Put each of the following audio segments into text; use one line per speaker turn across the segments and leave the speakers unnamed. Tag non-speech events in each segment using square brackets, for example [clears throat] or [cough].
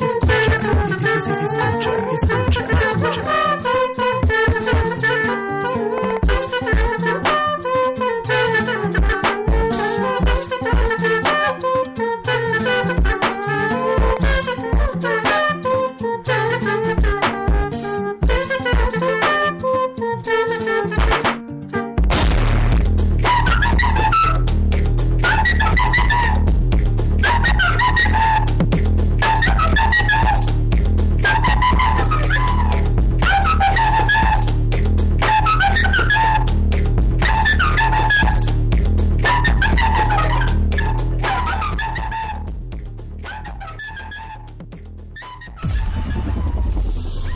Escucha, es- es- es- escucha, escucha, escucha.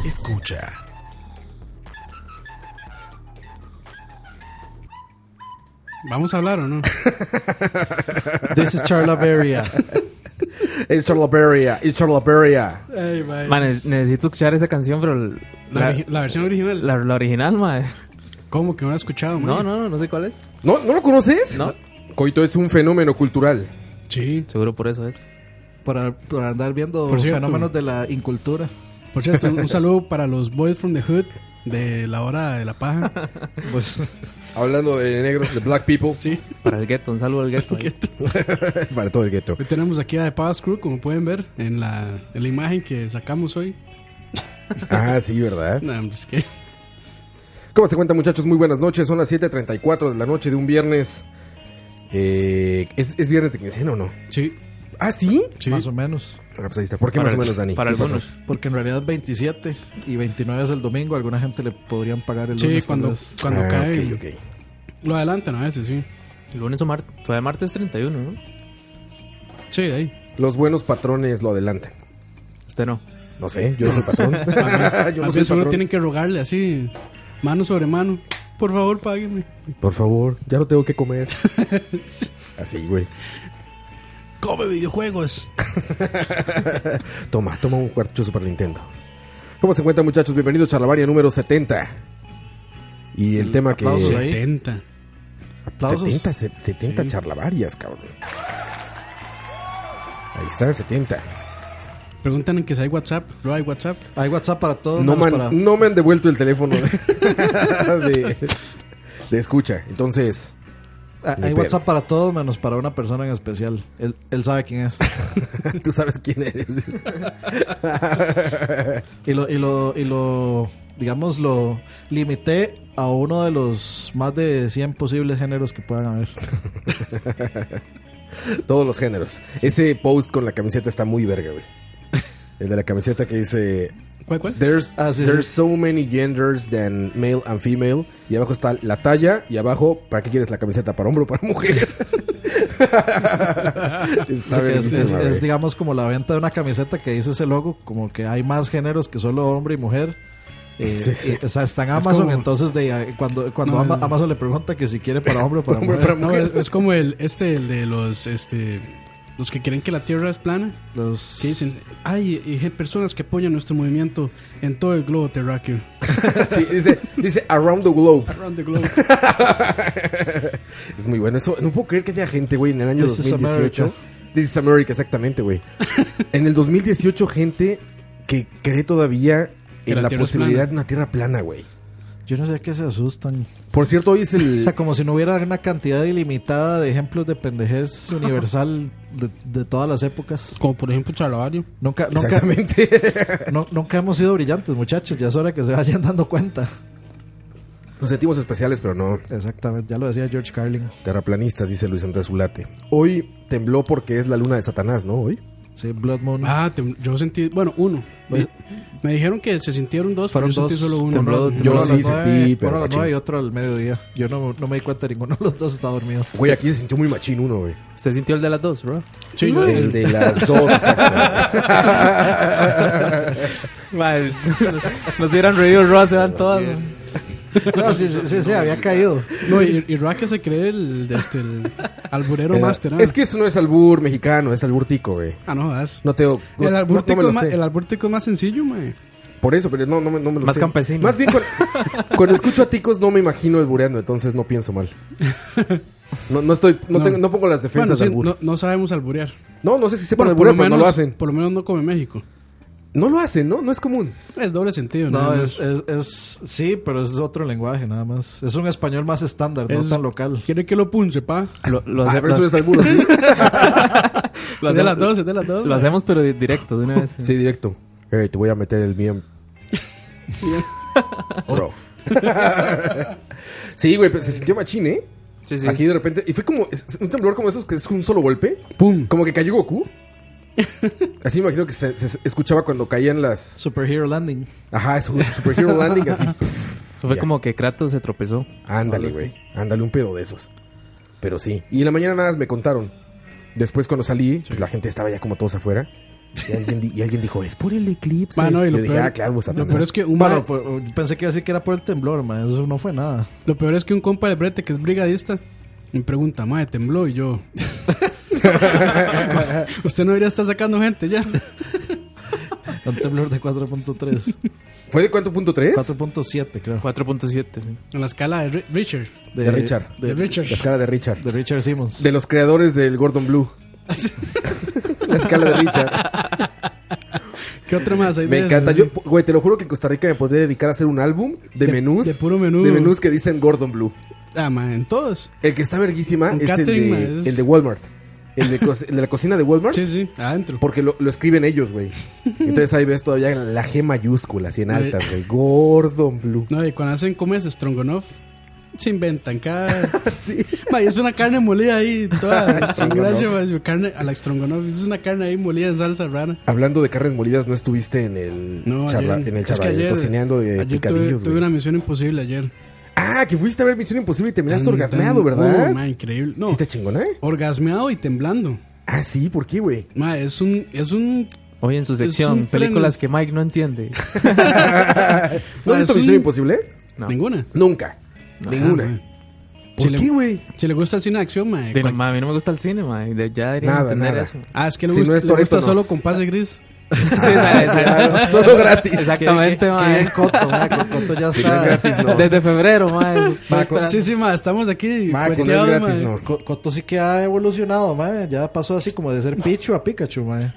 Escucha.
¿Vamos a hablar o no?
This is Charlaveria.
It's Charlaveria, it's Charlaveria.
Ay, mae.
Man, ne- necesito escuchar esa canción, pero l-
la,
la,
origi- la versión original.
la- la original, mae.
¿Cómo que no la he escuchado, mae?
No, no, no, no sé cuál es.
¿No, ¿No lo conoces?
No.
Coito es un fenómeno cultural.
Sí.
Seguro por eso es.
Por, por andar viendo
Por cierto.
fenómenos de la incultura.
Por cierto, un saludo para los Boys from the Hood de la hora de la paja.
Pues,
Hablando de negros, de black people.
Sí.
Para el gueto, un saludo al gueto. ahí.
Para todo el gueto.
Hoy tenemos aquí a The Paz Crew, como pueden ver en la, en la imagen que sacamos hoy.
Ah, sí, ¿verdad?
Nah, pues que-
¿Cómo se cuenta, muchachos? Muy buenas noches. Son las 7.34 de la noche de un viernes. Eh, ¿es, es viernes de quincena o no?
Sí,
¿Ah, sí?
sí.
más o menos.
Ah, pues ahí está. ¿Por qué
Para
más o
el-
menos, Dani?
Para
¿Qué pasó?
algunos.
Porque en realidad es 27 y 29 es el domingo. Alguna gente le podrían pagar el
Sí,
lunes.
cuando,
tal vez.
cuando
Ah,
cae.
ok, ok.
Lo adelantan a veces, sí.
El lunes o martes. Todavía martes 31, ¿no?
Sí, de
[laughs]
ahí.
Los buenos patrones lo adelantan.
Usted no.
No sé, yo no soy
[laughs]
patrón. [laughs] yo no
Al
soy
vez solo
patrón.
tienen que rogarle así, mano sobre mano. Por favor, páguenme.
Por favor, ya no tengo que
[laughs]
comer. Así, güey.
Come videojuegos.
Toma, toma un cuarto Super Nintendo. ¿Cómo se encuentran, muchachos? Bienvenidos a Charlavaria número 70. Y
Mm,
el tema que...
aplausos ahí.
70.
Aplausos.
70, se- 70 charlavarias, cabrón. Ahí está, 70.
Preguntan en que si hay WhatsApp. No hay WhatsApp.
Hay WhatsApp para todos.
No me,
menos
han,
para-
no me han devuelto el teléfono de, [laughs] de- de escucha. Entonces, [laughs]
Ah,
Ni
Hay
pedo.
WhatsApp para todos menos para una persona en especial. Él, él sabe quién es.
tú sabes quién eres.
Y lo, y lo, y lo, digamos, lo limité a uno de los más de 100 posibles géneros que puedan haber.
Todos los géneros. Ese post con la camiseta está muy verga, güey. El de la camiseta que dice
¿Cuál, cuál?
There's,
Ah, sí,
there's so many genders than male and female. Y abajo está la talla. Y abajo, ¿para qué quieres la camiseta? ¿Para hombre o para mujer? [laughs] está
Así que es, es-
verguísima,
es,
güey.
digamos, como la venta de una camiseta que dice ese logo, como que hay más géneros que solo hombre y mujer. Eh,
Sí, sí.
y- o sea, está en Amazon,
como-
entonces de, eh, cuando, cuando
No,
Ama-
es-
Amazon le pregunta que si quiere para hombre o para
[laughs] Hombre,
mujer,
para
No,
mujer.
es, es como el, este, el de los, este, los que creen que la Tierra es plana.
los-
Que dicen, hay eh, personas que apoyan nuestro movimiento en todo el globo terráqueo.
Sí, dice, dice Around the Globe.
Around the globe.
Es muy bueno. Eso, no puedo creer que haya gente, güey, en el año
This is
2018.
America.
This is America,
[laughs]
exactamente, güey. en el 2018, gente que cree todavía
Que
en
la
la
Tierra es
posibilidad
plana.
de una tierra plana, güey.
Yo no sé qué se asustan.
Por cierto, hoy es
O
[laughs]
el.
sea, como si no hubiera una cantidad ilimitada de ejemplos de
[laughs]
pendejez universal de, de todas las épocas.
[laughs] Como por ejemplo Charlavario.
Nunca, nunca,
Exactamente. [laughs]
no- nunca hemos sido brillantes, muchachos. Ya es hora que se vayan [laughs] dando cuenta.
Nos sentimos especiales, pero no.
Exactamente, ya lo decía George Carlin.
Terraplanistas, dice Luis Andrés Ulate. Hoy tembló porque es la luna de Satanás, ¿no? Hoy.
Sí, Blood Moon.
Ah, tem- yo sentí, bueno, uno.
Pues-
Di- me dijeron que se sintieron dos,
Fueron
pero yo
dos.
sentí solo uno.
Tembló-
Uno
Yo
a las
sí
nueve,
sentí, pero
Uno a las
machín.
nueve y otro al mediodía. Yo no, no me di cuenta de ninguno de los dos estaba
[laughs]
dormido.
Güey, aquí se sintió muy machín uno, güey.
¿Usted sintió el de las dos, [laughs] bro?
Sí, yo-
El de
[laughs]
las dos, exacto.
Mal. [laughs] Nos hubieran reído, bro, se van todas. ma.
No, sí, sí, sí, sí, había caído.
no, y, y Ra que se cree el, de este, el alburero
[laughs] Era-
master. ah.
es que eso no es albur mexicano, es albur tico, güey.
Ah, no, jodas.
No te. No,
El
no me
albúrtico
lo
es ma-
sé.
el albúrtico es más sencillo, mae.
Por eso, pero no, no, me- no me lo
Más
sé.
campesino.
Más bien, cuando, cuando escucho a ticos no me imagino albureando, entonces no pienso mal. No, no estoy, no,
No.
tengo- no pongo las
Bueno,
defensas de
sí,
albur.
no, no sabemos alburear.
No, no, sé si sepan
Bueno,
alburear, pero no lo hacen.
Por lo menos no come México.
No lo hacen, ¿no? No es común.
Es doble sentido,
No,
nada
es,
más.
es, es- Sí, pero es otro lenguaje nada más. Es un español más estándar, no
Es-
tan local.
¿Quiere que lo punche, pa?
Lo, lo
Ah,
hace-
pero eso
lo-
es
[laughs]
albur, ¿sí?
lo
es de
hacemos-
las dos, es de las dos.
Lo hacemos, pero di- directo, de una vez.
Sí, directo. Ey, te voy a meter
[laughs]
el bien. Bro. [laughs] sí, güey, pero se sintió machín, ¿eh?
Sí, sí.
Aquí de repente. Y fue como es- es un temblor como esos que es un solo golpe.
¡Pum!
Como que cayó
[laughs]
Goku. Así me imagino que se, se escuchaba cuando caían las.
Superhero Landing.
Ajá, su- Superhero Landing,
[laughs]
así. pff,
Eso fue
Ya.
como que Kratos se tropezó.
Ándale, güey. Ándale, un pedo de esos. Pero sí. Y en la mañana nada más me contaron. Después cuando salí, pues la gente estaba ya como todos afuera. Y alguien, di- y alguien dijo, es por el eclipse.
Ma, no, y
Yo
lo
dije,
peor-
ah, claro, vos
Lo peor es que un
Bueno,
mae-
pues, yo pensé que iba a decir que era por el temblor, man. Eso no fue nada.
Lo peor es que un compa de Brete que es brigadista me pregunta, madre, tembló y yo. [laughs] Usted no debería estar sacando gente ya. [laughs]
Un temblor
[laughs]
de 4.3.
[laughs] ¿Fue de cuánto punto tres?
4.7, creo.
4.7, sí.
En la escala de Ri- Richard.
De Richard.
De,
De Richard.
La escala de Richard.
de Richard Simmons.
De los creadores del
[laughs]
Gordon Blue. la escala de Richard.
¿Qué otra más hay
Me
de
encanta.
esas?
Yo, güey, te lo juro que en Costa Rica me podría dedicar a hacer un álbum de,
De-
menús.
de puro menú.
De menús que dicen Gordon Blue.
Ah, ma, en todos.
El que está verguísima
Con
es el
catering,
de,
ma, es-
el de Walmart. El de, co- el de la cocina de Walmart.
Sí, sí, adentro.
Porque lo, lo escriben ellos, güey. Entonces ahí ves todavía la G mayúscula, así en altas, güey. Gordon Blue.
No, y cuando hacen comes Strongonoff, se inventan cada.
[laughs] Sí.
[laughs] Ma, y es una carne molida ahí,
[laughs]
toda. sin
Strongonoff.
gracia, ma, es carne a la Strongonoff. Es una carne ahí molida en salsa rana.
Hablando de carnes molidas, no estuviste en el
No,
charla,
ayer-
en el
es que
charla,
ayer-
tocineando de
ayer
picadillos,
tuve, tuve
güey.
una misión imposible ayer.
Ah, que fuiste a ver Misión Imposible y terminaste
Tan-
orgasmeado,
tan-
¿verdad?
Uh, ma, increíble. No,
Sí está chingona, ¿eh?
orgasmeado y temblando.
Ah, sí, ¿por
[laughs]
qué, güey?
Ma, es un, es un,
Hoy en su
Es
sección,
un tren-
películas que Mike no entiende.
¿No has
Ah,
visto
sí.
Misión Imposible?
No.
ninguna.
Nunca.
Ah,
Ninguna.
ma.
¿Por
Chile-
qué, güey? [laughs]
Si le gusta el cine de acción, ma,
De,
cual-
ma, a mí no me gusta el cine, ma. y de- Ya debería
Nada,
entender
[laughs]
nada.
eso.
Ah, es que le
si
gusta,
no es
le gusta
Toretto, no.
solo con pase gris.
[laughs] Sí, ma,
[laughs]
exacto.
Ah, Solo gratis.
Exactamente,
Qué- qué-
ma.
Qué bien Coto, ma. Con Coto ya
Si no es
está.
gratis, no.
Desde febrero, ma. es-
Ma,
espera-
Sí, sí, ma, estamos aquí.
Ma,
si no es
cueteados,
gratis,
ma.
no.
Co- Coto sí que ha evolucionado, man. Ya pasó así como de ser Pichu a Pikachu,
[laughs]
man.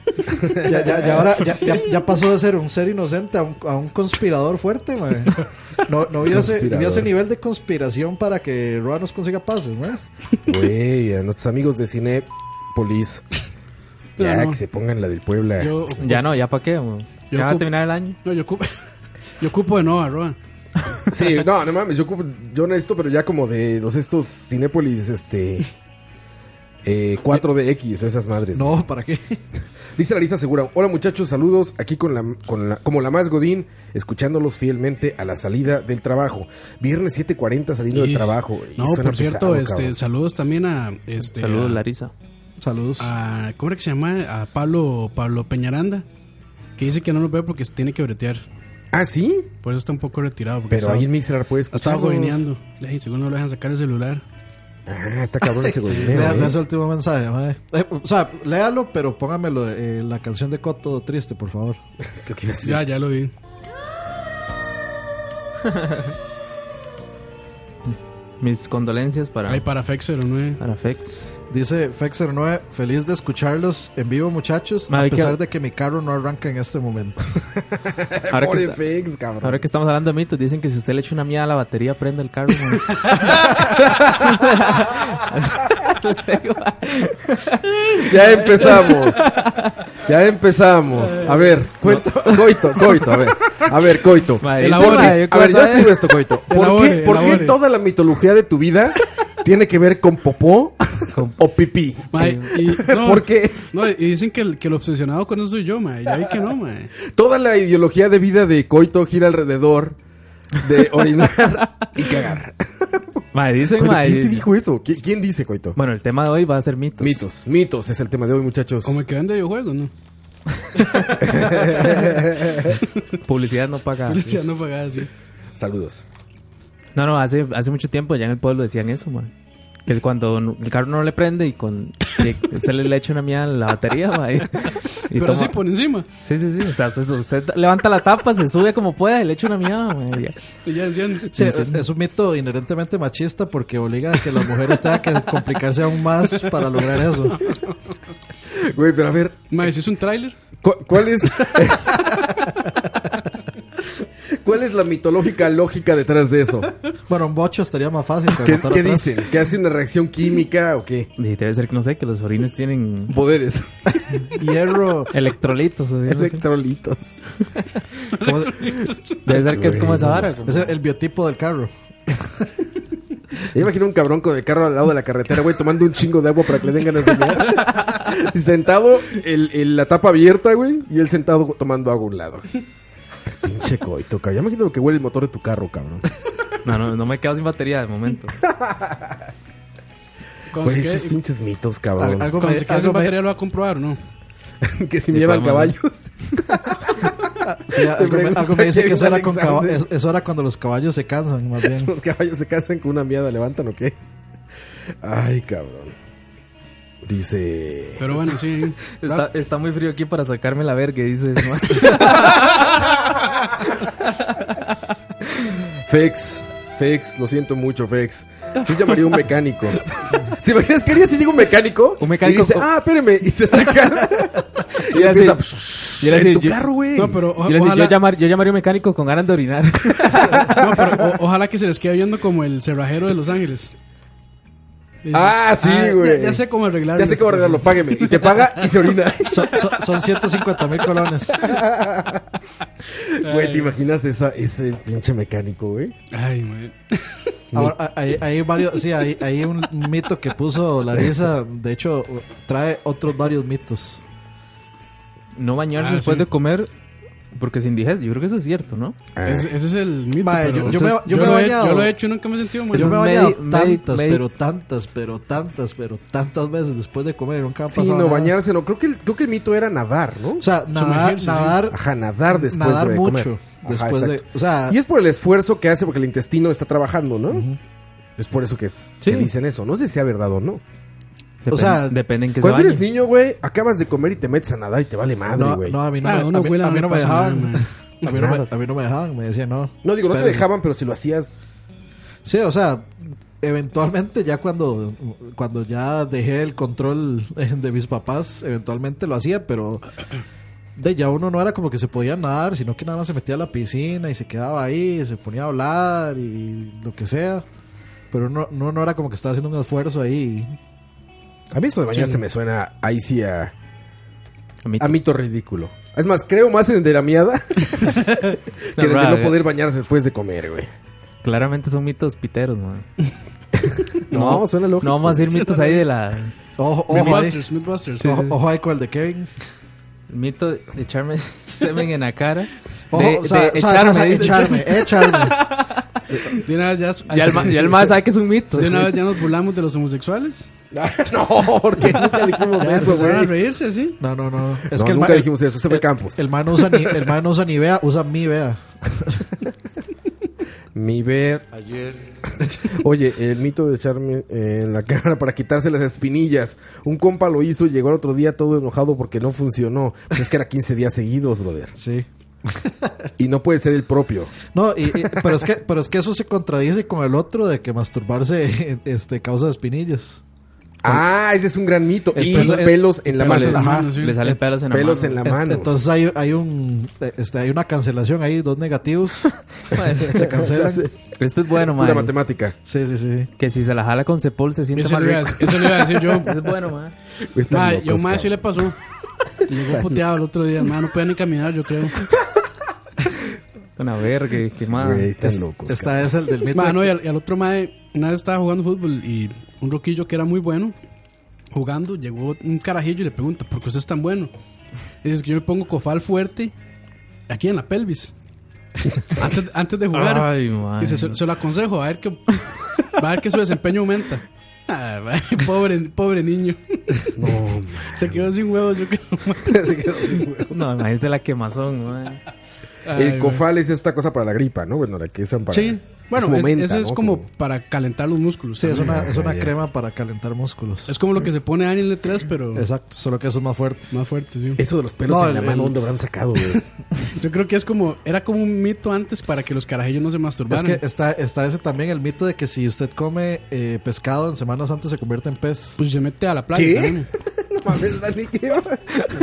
Ya, ya, ya ahora ya, ya- ya pasó de ser un ser inocente a un, a un conspirador fuerte, man. No, no vio, ese,
Conspirador.
vio ese nivel de conspiración para que Roa nos consiga pases, man.
Güey, a nuestros amigos de Cinepolis.
No,
Ya,
no.
que se pongan la del Puebla.
Yo,
Ya no, ya pa' qué, ma.
Yo
Ya va a
ocupo-
terminar el año.
no, yo ocupo, [laughs] yo ocupo de Nova, Roa.
Sí, no, no mames, yo, ocupo- yo necesito, pero ya como de los estos Cinépolis, este... Eh, 4DX, o esas madres.
No, ¿para qué?
Dice Larisa Segura, hola muchachos, saludos aquí con la, con la- como la más Godín, escuchándolos fielmente a la salida del trabajo. Viernes 7.40 saliendo del
Y-
trabajo. y
No,
suena
por cierto,
pesado,
este,
cabrón.
saludos también a, este,
Saludos,
a-
Larisa.
Saludos.
Ah,
a- ¿cómo era que se llama? A Pablo, Pablo Peñaranda, que dice que no nos ve porque se tiene que bretear.
Ah, sí,
Por eso está un poco retirado. porque
pero
estaba-
ahí en Mixer puedes
Ha estado
escucharlos.
joveneando. Ey, según no lo dejan sacar el celular.
Ah, está cabrón ese godineo.
Lea,
¿eh?
lea ese último mensaje, mae. Eh, o sea, léalo, pero póngamelo eh, la canción de Coto triste, por favor.
Es lo que iba a decir.
Ya, ya lo vi.
Mis condolencias para,
Ay, para Fex 09.
para Fex.
Dice Fexer9, feliz de escucharlos en vivo, muchachos,
Madre,
a
¿qué-
pesar de que mi carro no arranca en este momento.
Ahora que,
Pobre
está-
Fex, cabrón.
ahora que estamos hablando de mitos, dicen que si usted le echa una mía a la batería, prende el carro. man. [laughs] Eso es serio, man.
Ya empezamos. Ya empezamos. A ver, cuento, coito, coito, a ver. A ver, coito.
Madre,
El
sí,
abore.
madre, yo
a ver,
quiero
yo
saber.
escribo esto, coito. ¿Por
Elabore,
qué, por qué
elabore.
toda la mitología de tu vida tiene que ver con popó o pipí?
Mae,
[laughs]
y- no,
¿Por qué?
No, y dicen que el, que el obsesionado con eso soy yo, mae. Ya vi que
[laughs]
no, mae.
Toda la ideología de vida de coito gira alrededor de orinar y cagar.
Madre, dicen,
Coito,
madre.
¿Quién te dijo eso? ¿Qui- ¿Quién dice, coito?
Bueno, el tema de hoy va a ser mitos.
Mitos, mitos es el tema de hoy, muchachos.
Como el que vende videojuegos, ¿no?
Publicidad no
Ah,
paga.
[laughs] Ya no pagaba sí.
Saludos.
No, no, hace, hace mucho tiempo ya en el pueblo decían eso, man. Que es cuando no- el carro no le prende y con y [laughs] se le, le echa una mía a la batería, man, y- y
Pero pues.
toma-
así por encima.
Sí, sí, sí. O sea, usted, usted levanta la tapa, se sube como pueda y le echa una mía, man, y ya.
Y Ya, ya,
Sí, eh, es un mito inherentemente machista porque obliga a que las mujeres tengan
[laughs]
que complicarse aún más para lograr eso.
Güey, pero a ver,
Mae, si es un tráiler.
¿Cu- ¿Cuál es? [laughs] ¿Cuál es la mitológica lógica detrás de eso?
Bueno, un bocho estaría más fácil. pero
¿Qué,
matar
qué
atrás.
dicen? ¿Que hace una reacción química o qué?
Y debe ser que no sé, que los orines tienen
Poderes.
Hierro.
electrolitos. o yo no sé.
Electrolitos.
¿cómo-
[laughs]
Debe ser que es como esa vara. como-
es el, el biotipo del carro.
Yo imagino un cabrón con el carro al lado de la carretera, güey, tomando un chingo de agua para que le den ganas de mirar. Y sentado, el, el- la tapa abierta, güey, y él sentado tomando agua a un lado. Pinche coito, cabrón. Ya imagino lo que huele el motor de tu carro, cabrón.
No, no, no me quedo sin batería de momento.
Cuando
Güey,
se
esos
quede,
pinches mitos,
Al-
cabrón.
Algo
cuando
me,
se quede
algo
sin
me-
batería lo va a comprobar, ¿no?
[laughs] Que si me
Sí,
llevan
podemos-
caballos.
sí, algo me- algo me dice que eso
Kevin
era, con caba-
Alexander.
es, es hora cuando los caballos se cansan, más bien.
[laughs] Los caballos se casan con una miada, levantan o qué. Ay, cabrón. Dice.
Pero bueno, sí.
Está, está muy frío aquí para sacarme la verga, dices, man.
Fex, Fex, lo siento mucho, Fex. Yo llamaría un mecánico. ¿Te imaginas qué haría si llega un mecánico?
Un mecánico
Y dice,
con-
ah, espérame. Y se saca.
[laughs]
y
Y así-
empieza.
y era
en
así,
tu
yo-
carro, güey.
No, [laughs] pero o-
Yo, le decía,
ojalá,
yo, llamar- yo llamaría a un mecánico con ganas
[laughs]
de orinar.
no, pero o- ojalá que se les quede viendo como el cerrajero de Los Ángeles. Es-
Ah, sí, güey.
ya, ya sé cómo arreglarlo.
Ya sé cómo arreglarlo, págueme. Y te paga y
[laughs]
se orina.
Son, son, son 150 mil colones.
Güey, ¿te imaginas esa, ese pinche mecánico, güey?
Ay, mae.
Ahora, a- hay, hay varios, sí, hay, hay un mito que puso Larisa, de hecho, trae otros varios mitos.
No bañarse
Ah,
después
sí.
de comer porque se indigesta. Yo creo que eso es cierto, ¿no?
Ah,
Ese, ese es el mito.
Eh. Mae,
pero-
yo- yo me- yo me he
lo he-
bañado.
yo lo he hecho y nunca me he sentido mal.
Eso
Pues Yo
es
me he bañado
medi- medi-
tantas,
medi-
pero tantas, pero tantas, pero tantas veces después de comer. Nunca me ha
Sí,
pasado
no,
nada.
bañarse no. Creo que, el, creo que el mito era nadar, ¿no?
O sea, nadar,
Sumergirse, sí.
nadar,
Ajá, nadar después
nadar
de
mucho.
comer. Ajá,
después de, Ah.
exacto.
o sea,
Y es por el esfuerzo que hace porque el intestino está trabajando, ¿no? Es por eso que, que dicen eso. No sé si sea verdad o no.
Depende,
O sea,
depende en qué se
Cuando
bañe.
eres niño, güey, acabas de comer y te metes a nadar y te vale madre,
no,
güey.
no,
No,
a mí no,
Ah,
me,
uno
a mí-
abuela
a mí
no
no me
pasa
dejaban.
nada,
a, mí no me, a mí no me dejaban, me decían no.
digo, no te
espérense.
dejaban, pero si lo hacías.
Sí, o sea, eventualmente ya cuando, cuando ya dejé el control de mis papás, eventualmente lo hacía, pero de ya uno no era como que se podía nadar, sino que nada más se metía a la piscina y se quedaba ahí, se ponía a hablar y lo que sea. Pero no, no, no era como que estaba haciendo un esfuerzo ahí.
A mí eso de bañarse me suena ahí sí a,
A mí
a mito ridículo. Es más, creo más en el de la
[laughs]
miada que en el de
raro, eh,
no poder bañarse después de comer, güey.
Claramente son mitos piteros, man.
No, suena lógico.
No vamos a decir mitos ahí de la...
Ojo, ojo, ahí,
Mythbusters, Mythbusters.
ojo, ojo ahí con el de Kevin.
el mito de echarme [laughs] semen en la cara.
Ojo,
de,
o sea,
de
o sea, o sea,
dice.
echarme, echarme.
De una vez ya,
Ya el, ma- ya el más sabe que es un mito.
de una vez ya nos burlamos de los homosexuales.
[laughs] no, porque
[laughs]
nunca dijimos eso,
Empezaron a
güey.
reírse así.
No, no, no. pues Es eh,
No,
que el
nunca
ma-
dijimos eso, ese fue
el-
Campos.
El man no usa ni, el man no usa ni vea, usa mi vea.
Mi ver. Ayer. [laughs] Oye, el mito de echarme en la cara para quitarse las espinillas. Un compa lo hizo y llegó al otro día todo enojado porque no funcionó. Pues es que era 15 días seguidos, brother.
Sí.
y no puede ser el propio.
No, y- y- pero, es que, pero es que eso se contradice con el otro de que masturbarse [laughs] este, causa espinillas.
Ah, ese es un gran mito.
El
y
peso- el-
pelos en la
pelos
mano.
en la
Ajá.
mano, sí.
Le salen pelos en la
Pelos en
mano.
la
En-
mano.
Entonces hay, hay, un, este, hay una cancelación ahí, dos negativos.
[laughs]
se cancelan.
Se hace
[laughs] Esto es bueno,
Pura
man.
matemática.
Sí, sí, sí.
Que si se la jala con Cepol se siente
Eso
mal
le, iba a,
rico.
eso le iba a
[laughs]
decir yo.
Es bueno, man.
Están
Ma,
locos,
yo más
cabrón.
sí le pasó. Llegó puteado el otro día, ma, no podía ni caminar, yo creo.
Una verga, qué
Güey, este
mal.
están locos. cabrón.
Esta es el del mito.
Ma, no, y, al, y al otro mae, una vez estaba jugando fútbol y un roquillo que era muy bueno, jugando, llegó un carajillo y le pregunta, ¿por qué usted es tan bueno? Y dice que yo me pongo cofal fuerte aquí en la pelvis. [laughs] Antes, antes de jugar.
Ay, man.
Dice, se, se lo aconsejo, a ver que, va a ver que su desempeño aumenta. Ah, [laughs] ma, pobre, pobre niño. [laughs] se quedó sin huevos, yo creo.
Se quedó sin huevo.
No, imagínese la quemazón, man.
Ay,
El
ma.
cofal es esta cosa para la gripa, ¿no? Bueno, la que usan para.
Sí. Bueno, es-
momenta,
ese es
¿no?
como para calentar los músculos.
Sí, es una, es una
ya.
crema para calentar músculos.
Es como lo que se pone Daniel detrás, pero
Exacto, solo que eso es más fuerte.
más fuerte, sí.
Eso de los pelos
No,
en la
el-
mano,
el-
¿dónde habrán sacado, güey?
Yo creo que es como, era como un mito antes para que los carajillos no se
Es
masturbaran.
que está, está ese también el mito de que si usted come eh, pescado en semanas antes se convierte en pez.
Pues se mete a la playa.
¿Qué?
también.
[laughs] no mames, Dani, ¿qué?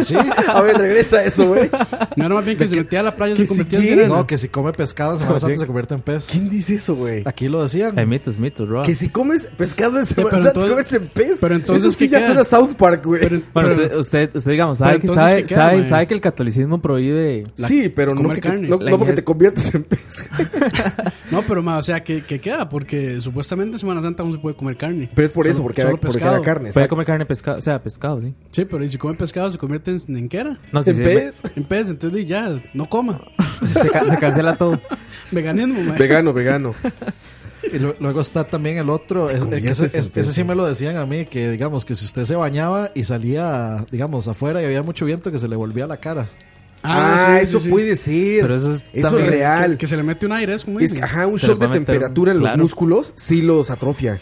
Sí. A ver, regresa eso, güey.
No era más bien que se metía a la playa y
que
se
sí,
convertía en
¿qué?
sirena.
No, que si come pescado en semanas antes se convierte en pez.
¿Quién dice eso, güey?
Aquí lo decían.
Hay mitos, mitos, bro.
Que si comes pescado en
pero
Semana Santa,
entonces-
comes en pez.
pero entonces,
Eso sí
¿qué
ya
queda?
suena a South Park, güey.
Pero,
Bueno,
pero-
usted, usted, usted, digamos,
pero
sabe, que,
entonces,
sabe,
¿qué queda,
sabe,
mae?
sabe que el catolicismo prohíbe...
sí, pero no,
comer
que te,
carne.
no,
La
no porque te
ingesta.
conviertes en pez. güey.
no, pero ma, o sea, que, que queda, porque supuestamente en Semana Santa aún se puede comer carne.
Pero es por eso,
Solo-
porque,
solo
era, porque
pescado.
era carne.
Puede
exacto.
comer carne pescado, o sea, pescado, sí.
Sí, pero y si come pescado se convierte en, en qué era?
No,
¿En
sí,
pez?
En pez, entonces di, ya, no
[laughs]
coma.
Se, se ca- se cancela todo.
Veganismo, ma.
Vegano, vegano.
Y lu- luego está también el otro. es- es que ese,
conviertes en
es-
pez,
ese sí me lo decían a mí, que digamos que si usted se bañaba y salía, digamos, afuera y había mucho viento que se le volvía la cara.
Ah,
sí, sí,
eso
sí.
puede ser.
Pero eso es
eso es
también-
real.
Que, que se le mete un aire, es como
Es
dicen.
que, ajá, un
Se le
shock
va
de
a meter un-
temperatura en los
claro.
músculos sí los atrofia.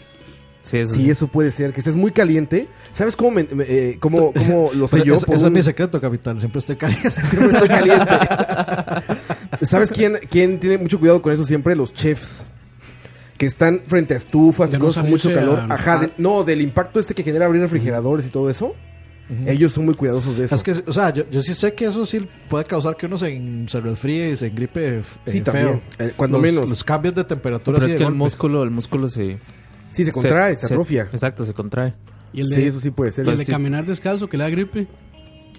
Sí, eso
Sí,
sí.
eso puede ser. Que estés muy caliente. ¿Sabes cómo, me- me- eh, cómo, cómo lo sé
Pero
yo?
es-
Por
ese
un-
es mi secreto, capital. Siempre estoy caliente.
Siempre estoy caliente. ¿Sabes quién, quién tiene mucho cuidado con eso siempre? Los chefs. Que están frente a estufas
De
y
no
cosas con mucho
salirse
calor.
a-
Ajá, de- no, del impacto este que genera abrir refrigeradores y todo eso. Ellos son muy cuidadosos de [laughs] eso.
Es que, o sea, yo, yo sí sé que eso sí puede causar que uno se, en- se resfríe y se engripe eh, feo.
Sí, también. Eh, cuando
Los-
menos.
Los cambios de temperatura
Pero
así
es
de
que el
golpe.
músculo, el músculo se...
sí, se contrae, se, atrofia.
exacto, se contrae.
Y el de,
sí, eso sí puede
y
ser.
el de
Sí.
caminar descalzo que le da gripe.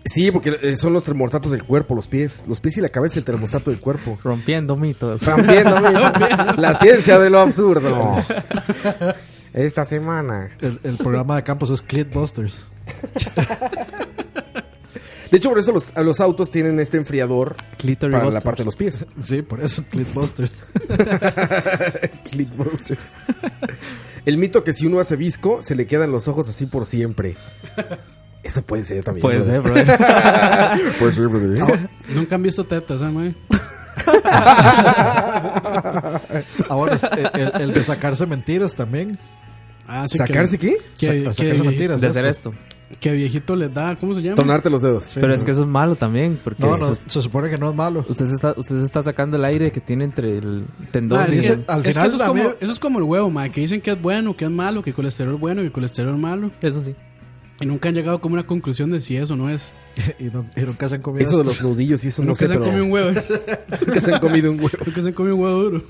Sí, porque eh, son los termostatos del cuerpo, los pies. Los pies y la cabeza es el termostato
[laughs]
del cuerpo.
Rompiendo mitos.
También, ¿no? la ciencia de lo absurdo. Esta semana.
El, el programa de Campos es Clitbusters.
De hecho, por eso los, los autos tienen este enfriador
Clitoris
para la
Busters.
parte de los pies.
Sí, por eso
[laughs]
Clitbusters.
Clickbusters. El mito que si uno hace visco, se le quedan los ojos así por siempre. Eso puede ser también.
Puede ser, bro.
Ah, Puede ser, Ah, brother.
Nunca han visto tetas, ¿eh, mae?
Ah, bueno, es- el, el de sacarse mentiras también.
Ah, sí, que-
¿Sacarse qué?
Que,
Sa- sacarse
que-
mentiras.
De este, hacer
esto.
esto.
que viejito les da, ¿cómo se llama?
Tonarte los dedos.
Sí,
Pero
no.
es que eso es malo también, porque
No, no,
eso es-
se supone que no es malo.
usted, se está, usted se está sacando el aire que tiene entre el tendón
Ah,
y
es que-
Dicen,
el...
al
es que
final
eso, es como,
también-
eso es como el huevo, mae, que dicen que es bueno, que es malo, que colesterol bueno, que colesterol malo.
Eso sí. [laughs]
Y nunca han llegado como a una conclusión de si eso no es.
[laughs] Y, no- y nunca se han comido
Eso de
esto.
los nudillos y eso no
nunca
sé,
se han
pero
comido un huevo.
nunca se han comido un huevo.
nunca se han comido un huevo duro.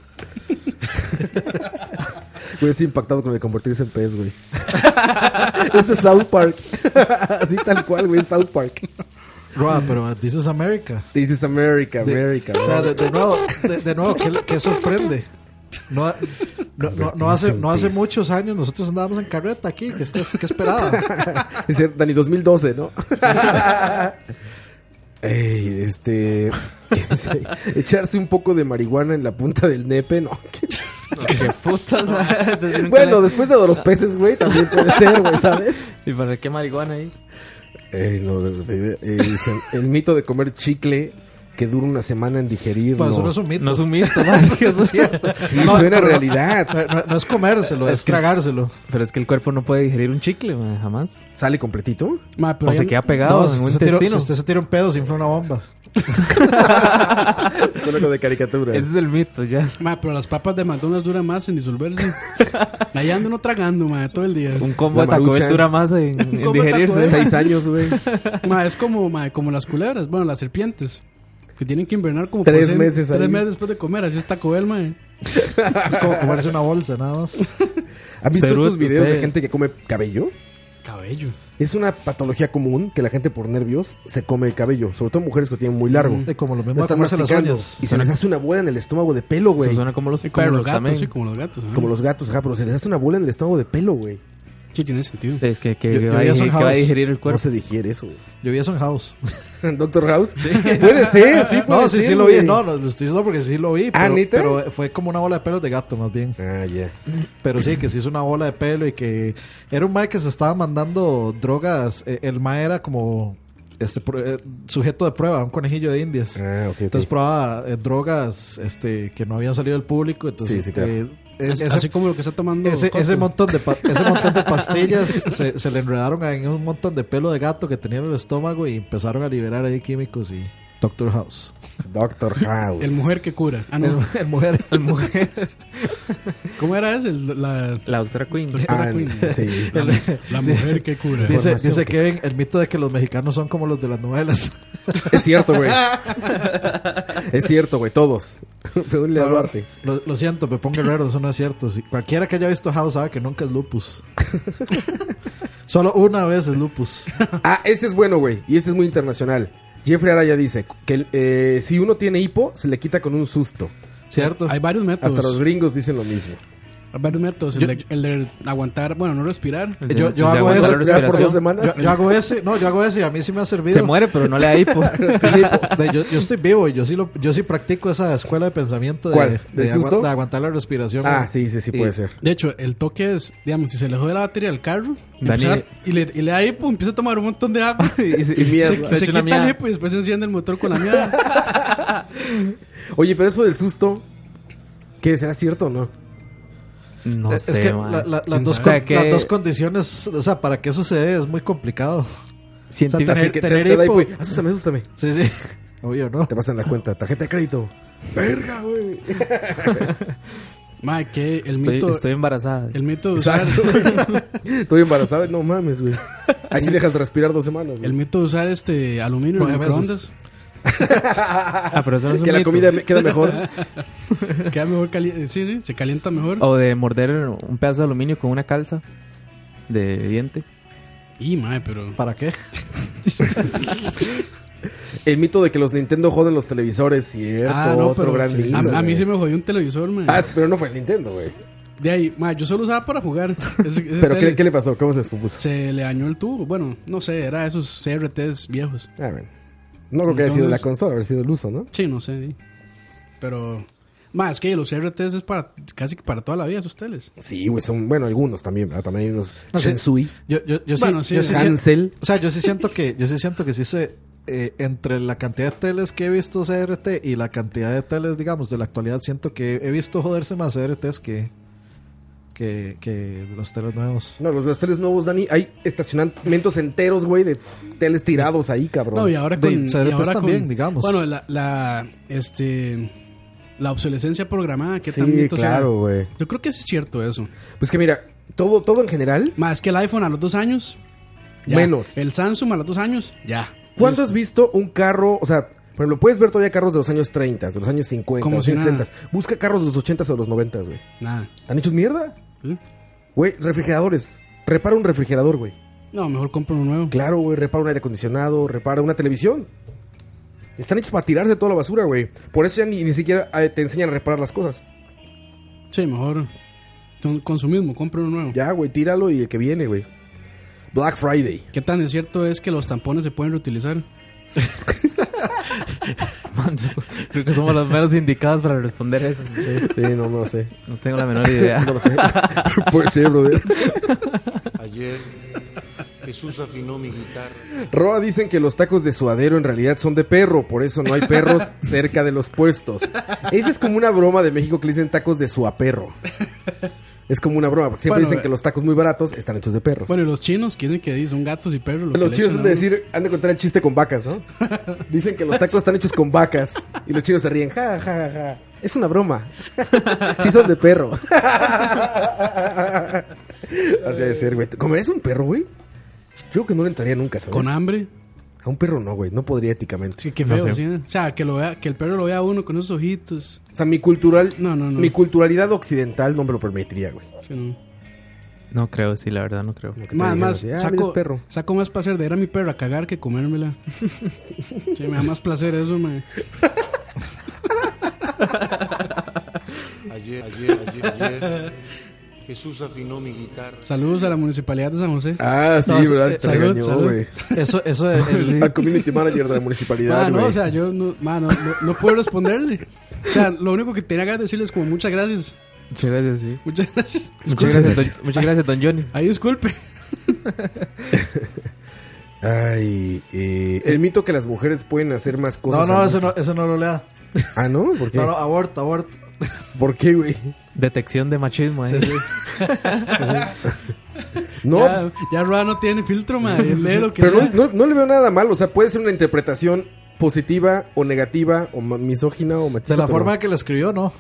Güey, estoy impactado con el de convertirse en pez, güey. [laughs] Eso es South Park. [laughs] Así tal cual, güey, South Park.
Roa, pero this is America.
This is America, America.
O sea, de, de nuevo, de, de nuevo, ¿qué, qué sorprende? No, no, no, no hace, no hace muchos años nosotros andábamos en carreta aquí. ¿Qué, estás- qué esperaba? Pues,
Dice Dani 2012, [laughs] ¿no? Ey, este. ¿qué dice? Echarse un poco de marihuana en la punta del nepe, [laughs] no.
Eso sí nunca
Bueno,
le-
después de lo de los peces, güey, también puede ser, güey, ¿sabes?
¿Y para qué marihuana ahí?
Ey, no, de repente, eh, dicen, el mito de comer chicle que dura una semana en digerir.
Pues
no.
eso no es un mito.
No [laughs] es un mito, más.
Eso [laughs] es cierto.
Sí, suena realidad.
No, no- no es comérselo, es tragárselo.
Pero es que el cuerpo no puede digerir un chicle, man, jamás.
¿Sale completito?
Mae, pero
O se
ya-
queda
No,
pegado
si
en un
usted, se tira, si
intestino.
usted se tira un pedo, se infla una bomba.
Es algo de caricatura.
Ese es el mito, ya.
Ma, pero las papas de McDonald's duran más en disolverse. Ahí ando uno tragando, ma, todo el día.
Un combo
La
de Taco Bell
Maruchan.
dura más en, en
combo de Taco
digerirse.
Bell.
Seis años, güey.
Ma, es como, ma, como las culebras, bueno, las serpientes. Que tienen que invernar como
Tres
por seis-
meses
Tres
ahí.
meses después de comer, así es Taco Bell, ma.
Es como comerse una bolsa, nada más.
¿Has visto
Ceruto,
estos videos de
sí.
gente que come cabello?
Cabello.
Es una patología común que la gente por nervios se come el cabello, sobre todo mujeres que lo tienen muy largo.
De como lo mismo a
Están
comerse las
masticando
uñas.
y se les hace una bola en el estómago de pelo, güey.
Eso suena como los
Sí, como los
perros
gatos,
también.
sí, como los gatos. ajá.
Como los gatos, ajá, pero se les hace una bola en el estómago de pelo, güey.
Sí, tiene sentido.
Es que, que
Yo- yo
va, a
ya
digerir,
son
que va a
house.
digerir el
¿Cómo
cuerpo.
se digiere eso? güey? [laughs]
Yo vi eso en House.
¿Doctor House? Puede ser, sí,
[laughs]
puede
no, sí,
ser,
sí lo vi.
güey.
No, no, lo estoy diciendo porque sí lo vi.
Ah,
Pero,
¿neta?
pero fue como una bola de pelo de gato, más bien.
Ah, ya.
Pero sí, que se hizo una bola de pelo y que era un mae que se estaba mandando drogas. Eh, El mae era como este pro- eh, sujeto de prueba, un conejillo de indias.
Ah, ok, ok.
Entonces probaba eh, drogas este, que no habían salido al público. Entonces,
Sí, sí, claro.
eh,
Es,
es-
así
ese,
como lo que está tomando.
ese-
Coco.
ese montón
[laughs]
de pa- ese montón de pastillas se, se le enredaron en un montón de pelo de gato que tenía en el estómago y empezaron a liberar ahí químicos y Doctor House.
Doctor House.
El mujer que cura. Ah,
El,
no.
el mujer.
La mujer.
[laughs]
[laughs]
¿Cómo era eso? El- la,
La doctora Queen.
Doctor-
Ah,
Queen.
sí.
la mujer que cura.
Dice,
Información
dice
que-
Kevin, el mito de que los mexicanos son como los de las novelas.
Es cierto, güey. es cierto, güey. Todos. [laughs] Pregúntale a Duarte.
Lo, lo siento, Pepón Guerrero, eso no es cierto. Si- cualquiera que haya visto House sabe que nunca es
[laughs]
lupus. Solo una vez es lupus.
Ah, este es bueno, güey. Y este es muy internacional. Jeffrey Araya dice que eh, si uno tiene hipo, se le quita con un susto.
¿Cierto?
Hay varios
Hasta los
métodos.
gringos dicen lo mismo.
Hay varios métodos. El,
Yo-
de, el de aguantar, bueno, no respirar.
El de-
yo-
el
yo
de
hago
aguantar
eso.
la
Respirar por dos
respiración.
semanas.
Yo, yo hago ese, no, yo hago ese y a mí sí me ha servido.
Se muere, pero no le da hipo.
[laughs] Sí, po- de- yo, yo estoy vivo y yo sí, lo, yo sí practico esa escuela de pensamiento de,
¿Cuál?
de
¿Del
agua-
susto?
de aguantar la respiración.
Ah, sí, sí, sí, puede
Y-
ser.
De hecho, el toque es, digamos, si se le jode la batería al carro,
Dani-
empezar- y, le, y le da hipo, empieza a tomar un montón de agua.
[laughs] y
[laughs]
se,
Y mierda.
Se,
se
se
echa una
quita el
mía.
hipo y después enciende el motor con la mierda.
Oye, pero eso del susto, ¿qué será cierto o no?
No
es
sé,
que
man.
la- la- las, dos
O sea,
con-
que-
las dos condiciones, o sea, para que eso se dé es muy complicado. [laughs]
Científica-
Tener-
Así que te,
tener
te da
hipo.
hipo y, Asústame, asústame.
Sí, sí. Obvio, ¿no?
Te pasan la cuenta, tarjeta de crédito. Verga, güey.
Madre, que el
estoy,
mito.
estoy embarazada.
El mito de usar,
Exacto. [laughs] Estoy embarazada, no mames, güey. Ahí sí dejas de respirar dos semanas. güey.
el mito de usar este aluminio en el
Nueve meses.
microondas.
Ah, pero eso no es un
que la
mito.
comida me- queda mejor.
Queda mejor caliente. Sí, sí, se calienta mejor.
O de morder un pedazo de aluminio con una calza de diente.
Y madre, pero.
¿Para qué?
El mito de que los Nintendo joden los televisores, cierto. otro gran
Ah, sí.
mito.
a, a mí
güey.
sí me jodió un televisor, madre.
Ah, sí, pero no fue el Nintendo, güey.
De ahí, madre, yo solo usaba para jugar.
[laughs]
Ese- ese
¿Pero
tele.
¿qué, qué le pasó? ¿Cómo se descompuso?
Se le dañó el tubo. Bueno, no sé, era esos CRTs viejos.
A ver. No creo que haya sido la
Entonces-
consola, haber sido el uso, ¿no?
Sí, no sé. sí. Pero. Más es que los CRTs es para casi que para toda la vida, esos teles.
Sí, güey, son, bueno, algunos también, ¿verdad? También hay unos
No sé.
Shensui,
Yo, yo, yo sí,
Bueno, sí,
yo sí siento-
Hansel.
O sea, yo sí siento que, yo sí siento que sí se eh, entre la cantidad de teles que he visto CRT y la cantidad de teles, digamos, de la actualidad, siento que he visto joderse más CRTs que, que, que los teles nuevos.
No, los, los teles nuevos, Dani, hay estacionamientos enteros, güey, de teles tirados ahí, cabrón.
No, y ahora
De
con. y
CRTs
ahora
también,
con-
digamos.
Bueno, la. la este. La obsolescencia programada, que
Sí,
también.
claro, güey.
Yo creo que sí es cierto eso.
Pues que mira, todo, todo en general.
Más que el iPhone a los dos años. ya.
Menos.
El Samsung a los dos años, ya.
¿Cuándo has visto un carro? O sea, por ejemplo, puedes ver todavía carros de los años 30, de los años 50, de
Como
los
si
años
nada.
70. Busca carros de los 80 o de los 90, güey.
Nada.
¿Están hechos mierda?
¿Sí?
Güey, refrigeradores. Repara un refrigerador, güey.
No, mejor compro uno nuevo.
Claro, güey, repara un aire acondicionado, repara una televisión. Están hechos para tirarse toda la basura, güey. Por eso ya ni, ni siquiera eh, te enseñan a reparar las cosas.
Sí, mejor con- consumismo, compro uno nuevo.
Ya, güey, tíralo y el que viene, güey. Black Friday.
¿Qué tan es cierto es que los tampones se pueden reutilizar?
Man, yo so- creo que somos los menos indicados para responder eso.
Sí, no, no sé.
No tengo la menor idea.
No lo sé. [laughs] Puede ser, brother.
Ayer Jesús afinó mi guitarra.
Roa dicen que los tacos de suadero en realidad son de perro, por eso no hay
[laughs]
perros cerca de los puestos. Esa es como una broma de México que le dicen tacos de suaperro. Es como una broma, porque siempre
Bueno,
dicen
eh.
que los tacos muy baratos están hechos de perros.
Bueno, y los chinos que dicen que di, son gatos y perros. lo que
los
le
chinos
echan
han
a
de
uno.
decir, han de contar el chiste con
[laughs]
vacas, ¿no? Dicen que los tacos están hechos con vacas. Y los chinos se ríen, ja, ja, ja, ja. Es una broma. sí son
[laughs]
de perro. Así de ser, güey. ¿Comerías un perro, güey? Yo creo que no le entraría nunca, ¿sabes?
Con hambre.
A un perro no, güey. No podría éticamente.
Sí, qué
No
feo,
sé.
sí, ¿eh? O sea, que, lo vea, que el perro lo vea a uno con esos ojitos.
O sea, mi cultural...
No, no, no.
Mi culturalidad occidental no me lo permitiría, güey.
Sí, no.
No creo, sí, la verdad no creo.
Como que te
Más,
digan
más,
así, "Ah, mira,
saco,
es perro.
saco más placer de ir a mi perro a cagar que comérmela.
[laughs]
sí, me da más placer eso, me.
Ayer, ayer, ayer, ayer, Jesús afinó mi guitarra.
Saludos a la municipalidad de San José.
Ah, sí,
No, sí,
¿verdad?
eh,
Te
salud,
regañó,
salud.
güey.
Eso, eso es. el-
Al community manager de la
Ma,
municipalidad,
Ah, no,
güey.
o sea, yo no, ma, no, no- no puedo responderle. O sea, lo único que tenía ganas de decirles como muchas gracias.
Muchas gracias, sí.
Muchas gracias.
Muchas gracias, don, muchas gracias, don Johnny.
Ahí
[laughs]
disculpe.
Ay, eh, el mito que las mujeres pueden hacer más
No,
cosas.
no,
al
eso
mismo-
no, eso no lo lea.
Ah, ¿no? ¿Por qué?
No, no, aborto, aborto.
¿Por qué, güey?
Detección de machismo, ¿eh? ahí.
No,
ya,
pues,
ya Roa no tiene filtro, ma. Él lee lo que
pero no,
sea.
no- no le veo nada mal. O sea, puede ser una interpretación positiva o negativa o ma- misógina o machista.
De la
pero-
forma que la escribió, no.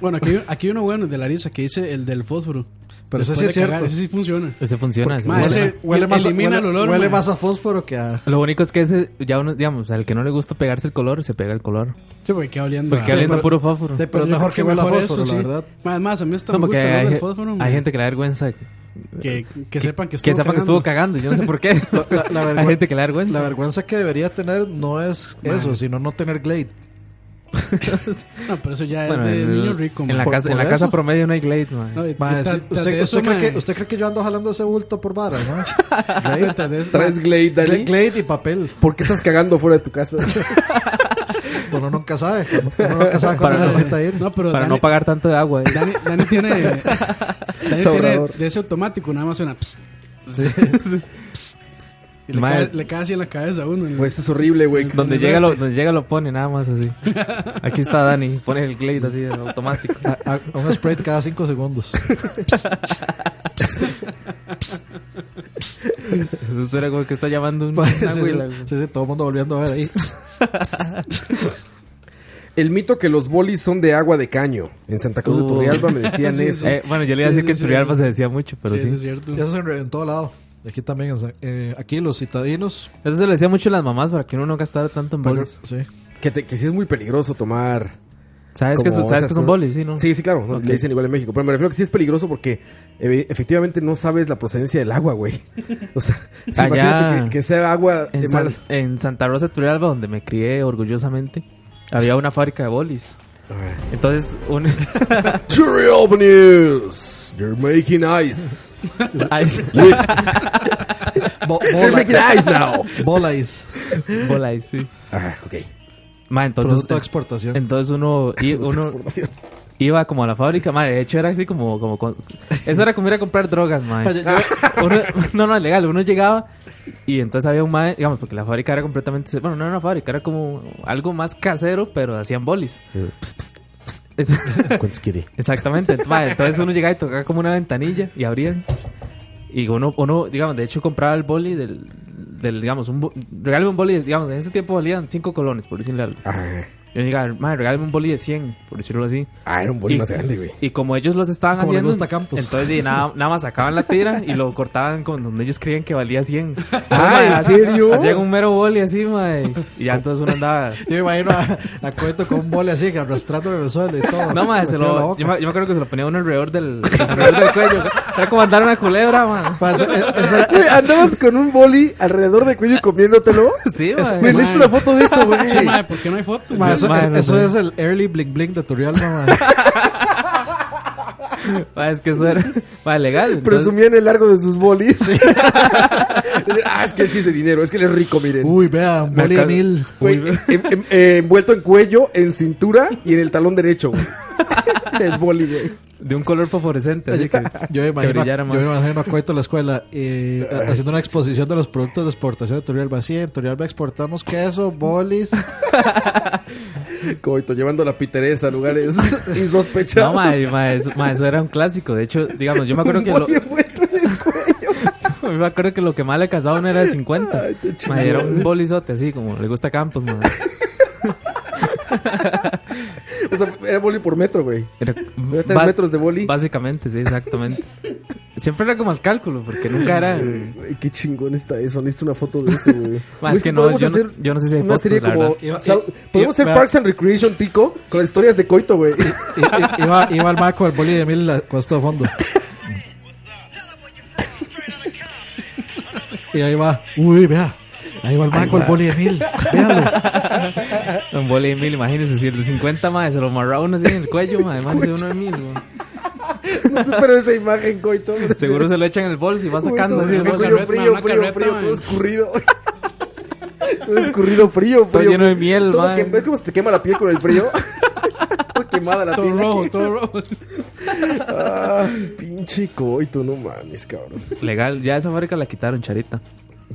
Bueno, aquí, aquí hay uno bueno de Larisa que dice el del fósforo.
Pero ese
Después
sí
de
es
cagar,
cierto.
Ese sí funciona.
Ese funciona. ese
Ma,
funciona.
ese
Huele más, a-
elimina
huele,
el olor.
huele
ma.
más a fósforo que a.
Lo único es que ese, ya uno, digamos, al que no le gusta pegarse el color, se pega el color.
Sí, porque queda oliendo.
Porque
a-
queda oliendo
pero-
puro fósforo.
de- Pero
yo
mejor
creo
que huela a
mejor
fósforo,
eso,
la
sí.
verdad.
Ma, Además, a mí hasta
No,
me
porque
gusta el
hay,
olor
hay
del fósforo. ma.
gente que le da vergüenza.
que, que sepan que estuvo
Que sepa que estuvo cagando, yo no sé por qué.
La, la vergüen-
hay gente que le da vergüenza.
la vergüenza que debería tener no es eso, sino no tener Glade.
No, pero eso ya
Bueno,
es de
en-
niño rico.
En la,
ma.
Por-
casa, en la
por
casa
eso.
promedio no hay Glade, man.
No, y-
Ma,
y
es-
tras-
usted,
tras de eso,
usted
ma,
cree que, ¿Usted cree que yo ando jalando ese bulto por vara, no? Glade,
tras de eso-
¿Traes Glade, Dani?
Gla- Glade y papel.
¿Por qué estás cagando fuera de tu
[laughs]
casa?
Uno nunca sabe. Uno nunca sabe
Para
cuándo
no-
necesita ir.
No, pero
Para
Dani,
no pagar tanto de agua. eh.
Dani, Dani tiene,
[laughs]
Dani tiene
Sobrador.
de ese automático, nada más suena. psst, y le,
Ma,
cae, le cae así en la cabeza a uno.
Pues es horrible, güey. que
donde,
son-
llega lo, donde llega lo pone, nada más así. Aquí está Dani, pone el Glade así automático.
A, a- un spray cada 5 segundos.
[laughs] Eso suena como que está llamando un.
Pues,
una
sí,
güila,
sí,
güey.
sí, sí, todo el mundo volviendo a ver ahí.
El mito que los bolis son de agua de caño. En Santa Cruz de
Uh.
Turrialba
[laughs]
me decían eso.
Eh, bueno, yo le iba a
Sí,
decir
sí,
que en
sí,
Turrialba se decía mucho, pero
Sí,
sí.
eso es cierto.
Eso en, en todo lado. Aquí también. en San- eh, aquí los citadinos.
Eso se le decía mucho a las mamás para que uno no gastara tanto en bolis.
Sí.
Que, te- que sí es muy peligroso tomar
¿Sabes que,
Como
son- sabes
esas
que son
cosas.
bolis? Sí, ¿no?
Sí, sí, claro, no, le dicen igual en México. Pero me refiero que sí es peligroso porque eh, efectivamente no sabes la procedencia del agua, güey. [laughs] O sea, sí,
Allá-
imagínate que, que sea agua de
En, San-
malas-
en Santa Rosa de Turrialba, donde me crié orgullosamente, había una fábrica de bolis. Entonces, un, [laughs]
Turrialba News. You're making ice.
[laughs] hay
Lit.
[laughs]
Bo-
You're
bola-
making ice now.
Bolais.
bolis, sí.
Ah, ok.
Ma, entonces,
Producto de exportación.
entonces uno, i-
[laughs]
uno [laughs] iba como a la fábrica. Ma, de hecho, era así como. como con- eso era como ir a comprar drogas, ma.
Yo-
[laughs]
yo-
Uno- no, no, legal. Uno llegaba y entonces había un mae, digamos, porque la fábrica era completamente. Bueno, no era una fábrica, era como algo más casero, pero hacían bolis.
Psst, psst,
Es- [laughs]
¿Cuántos quiere?
Exactamente. Mae, entonces uno llegaba y tocaba como una ventanilla y abrían. Y uno, uno digamos, de hecho compraba el boli del, del digamos, un, bo- regálame un boli, de- digamos, en ese tiempo valían 5 colones, por decirle algo.
Ah,
Yo llegaba, mae, regálame un boli de 100, por decirlo así.
ah, era un boli más grande, güey.
Y como ellos los estaban
Como le
haciendo,
gusta a Campos.
entonces y
[laughs]
nada, nada más sacaban la tira y lo cortaban con donde ellos creían que valía
[laughs]
100.
Ah, ¿en serio?
Hacían un mero boli así, mae. Y ya entonces uno
[laughs]
andaba...
Yo me imagino a, a Cueto con un boli así, que arrastrándolo en el suelo y todo.
No, mae, se
metido en la
lo...
boca.
Yo me, yo me acuerdo que se lo ponía uno alrededor del, alrededor del cuello. Era como andar una culebra, man.
Pa, ese- e- ese era-
[laughs] Güey, Andabas con un boli alrededor del cuello y comiéndotelo.
Sí, mae.
Me hiciste una foto de eso, güey.
Sí, ma, ¿por qué no hay foto?
ma, eso, eh,
Madre,
eso
madre.
es el early bling bling de Turrialba,
[laughs]
ma.
Ma, es que eso era ma, legal. entonces-
Presumían el largo de sus bolis. [laughs] ah, es que sí es de dinero, es que él es rico, miren.
Uh,
Uy, vea, un boli de
alcanza- [laughs]
mil.
Güey, em- em- eh, envuelto en cuello, en cintura y en el talón
[laughs]
derecho, güey. El boli, güey.
de un color fosforescente. Así
[laughs]
que,
Yo
que
me, imagino, a-
brillara
yo
más.
me imagino a Cueto en la escuela eh, a- haciendo una exposición de los productos de exportación de Turrialba. Sí, en Turrialba exportamos queso, bolis,
Coito, llevando la pitereza
[laughs]
a lugares insospechados.
No, mae, mae, eso, mae, eso era un clásico. De hecho, digamos, yo me acuerdo que lo,
Oye, bueno,
yo me acuerdo que lo que más le cazaba a uno era de 50.
Ay, te chingó,
mae, era un
güey.
bolizote así, como le gusta a Campos, mae.
o sea, era boli por metro, güey.
Era-
Era tres
ba-
metros de boli.
Básicamente, sí, exactamente. Siempre era como al cálculo, porque nunca era.
Eh, Güey, qué chingón está eso. Necesito una foto de eso, güey.
[laughs] Ma,
Güey,
es que no,
podemos
yo no-
hacer
yo no sé si hay
una
fotos,
serie
la
como.
verdad.
South- podemos
Y-
hacer
y-
Parks and Recreation, Tico, con las historias de Coito, güey. [laughs]
I- i- Iba, iba al maco al boli de mil la- con esto de fondo. Y ahí va. Uy, vea. Ahí va el maco al boli de mil. Véalo.
Un boli de mil, imagínense, si el de 50, mae, se lo amarraba uno así en el cuello, mae, además de uno de mil, güey.
No supero esa imagen, Coito. pero
Seguro se lo echan en el bolso y va
Güey,
sacando
todo
así el
frío,
carreta,
bolso.
frío, frío,
una
frío,
carreta,
frío,
man.
todo escurrido. [laughs] todo escurrido, frío, frío.
Todo lleno de miel,
Todo
man.
que- ¿Ves cómo se te quema la piel con el frío? [laughs] todo quemada la
Todo
piel.
rojo, todo rojo.
Ah, pinche coito, no mames, cabrón.
Legal, ya esa fábrica la quitaron, Charita.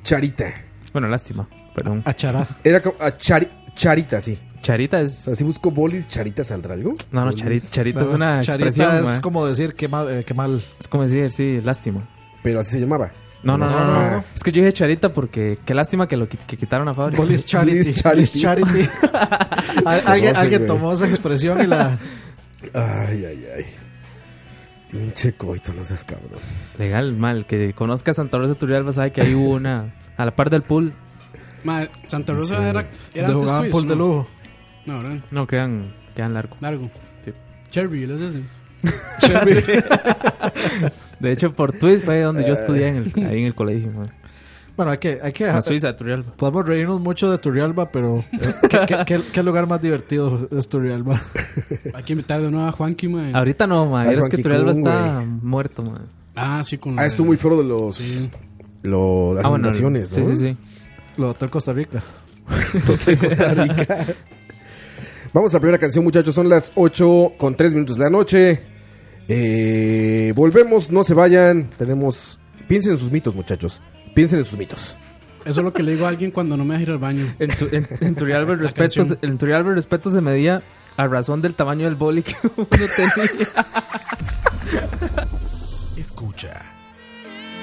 Charita.
Bueno, lástima, perdón.
Achará.
Era como. ah, Chari- charita, sí.
Charita
O
es.
sea, si busco bolis, charita saldrá algo.
No, no, Charita, Charita es una
Charita
expresión,
es
mae.
como decir qué mal. eh, qué mal.
Es como decir, sí, lástima.
Pero así se llamaba. Ah,
No, no, no,
No,
no,
no.
no. Es que yo dije Charita porque qué lástima que lo qui- que quitaron a fábrica.
Bolis charity.
Bolis
Bolis
charity. [laughs]
charity. Al- alguien
Conoce,
alguien
güey.
tomó esa expresión y
[laughs]
la.
Ay, ay, ay. Pinche coito, no seas cabrón. Ah,
Legal, mal. Que conozca a Santa Rosa de Turrialba sabe que ahí hubo una. A la par del pool.
Madre, Santa Rosa era, era
de
antes
jugaban
Twist,
pool de
¿no?
lujo.
No, ¿verdad?
No, quedan, quedan largo.
Largo.
Sí.
Cherry, ¿lo es ese?
De hecho, por Twist fue donde yo estudié en el, ahí en el colegio, man.
Bueno, hay que, hay que
En la
dejar.
Suiza de Turrialba.
Podemos reírnos mucho de Turrialba, pero eh, ¿qué, qué, qué- qué lugar más divertido es Turrialba? [laughs]
Hay que invitar de nuevo a Juanqui, madre.
Ahorita no, man.
Ay,
Es que
Juanqui
Turrialba
Kun,
está muerto, man.
Ah, sí, con
Ah,
la-
estuvo muy feo lo de los.
Sí.
Lo, las
Ah, bueno.
inundaciones,
Sí,
¿no?
sí, sí.
Lo de Hotel Costa Rica.
de Costa Rica. [laughs] Vamos a la primera canción, muchachos. Son las 8 con 3 minutos de la noche. Eh, volvemos, no se vayan. Tenemos. Piensen en sus mitos, muchachos. Piensen en sus mitos.
Eso es lo que le digo a alguien cuando no me deja ir al baño.
En, tu- en, en Turrialba el
La
respeto, se-
canción.
en Turrialba el respeto se medía a razón del tamaño del boli que [laughs] uno tenía.
Escucha.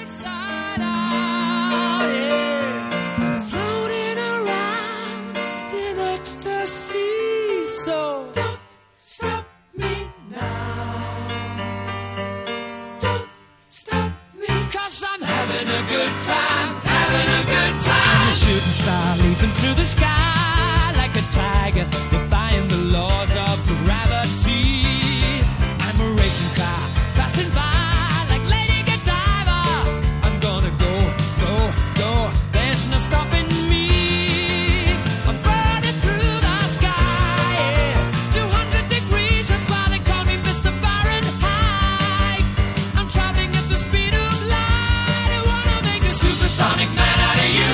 inside out here. I'm floating around in ecstasy. So don't stop me now. Don't stop me, cause I'm having a good time. Having a good time. I'm a shooting star leaping through the sky like a tiger, defying the laws of gravity. I'm a racing car passing by like Lady Godiva. I'm gonna go, go, go. There's no stopping me. I'm burning through the sky. yeah. 200 degrees, that's why they call me Mr. Fahrenheit. I'm traveling at the speed of light. I wanna make a supersonic man out of you.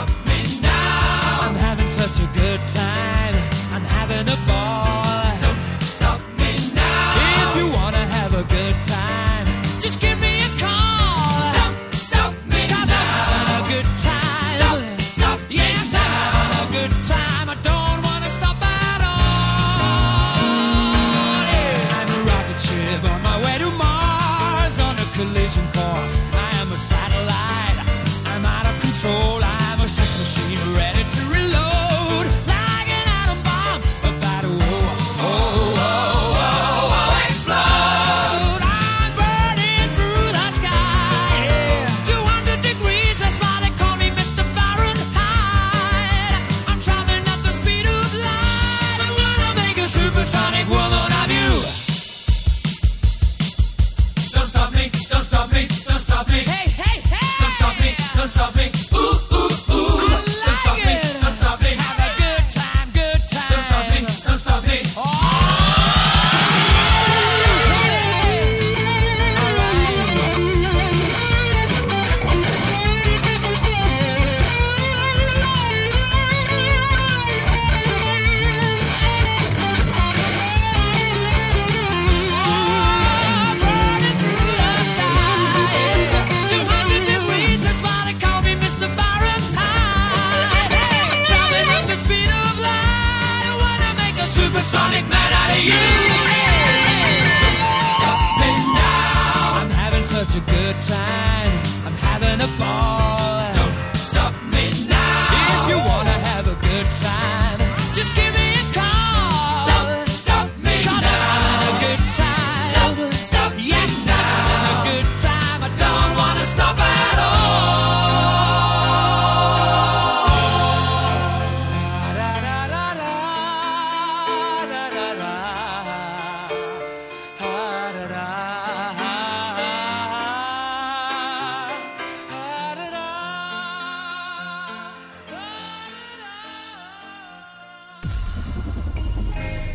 Oh,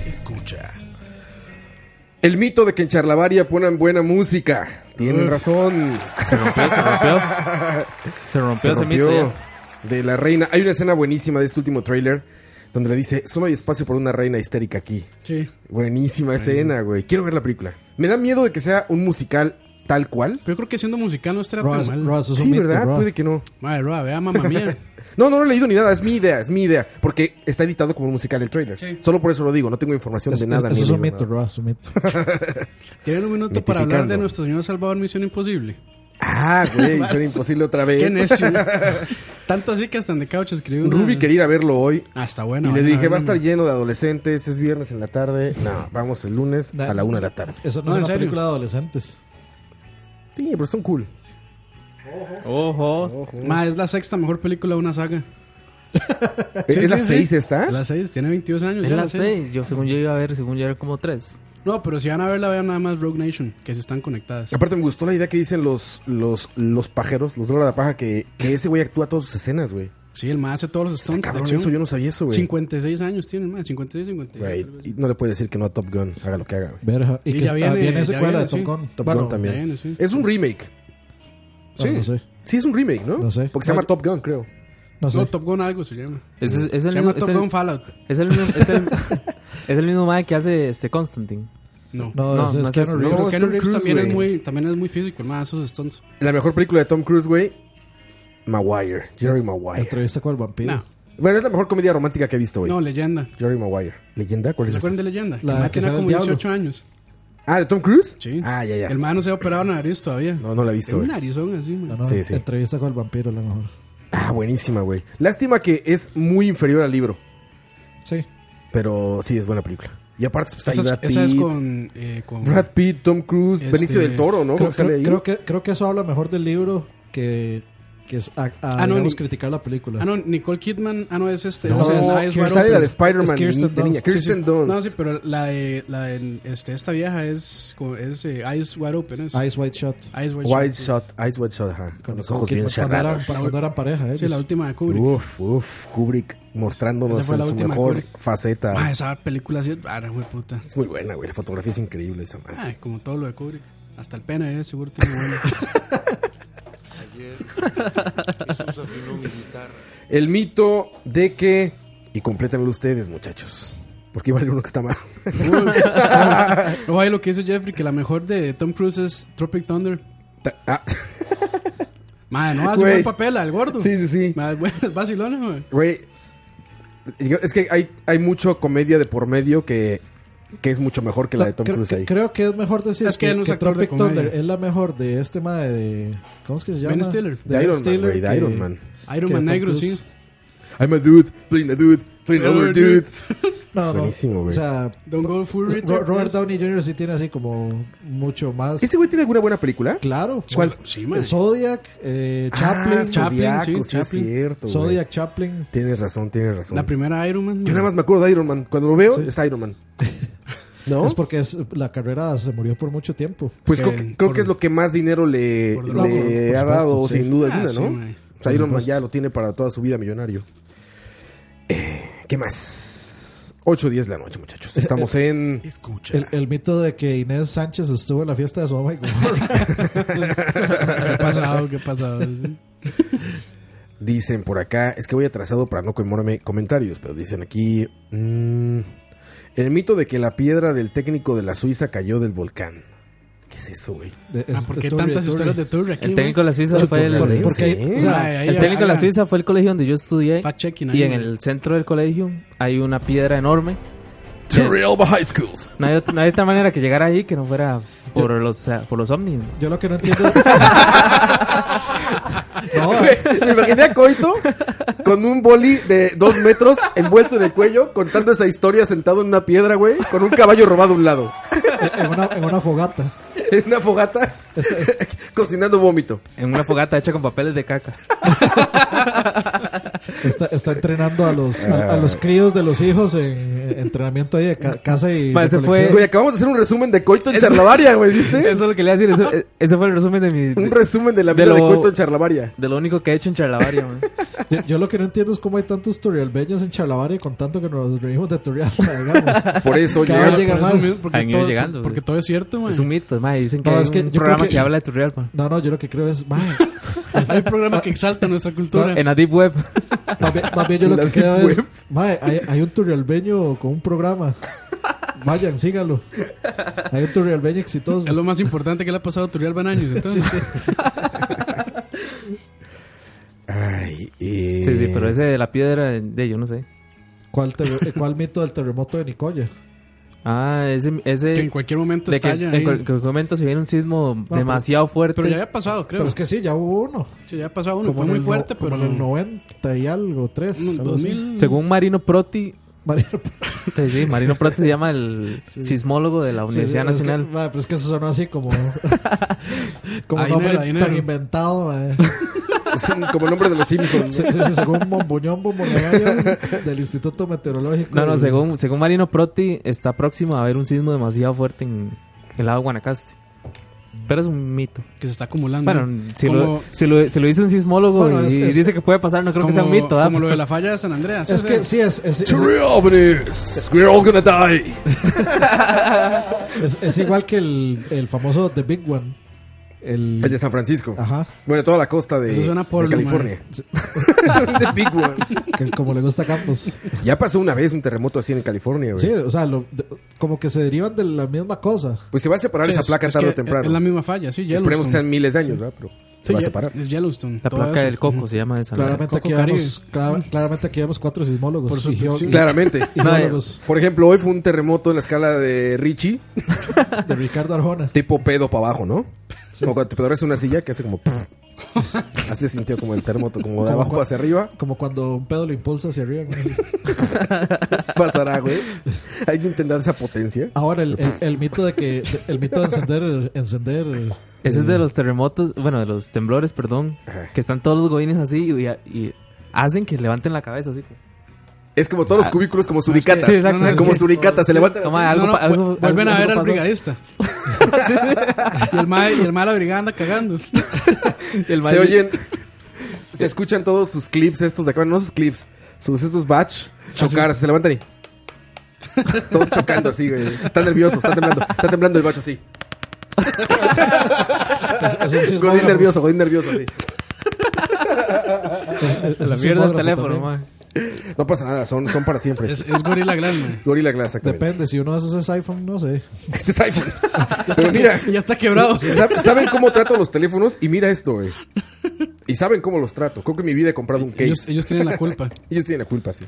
escucha.
El mito de que en Charlavaria ponen buena música. Tienen razón.
Se rompió, se rompió. Se rompió
Se
ese mito.
rompió
ya.
de la reina. Hay una escena buenísima de este último trailer donde le dice, solo hay espacio para una reina histérica aquí.
Sí.
Buenísima escena, güey. Quiero ver la película. Me da miedo de que sea un musical tal cual.
Pero yo creo que siendo musical no estará
Roa,
tan mal.
Roa, sos un
Sí,
mito,
¿verdad?
Roa.
Puede que no.
Madre, Roa, vea, mamá
[laughs]
mía.
No, no lo he leído ni nada, es mi idea, es mi idea. Porque está editado como un musical el trailer.
Sí.
Solo por eso lo digo, no tengo información
Es-
de nada.
es-
ni
eso es
he
un
leído
mito,
nada.
Roa, es un mito.
Tienen un minuto para hablar de
Mitificando.
nuestro señor Salvador Misión Imposible.
Ah, güey, suena imposible otra vez.
Qué
[laughs]
necio. Tanto así que hasta en The Couch escribió una-
Ruby quería ir a verlo hoy.
Ah, está bueno.
y le
bueno,
dije, va a
bueno.
estar lleno de adolescentes, es viernes en la tarde. No, vamos el lunes a la una de la tarde.
Eso no,
No,
es
en
una
serio.
película de adolescentes.
Sí, pero son cool.
Ojo.
Ma, es la sexta mejor película de una saga.
¿Es
sí,
las
sí.
seis está?
Es La 6, tiene 22 años.
Es
ya la
las
seis.
6. Yo, según yo iba a ver, según yo era como 3.
No, pero si van a verla, vean nada más Rogue Nation, que se están conectadas.
Aparte me gustó la idea que dicen los, los, los pajeros, los dólares de la paja, que, que ese güey actúa todas sus escenas, güey.
Sí, el más hace todos los stunts. de
Cabrón,
acción.
eso yo no sabía eso, güey.
56 años tiene el más, 56, 58.
Güey, y no le puede decir que no a Top Gun, haga lo que haga, güey.
Verja. Y,
Y
que
ya
está
viene-
bien
ya
esa secuela
viene,
de Top
sí.
Gun.
Top
Bueno,
Gun también.
bien, sí.
Es un remake.
Bueno,
Sí.
no sé.
Sí, es un remake, ¿no?
No sé.
Porque se
No,
llama Top Gun, creo.
No sé.
No, Top Gun algo se llama.
Es, es,
Se
el
llama
mismo, es,
Top
el,
Gun Fallout.
es el mismo. Es el, es el mismo mae que hace este Constantine.
No.
No,
No,
ese
no
es
sé
Keanu
si-
Reeves.
Pero
es
Keanu
Tom
Reeves
Cruise,
también es,
güey.
muy, también es muy físico, el más esos stunts.
La mejor película de Tom Cruise, güey. Maguire. Jerry Maguire.
Entrevista con el vampiro.
No,
Bueno, es la mejor comedia romántica que he visto, güey.
no, leyenda.
Jerry Maguire. ¿Leyenda? ¿Cuál es
¿Se
esa?
acuerdan de leyenda?
La
el
que
más tenía
sale el
como
diablo.
18 años.
Ah, ¿de Tom Cruise?
Sí.
Ah, ya, ya.
El más no se ha operado nariz todavía.
No, no la he
Es
visto,
un
güey.
narizón así, man.
No, no,
Sí, sí.
Entrevista con el vampiro, a lo mejor.
Ah, buenísima, güey. Lástima que es muy inferior al libro.
Sí.
Pero sí, es buena película. Y aparte, pues, está ahí
Esa es,
Brad Pitt.
esa es con, eh, con
Brad Pitt, Tom Cruise,
Este,
Benicio del Toro, ¿no?
creo,
que sale
creo-
ahí.
creo que, creo que eso habla mejor del libro que, que es a, a,
Ah, no, ni-
digamos, criticar la película.
Ah, no, Nicole Kidman. Ah, no, es este.
No,
es el
no,
Eyes Wide
sale la
Open.
de Spider-Man.
Es Kirsten
de niña.
Dunst. Sí,
Kirsten Dunst.
No, sí, pero la de, la de este, esta vieja es, como- es eh, Eyes Wide Open. Es.
Eyes Wide Shot.
Eyes Wide
Wide
Shut.
Shot, Eyes Wide Shot, ajá. Con los ojos
Kidman
bien
cuando eran,
cerrados.
cuando eran pareja, ¿eh? ellos.
Sí, la última de Kubrick.
Uf, uf, Kubrick mostrándonos
Esa fue
en
la
su
última
mejor
Kubrick.
faceta.
Ah, esa película así es rara, güey, puta.
Es muy buena, güey. La fotografía es increíble esa madre.
Ay, como todo lo de Kubrick. Hasta el pene, eh, seguro tiene
[laughs]
bueno.
Ayer Jesús afinó mi guitarra.
El mito de que. Y complétamelo ustedes, muchachos. Porque iba a leer uno que está mal. [laughs]
Oye, lo que hizo Jeffrey, que la mejor de Tom Cruise es Tropic Thunder.
Ta- ah,
Madre, no hace
Güey.
buen papel al gordo.
sí, sí, sí.
Madre, bueno, es vacilón, güey.
Güey. yo- Es que hay, hay mucho comedia de por medio que, que es mucho mejor que la de Tom
creo,
Cruise
que-
ahí.
creo que es mejor decir
Es que él no es actor de
Tropic Thunder
comedia.
es la mejor de este mae de ¿cómo es que se llama?
Ben Stiller.
De Iron Man, güey, de
que-
Iron Man.
Iron
que
Man
Tom
negro,
Cruise.
sí.
I'm a dude, playing a dude, playing another
Another
dude.
dude.
No, no.
buenísimo, güey.
O sea,
Don't go full
Ro-
retard,
Robert
pues.
Downey Jr. sí tiene así como mucho más.
¿Ese güey tiene alguna buena película?
Claro.
¿Cuál?
Sí, man.
Zodiac, eh, Chaplin,
Ah,
Chaplin,
Zodiaco,
sí,
sí, es
Chaplin.
cierto. güey.
Zodiac, Chaplin.
Tienes razón, tienes razón.
La primera Iron Man.
Yo nada
madre.
más me acuerdo de Iron Man. Cuando lo veo, es Iron
[laughs]
Man. ¿No?
Es porque es, la carrera se murió por mucho tiempo.
Pues
que
creo, que, creo
por-
que es lo que más dinero le,
por debajo,
le ha
por
supuesto,
dado,
sí.
sin duda
Ah,
alguna,
sí,
¿no?
mae.
o sea, Iron Man ya lo tiene para toda su vida millonario. Eh, ¿Qué más? 8 o 10 de la noche, muchachos.
[laughs]
Estamos en...
Escucha.
El, el mito de que Inés Sánchez estuvo en la fiesta de su mamá y como- [laughs] Ah,
¿Qué pasado? ¿Qué
[laughs]
pasado? Sí.
Dicen por acá, es que voy atrasado para no comerme comentarios, pero dicen aquí... mm, el mito de que la piedra del técnico de la Suiza cayó del volcán. ¿Qué es eso, güey?
de-
Ah,
es-
¿por
de
qué
Torre,
tantas
Torre.
historias de Turri aquí?
El
güey?
técnico de la Suiza fue el.
Por-
Torre.
porque hay-
Sí.
o sea,
Madre, ahí
El técnico de la
hagan
Suiza fue el colegio donde yo estudié.
Fact-checking ahí,
Y en
güey.
el centro del colegio hay una piedra enorme.
Surreal High Schools.
No hay, ot- no hay otra manera que llegar ahí que no fuera por los eh, por los ovnis.
Yo lo que no
[laughs]
entiendo es... no,
Me imaginé a Coito con un boli de dos metros envuelto en el cuello, contando esa historia sentado en una piedra, güey, con un caballo robado a un lado.
en una, en una fogata.
En una fogata, cocinando vómito.
En una fogata hecha con papeles de caca.
Está, está entrenando a los, a, a los críos de los hijos en, en entrenamiento ahí de ca- casa y...
Ma, ese fue-
recolección.
Güey, acabamos de hacer un resumen de Coito en Charlavaria,
[laughs]
güey,
Eso
¿viste?
es lo que le iba a decir. eso- eh, Ese fue el resumen de mi. De,
Un resumen de la
De
vida de
lo-
Coito en Charlavaria.
de lo único que he hecho en Charlavaria. man.
Yo, yo lo que no entiendo es cómo hay tantos turrialbeños en Charlavaria con tanto que nos reímos de Turrialba,
[laughs]
digamos.
Por eso
Cada
llegaron-
vez llega
Por eso
más.
mismo, porque,
Han ido
todo,
llegando,
porque
güey.
todo es cierto, man.
Es un mito, mae. Dicen que
No,
hay
es que
un
yo creo
programa
que-
que... habla de Turrialba.
No, no, yo lo que creo es, mae,
[laughs] Hay programas que exaltan nuestra cultura.
En la Deep Web.
más, bien, más bien
[laughs]
yo lo
La
que creo
web.
es, mae, hay, hay un turrialbeño con un programa. Vayan, síganlo. Hay un turrialbeño exitoso.
Es lo más importante que le ha pasado a Turialba en años. Entonces,
Ay, eh,
Sí, sí, pero ese de la piedra, de yo no sé.
¿Cuál, terre- eh, cuál mito del terremoto de Nicoya?
Ah, ese. ese
que en cualquier momento
de que
estalla. ahí.
en cualquier momento se viene un sismo
pero-
demasiado fuerte.
Pero ya había pasado, creo.
Pero es que sí, ya hubo uno.
Sí, ya ha pasado uno.
Como
Fue
en
muy
el no-
fuerte,
como
pero.
en el 90 y algo, 3.
un 2000.
Según Marino Proti,
Marino,
sí, sí, Marino Proti se llama [laughs] el sismólogo de la
Sí, sí,
Universidad
es que-
Nacional.
mae, pero es que eso sonó
[laughs]
así como. como
Ahí
nombre
no era, ahí no
tan
era.
inventado,
[laughs]
mae.
es un- como el nombre de los Simpsons.
Sí, sí, sí, según Bombuñón Bombonegario del Instituto Meteorológico.
No, no,
del-
según, según Marino Proti, está próximo a haber un sismo demasiado fuerte en el lado de Guanacaste. Pero es un mito.
Que se está acumulando.
Bueno, si,
Mm, Como-
lo, si, lo, si lo dice un sismólogo
Bueno,
y,
es- es-
dice que puede pasar, no creo que sea un mito. ¿ah? ¿verdad?
como lo de la falla de San Andreas.
Es
¿sí?
que sí, es, es, es,
True ovnis, we're all gonna die.
es- es igual que el, el famoso The Big One.
El de
El,
San Francisco.
ajá,
Bueno, toda la costa de,
Eso suena
de
porno,
California. [laughs] The big one.
que como le gusta a Campos.
Ya pasó una vez un terremoto así en California, güey.
Sí, o sea, lo- de- como que se derivan de la misma cosa.
Pues se va a separar
Sí,
esa
es-
placa
es
tarde
que
o temprano.
Es la misma falla, sí.
Esperemos
Yellowstone.
que sean miles de años, ¿verdad? Pero se
Sí,
va a
Ye-
separar.
Es Yellowstone.
La
todo
placa
eso.
del coco
Ujú.
se llama esa. madre.
Claramente
Coco
aquí, vemos, clara- claramente aquí vemos cuatro sismólogos.
Por su
y geo-
ficción.
y-
Claramente.
y
No, eh,
geólogos
Por ejemplo, hoy fue un terremoto en la escala de Richie,
de Ricardo Arjona.
tipo pedo para abajo, ¿no? Como cuando te pedores una silla que hace como. así se sintió como el terremoto, como de
Como
abajo
cua-
hacia arriba.
Como cuando un pedo lo impulsa hacia arriba. ¿no?
Pasará, güey. Hay que intentar esa potencia.
Ahora, el, el, el mito de que. de- El mito de encender. encender
Ese es de los terremotos, bueno, de los temblores, perdón,
Ajá.
que están todos los godines así y, y hacen que levanten la cabeza así.
Es como todos los cubículos, como suricatas.
Sí, exacto.
como
Sí.
suricatas, se levantan.
Toma,
así.
algo,
No, no,
pa- algo-
vu- vuelven
algo-
a ver
algo
al
pasó.
brigadista.
[laughs]
y el mal, y el mal la brigada anda cagando.
El
Se
[laughs]
mae-
oyen. Se escuchan todos sus clips estos de acá. No sus clips. Sus estos batch.
Ah,
Chocar.
[laughs]
Se levantan y. Todos chocando así, güey. Están nerviosos. Están temblando. Está temblando el bacho así.
es, es un sismógrafo.
Godín nervioso. Godín nervioso así.
La
Es- es- es
mierda
un
del
sismógrafo
teléfono,
también.
mae.
No pasa nada. Son, son para siempre.
Es, es Gorilla Glass, man.
Gorilla Glass. exactamente.
Depende, si uno de esos es iPhone, no sé.
Este es iPhone. Pero mira.
[laughs]
[laughs]
Ya está quebrado.
¿sab- ¿Saben cómo trato los teléfonos? Y mira esto, güey. Y saben cómo los trato. Creo que en mi vida he comprado un
[laughs]
case.
Ellos, ellos tienen la
[laughs]
culpa.
Ellos tienen la culpa, sí.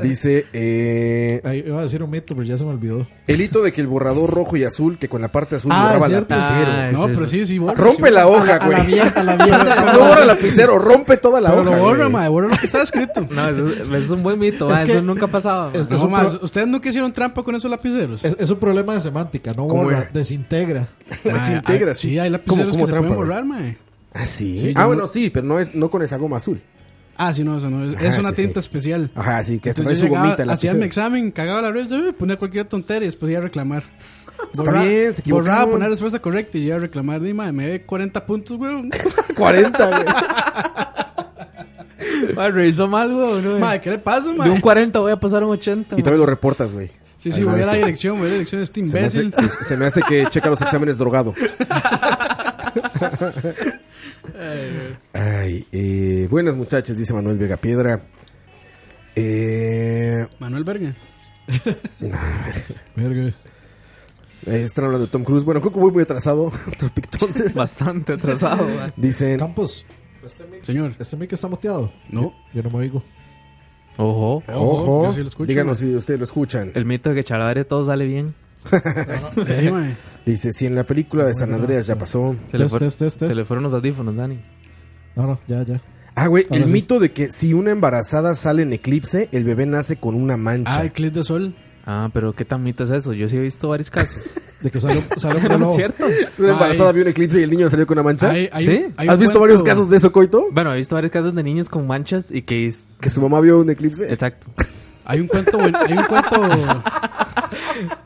Dice, eh,
Ahí iba a decir un mito, pero ya se me olvidó.
el hito de que el borrador rojo y azul, que con la parte azul
Ah,
borraba
es cierto.
lapicero.
Ah,
No,
ese-
pero sí, sí. borra,
rompe
sí,
la hoja,
A la
güey.
mierda, a la
[laughs]
mierda.
No borra lapicero, rompe toda [laughs] la
Pero
hoja.
lo borra,
güey.
ma, borra lo que estaba
[laughs]
escrito.
No, eso es, eso es un buen mito, mae,
Es que-
eso nunca ha pasado. mae.
es-
No,
un
ma,
pro-
¿Ustedes nunca hicieron trampa con esos lapiceros?
Es, es un problema de semántica, no
¿Cómo
borra,
era?
desintegra.
Ma,
Desintegra,
hay-
[laughs] sí.
Sí, hay
¿Cómo-
lapiceros
cómo
que
trampa,
se pueden
güey?
borrar, ma.
Ah, sí.
Sí,
ah,
yo-
bueno, sí, pero no es no con esa goma azul.
Ah, sí, no, eso no. Es,
Ajá,
es una
sí,
tinta
sí.
especial.
Ajá, sí, que hasta trae
Entonces
su
yo llegaba,
gomita el
hacía
lapicero.
mi examen, cagaba la red, eh, ponía cualquier tontería y después iba a reclamar.
[laughs] Está bien, se equivocaron.
Borraba, ponía
[laughs]
respuesta correcta y yo iba a reclamar. Ni madre, me ve 40 puntos, [laughs] weón.
40, güey.
Mae, revisó mal, güey. ¿no?
madre, ¿qué le pasa,
De
madre?
un 40 voy a pasar a un 80.
Y todavía lo reportas, güey.
Sí, sí,
Ahí va
voy a la
este.
dirección, voy a la dirección de este
Se me, hace,
imbécil.
se- se me hace que checa los
[laughs]
exámenes drogado. Ay, eh, buenas muchachas, dice Manuel Vega Piedra. Eh,
Manuel Verga.
Verga.
eh, están hablando de Tom Cruise. Bueno, creo que voy muy atrasado. [laughs] Tropic Thunder.
Bastante atrasado, mae.
Dicen,
Campos, este mic,
Señor,
este mic está moteado.
[laughs] no.
Yo no me oigo.
Ojo.
ojo,
yo sí lo escucho,
díganos si ustedes lo escuchan.
El mito de que Chalabaria todo sale bien.
Ey, mae.
Dice, si en la película de San Andreas ya pasó.
Se, le,
Test,
fue-
test, test,
se
test.
le fueron los audífonos, Dani.
No, no, ya, ya.
Ah, güey, el
Ahora sí.
mito de que si una embarazada sale en eclipse, el bebé nace con una mancha.
Ah, el clip de sol.
Ah, pero ¿qué tan mito es eso? Yo sí he visto varios casos.
De que sale, un- sale
[laughs]
un
¿No es
reloj.
cierto?
Si una embarazada
Ay.
vio un eclipse y el niño salió con una mancha.
Hay- hay
¿Sí?
un- hay
¿Has
un
visto
cuento-
varios casos de eso, Coito?
Bueno, he visto varios casos de niños con manchas y que... es-
Que su mamá vio un eclipse.
Exacto.
Hay un cuento, buen- hay un
[laughs]
cuento.
[laughs]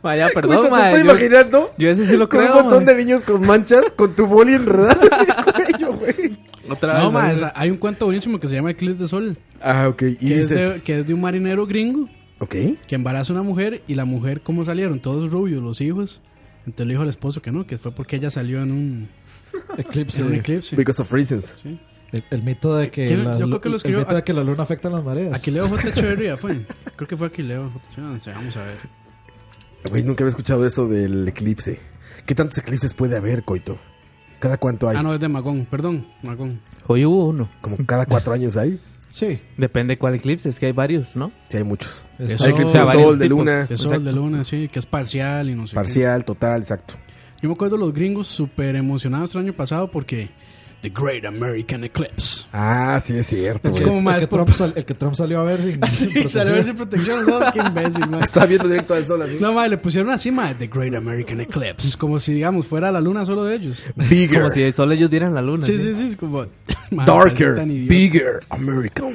Vaya,
Güey,
perdón,
te-
mae.
te
Yo,
estoy imaginando
yo ese sí lo
con
creo,
un montón
[laughs]
mae.
de niños con manchas, con tu boli enredado en el cuello, güey.
Otra
No,
vez.
ma,
¿no?
esa- hay un cuento buenísimo que se llama Eclipse de Sol.
Ah, ok. Y
Que, es
dices,
de, que es de un marinero gringo
ok.
que embaraza a una mujer y la mujer, ¿cómo salieron? Todos rubios, los hijos. Entonces le dijo al esposo que no, que fue porque ella salió en un,
Eclipse.
en un eclipse.
Because of reasons.
El, el mito de que,
¿Quién-
la,
yo creo que lo
el
escribió
mito de que la luna afecta a las mareas.
Aquileo
[laughs]
J. Echeverría fue. Creo que fue Aquileo J. Echeverría, no sé, Vamos a ver.
Güey, nunca había escuchado eso del eclipse. ¿Qué tantos eclipses puede haber, Coito? ¿Cada cuánto hay?
Ah, no, es de Magón, perdón, Magón.
Hoy hubo uno.
¿Como cada cuatro años hay?
Sí.
Depende cuál eclipse, es que hay varios, ¿no?
Sí, hay muchos.
Eso-
Hay eclipse de
O sea, varios
sol, de
tipos.
luna,
De sol,
Exacto.
de luna, sí, que es parcial y no sé. qué.
parcial, total, exacto.
Yo me acuerdo los gringos súper emocionados el año pasado porque. The Great American
[laughs]
Eclipse.
Ah, sí, es cierto.
Es
güey.
como
el,
más
que
por-
Trump sal- el que Trump salió a ver sin, sin
Sí,
protección.
salió a ver sin protección, ¿no? Qué imbécil, [laughs] man.
Está viendo directo al sol así.
No, madre, le pusieron así, madre, The Great American Eclipse. Como si, digamos, fuera la luna solo de ellos.
Bigger.
Como si solo ellos dieran la luna.
Sí,
¿sí?
sí, sí, es como.
[laughs]
madre,
Darker,
tan idiota.
bigger, American,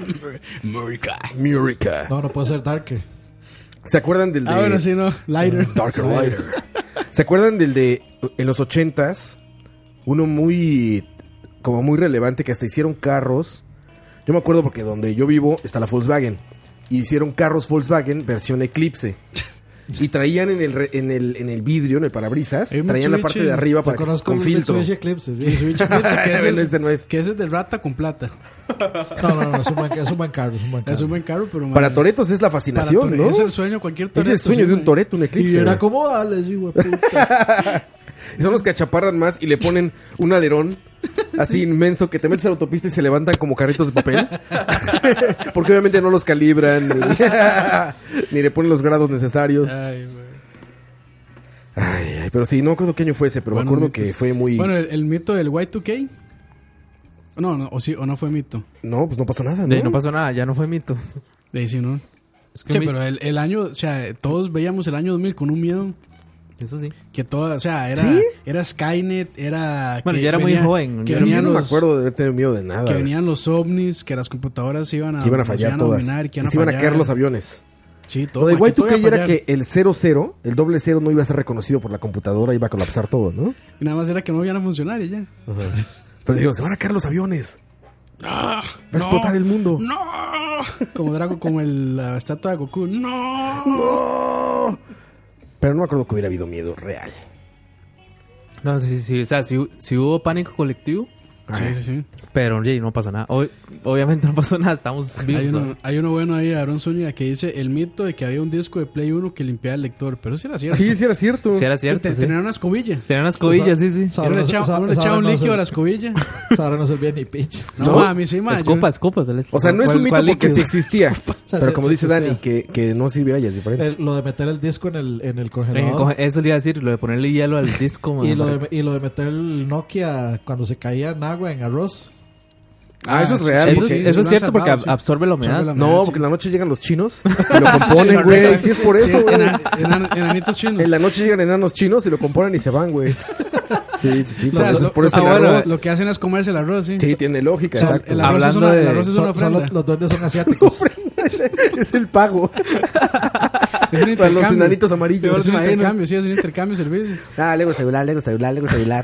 America.
America.
No, no puede ser Darker.
¿Se acuerdan del de
Ah, bueno, sí, no. Lighter.
[laughs] Darker Lighter? ¿Se acuerdan del de en los ochentas? Uno muy como muy relevante que hasta hicieron carros. Yo me acuerdo porque donde yo vivo está la Volkswagen y hicieron carros Volkswagen
[laughs]
versión Eclipse. Y traían en el re- en el en el vidrio, en el parabrisas,
Hay un
traían la parte
Mitsubishi,
de arriba
Yo
para que-
conozco
con
un
filtro.
Mitsubishi Eclipse, sí.
Mitsubishi Eclipse,
[laughs]
que ese
Bueno,
es-
ese no es.
Que ese es de rata con plata.
No, no, no, es un buen, es un buen carro, es un buen carro.
Es un buen carro, pero. madre,
Ah. Para Toretos es la
para
fascinación,
Toretto,
¿no?
Es el sueño, cualquier
Es
Toretto.
el sueño
sí,
de un
madre.
Toreto, un eclipse.
Y
güey.
era como, ah, les digo, puta.
Y Son los que achaparran más y le ponen un alerón así inmenso que te metes a la autopista y se levantan como carritos de papel. [laughs] Porque obviamente no los calibran ni, [laughs] ni le ponen los grados necesarios.
Ay, madre.
Ay, ay, pero sí, no me acuerdo qué año fue ese, pero
Bueno,
me acuerdo
mitos.
que fue muy...
Bueno, el, el mito del Y2K. No, no, o, sí, o no fue mito.
no, pues no pasó nada, ¿no?
De- no pasó nada, ya no fue mito.
De ahí sí, ¿no?
Es que
Sí,
mi-
pero el, el año, o sea, todos veíamos el año 2000 con un miedo
Eso sí.
que todo, o sea, era, era Skynet, era...
Bueno,
que
yo era muy joven,
Que
yo
Pero yo
venían,
no me
los,
acuerdo de haber tenido miedo de nada.
que
güey.
venían los ovnis, que las computadoras se iban a...
Que iban a
nos
fallar
a
todas.
dominar, que
que se iban a
fallar.
caer los aviones.
Sí, todo.
Lo de
ma, que todo iba a
Y2K era
fallar.
que el 00, el doble cero no iba a ser reconocido por la computadora, iba a colapsar todo, ¿no?
Y nada más era que no iban a funcionar y ya.
Pero digo, se van a caer los aviones.
Ah,
Va a explotar el mundo.
Como Drago, como el, la estatua de Goku. ¡No!
Pero no me acuerdo que hubiera habido miedo real.
No, sí, sí. O sea, sí, sí hubo pánico colectivo,
Sí, sí, sí.
pero oye, no pasó nada. Ob- obviamente [laughs] no pasó nada, estamos
Hay
vivos.
uno,
¿no?
hay uno bueno ahí, Aaron Zúñiga, que dice el mito de que había un disco de Play 1 que limpiaba el lector. Pero sí era cierto.
Sí, sí era cierto.
Sí, era
Sí,
cierto.
te-
sí.
Tenían una escobilla.
Tenían unas cobillas, sí, sí.
Sa-
Uno le echaba
Sabroso,
uno le echaba un
sabroso.
líquido a la escobilla.
Ahora no servía ni pinche.
No,
¿No?
a mí sí, ma, yo-
Escopas, escopas.
O sea, no es un mito porque
[laughs]
[laughs]
sí existía. Pero
sí,
como
sí
dice
existía.
Dani, que, que no sirviera ya es
Eh,
diferente.
El- Eh, lo de meter el disco en el, en el congelador.
Eso le iba a decir, lo de ponerle hielo al disco.
[laughs] y,
man.
lo de, y lo de meter el Nokia cuando se caía en agua, en arroz.
Ah, eso es
sí,
real.
Eso,
porque-
es,
sí, ah,
eso
lo
es
han
cierto porque
salvado,
ab- absorbe la humedad.
Absorbe la
No,
sí.
porque en la noche llegan
[laughs]
los chinos y lo componen, güey. Sí, es por eso, güey.
Eran enanitos chinos.
En la noche llegan enanos chinos y lo componen y se van, güey. Sí, sí,
[laughs] O sea,
sí. por eso,
lo-
pues, por eso
ah,
el
bueno,
arroz-
Lo que hacen es comerse el arroz, sí.
Sí, tiene lógica,
O sea,
exacto.
el arroz es
Hablando
una, el
de-
arroz es
Son-
una
son
ofrenda.
los, los
[laughs]
duendes son asiáticos.
[laughs] es el pago
es un
[laughs] para los
intercambio.
enanitos amarillos.
Es un intercambio, sí, es un intercambio de servicios.
Ah, Lego celular, Lego celular,
[laughs]
Lego celular.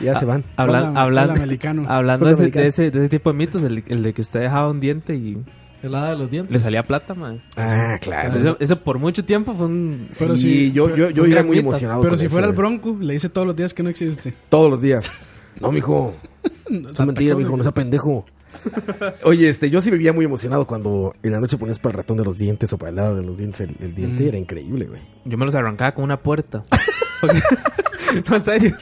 Y ya se van.
Hablan-
Hola,
hablan-
hola, americano.
hablando
Hola,
de ese,
americano.
de ese- de ese tipo de mitos, el, el de que usted dejaba un diente y
El hada de los dientes.
le salía plata, man.
Ah, claro.
Eso, eso por mucho tiempo fue un...
Sí,
Pero si-
yo, yo, yo
un
iría
gran
muy
mito.
emocionado.
Pero
Ah, con
si
eso,
fuera el
güey.
bronco, le dice todos los días que no existe.
Todos los días. No, mijo. Es mentira, mijo, [laughs] no sea pendejo. Oye, este, yo sí vivía muy emocionado cuando en la noche ponías para el ratón de los dientes o para el lado de los dientes el, el diente. Era increíble, güey.
Yo me los arrancaba con una puerta. [laughs] Porque- no, en serio.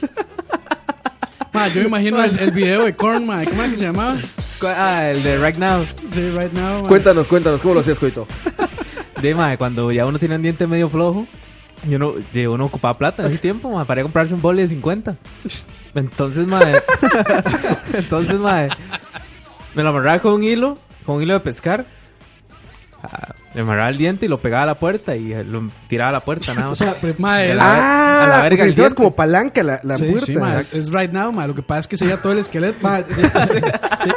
Ma, yo me imagino el, el video de Korn, ma, ¿Cómo era que se llamaba?
Cu- Ah, el de Right Now.
Sí, right now. ma.
Cuéntanos, cuéntanos, ¿cómo lo hacías, Coito?
De, mae, cuando ya uno tiene un diente medio flojo, yo no, de uno ocupaba plata en ese tiempo, mae, para ir a comprarse un boli de 50. Entonces, madre. [laughs] entonces, madre. Me lo amarraba con un hilo, con un hilo de pescar. Ah, Le amarraba el diente y lo pegaba a la puerta y eh, lo tiraba a la puerta, nada
[laughs]
O
más.
sea, pre-
Ma, es,
Ah,
a la verga el
utilizabas
diente.
como palanca la, la
sí,
puerta.
sí, ma,
[laughs]
es right now, ma. Lo que pasa es que se veía todo el esqueleto.
ma, di- di-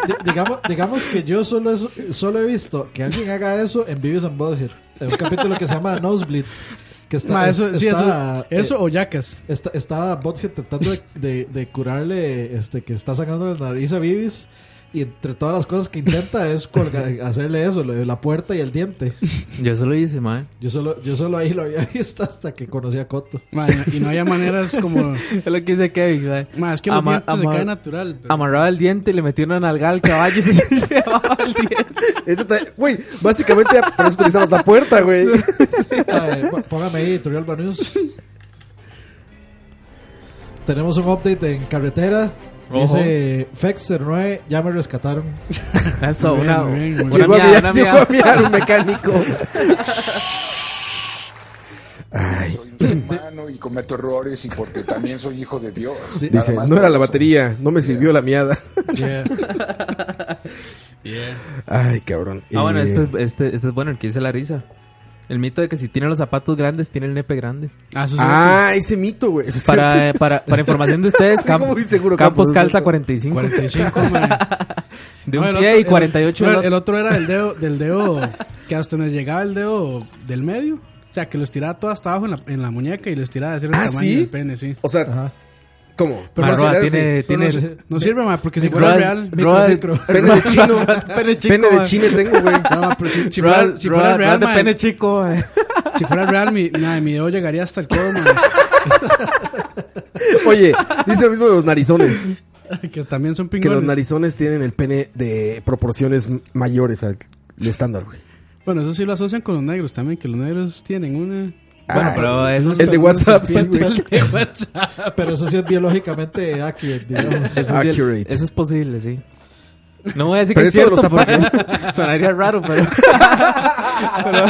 di- digamos, digamos que yo solo, eso- solo he visto que alguien haga eso en Beavis and Butthead. En un capítulo que se llama Nosebleed. Que está,
Ma, eso, sí,
está-
eh,
eh,
eso, eso o yacas.
Está, estaba Bothead tratando de, de- de curarle este que está sangrando la nariz a Vivis Y entre todas las cosas que intenta es colgar- hacerle eso, lo de la puerta y el diente.
Yo eso lo hice, mae.
Yo solo, yo solo ahí lo había [laughs] visto hasta que conocí a Coto.
Ma, y no- y no había
[laughs]
maneras como.
Es lo que dice Kevin, mae.
Ma, es que los
Ama-
dientes se
ama-
caen natural. pero-
Amarraba el diente, le metió una nalgada al caballo y se [laughs] llevaba el diente.
Eso ta- Güey, básicamente por eso utilizamos la puerta, güey.
Ay, pó- Ah, eh, Póngame ahí, Editorial Banús. Tenemos un update en carretera.
Ojo.
Dice Fex09, ya me rescataron.
[laughs] Eso,
Muy
una,
bien, muy bien, muy
una
Llegó a
mía,
mirar,
una
llegó
mía.
a mirar un mecánico. [laughs]
soy un hermano y cometo errores y porque también soy hijo de Dios.
Dice,
Nada más
no era la
por eso.
batería, no me sirvió la miada.
Yeah.
Ay, cabrón.
Ah, bueno,
Eh,
este, es- este, este es bueno, el que dice la risa. El mito de que si tiene los zapatos grandes, tiene el nepe grande.
Ah, eso es
Ah, ese mito, güey. Eso es
Para,
cierto.
eh, para, para información de ustedes, Cam-
Como muy seguro,
Campos
Campos,
calza
¿no?
45.
45,
[laughs]
ma.
De un
No, el
pie
otro-
y 48
el,
del
no, el
otro.
otro era el dedo, del dedo que hasta nos llegaba el dedo del medio. O sea, que lo estiraba todo hasta abajo en la, en la muñeca y lo estiraba de cierto
¿Ah,
tamaño
sí?
del pene, sí.
O sea, ¿cómo?
Ma,
Pero
Roa,
sí,
tiene,
Pero
Eh, tiene
no, se- no sirve, ma, porque si fuera
Roa-
real.
Roa- Roa-
Pene de chino.
Pene chico,
[laughs] Pene de
ma.
chino tengo, güey.
No, ma, pero si, si
Roa-
fuera, si
Roa-
fuera
Roa
real,
de
ma,
pene chico, [laughs] ma.
si fuera real, mi, nada, mi dedo llegaría hasta el codo, ma.
[laughs]
Oye, dice lo mismo de los narizones.
que también son
Que los
pingüinos.
narizones tienen el pene de proporciones m- mayores al al estándar, güey.
Bueno, eso sí lo asocian con los negros también, que los negros tienen una...
Bueno,
Ah,
pero eso
El de WhatsApp, sí, güey.
El de WhatsApp.
Pero eso sí es biológicamente accurate, digamos.
eso [laughs] es bien-
Accurate.
Eso es posible, sí. No voy a decir
Pero
que es
eso de los
cierto porque [laughs] sonaría raro, pero, pero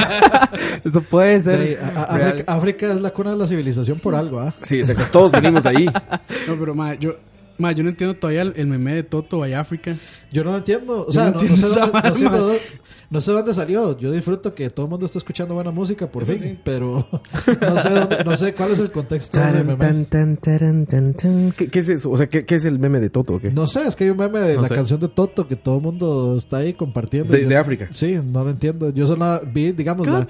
[laughs] eso puede ser.
De- a- a-
real.
África, África es la cuna de la civilización por algo, ¿ah?
Sí, exacto. Todos venimos de ahí.
No, pero ma, yo, ma, yo no entiendo todavía el, el meme de Toto by Africa.
Yo no lo entiendo. O sea,
no
no, no
entiendo
sé
esa
dónde, no sé
vara,
dónde- no sé dónde salió. Yo disfruto que todo el mundo está escuchando buena música, por fin. Pero [laughs] no sé, dónde- no sé cuál es el contexto. de ese
Taran,
meme.
tan, tan, taran, tan, tan. ¿Qué, qué es eso? O sea, ¿qué, qué es el meme de Toto o qué?
No sé, es que hay un meme de
No
la
sé.
canción de Toto que todo el mundo está ahí compartiendo.
De-
Yo-
de África.
Sí, no lo entiendo. Yo solo vi, digamos, la,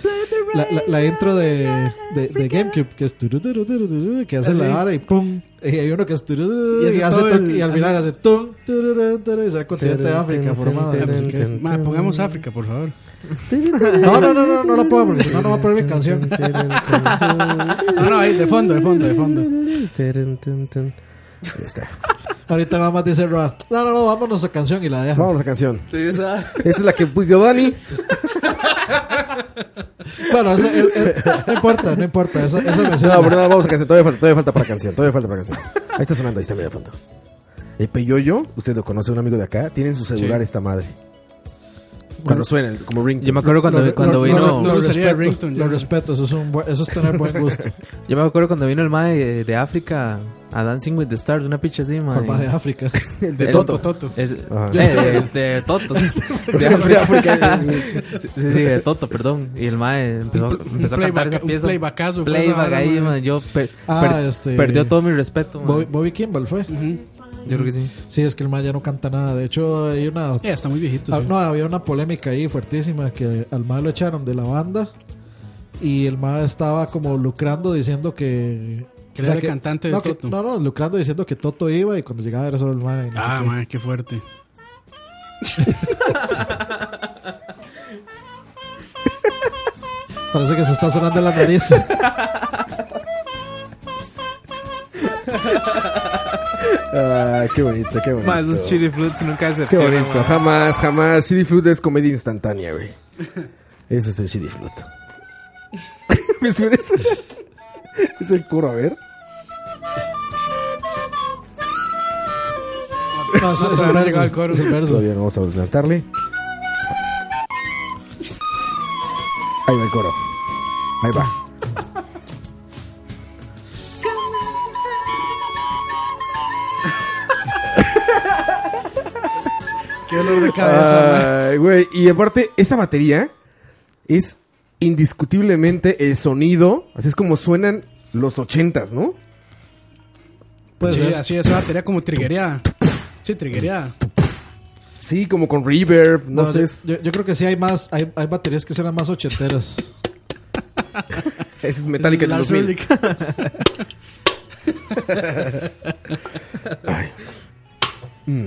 la, la- la intro de, de, de GameCube que es tururururururu, que hace la vara y pum. Y hay uno que es turururu,
Y
y,
hace
hace
todo
tum,
el-
y al final hace tum, turururu, turururu, y sale el continente de África formado.
Taran,
no sé
taran,
qué.
taran,
Pues, Ma, pongamos África, por favor.
No, no, no, no, no la puedo porque si no, no va a poner mi canción.
No, no, ahí, de fondo, de fondo, de fondo.
Ahí está.
Ahorita nada más dice Roa. No, no, no, vámonos a canción y la deja.
Vamos a la canción.
Esa-
Esta es la que pidió Dani.
Bueno, eso, es- es- no importa, no importa. Esa, esa me sirve.
No, pero no, vamos a canción. Todavía falta, todavía falta para canción. Todavía falta para canción. Ahí está sonando, ahí está, mira de fondo. El Peyoyo, usted lo conoce, un amigo de acá, tiene en su celular esta madre. Cuando suena, el- como ring.
Yo me acuerdo cuando,
Lo-
cuando
lo-
vino.
lo-
no
lo
usaría
respeto,
ringtone,
lo
ya.
respeto, eso es, un buen- eso es tener buen gusto.
Yo me acuerdo cuando vino el mae de, de África a Dancing with the Stars, una picha así, mae.
Papá de África.
El de
el-
Toto.
Toto.
Es-
Ajá.
eh, de, de Toto, sí. De
De
África.
África.
Sí, sí, sí, de Toto, perdón. Y el mae empezó,
Un pl- un
empezó a cantar
playback-
esa
un
pieza.
playbackazo fue esa
Playback
vara,
ahí,
mae.
man. Yo per-
Ah,
per-
este-
perdió todo mi respeto, man.
Bobby, Bobby Kimball fue.
Yo creo que sí.
Sí, es que el Maya no canta nada. De hecho, hay una.
Ya, está muy viejito.
ah,
sí.
no, había una polémica ahí fuertísima que al Maya lo echaron de la banda y el Maya estaba como lucrando diciendo que.
Que era el cantante de
no, que-
Toto.
no, no, lucrando diciendo que Toto iba y cuando llegaba era solo el Maya. y no sé
Ah,
qué.
ma, qué fuerte.
Parece que se está sonando la nariz. [laughs]
Ah, qué bonito, qué bonito.
Man, esos chili flutes nunca
Qué
decepcionan,
bonito.
man.
Jamás, jamás. Shitty Flute es comedia instantánea, güey. Eso es el Shitty Flute. [laughs] ¿Me suena eso? Es el coro, a ver.
No, es-
No,
es
todavía
el
no
verso,
llegaba el coro.
es el verso.
Todavía no vamos a adelantarle. Ahí va el coro. Ahí va.
Qué dolor de
Ay, güey. Y aparte, esa batería es indiscutiblemente el sonido. Así es como suenan los ochentas, ¿no?
Puede
sí,
ser.
así, esa batería como triguería. Sí, triguería.
Sí, como con reverb, no,
No,
sé.
yo-
es-
Yo, yo creo que sí hay más, hay, hay baterías que serán
[laughs]
más ochenteras.
Ese es Metallica de
Lars
2000.
Ulrich.
Ay. Mm.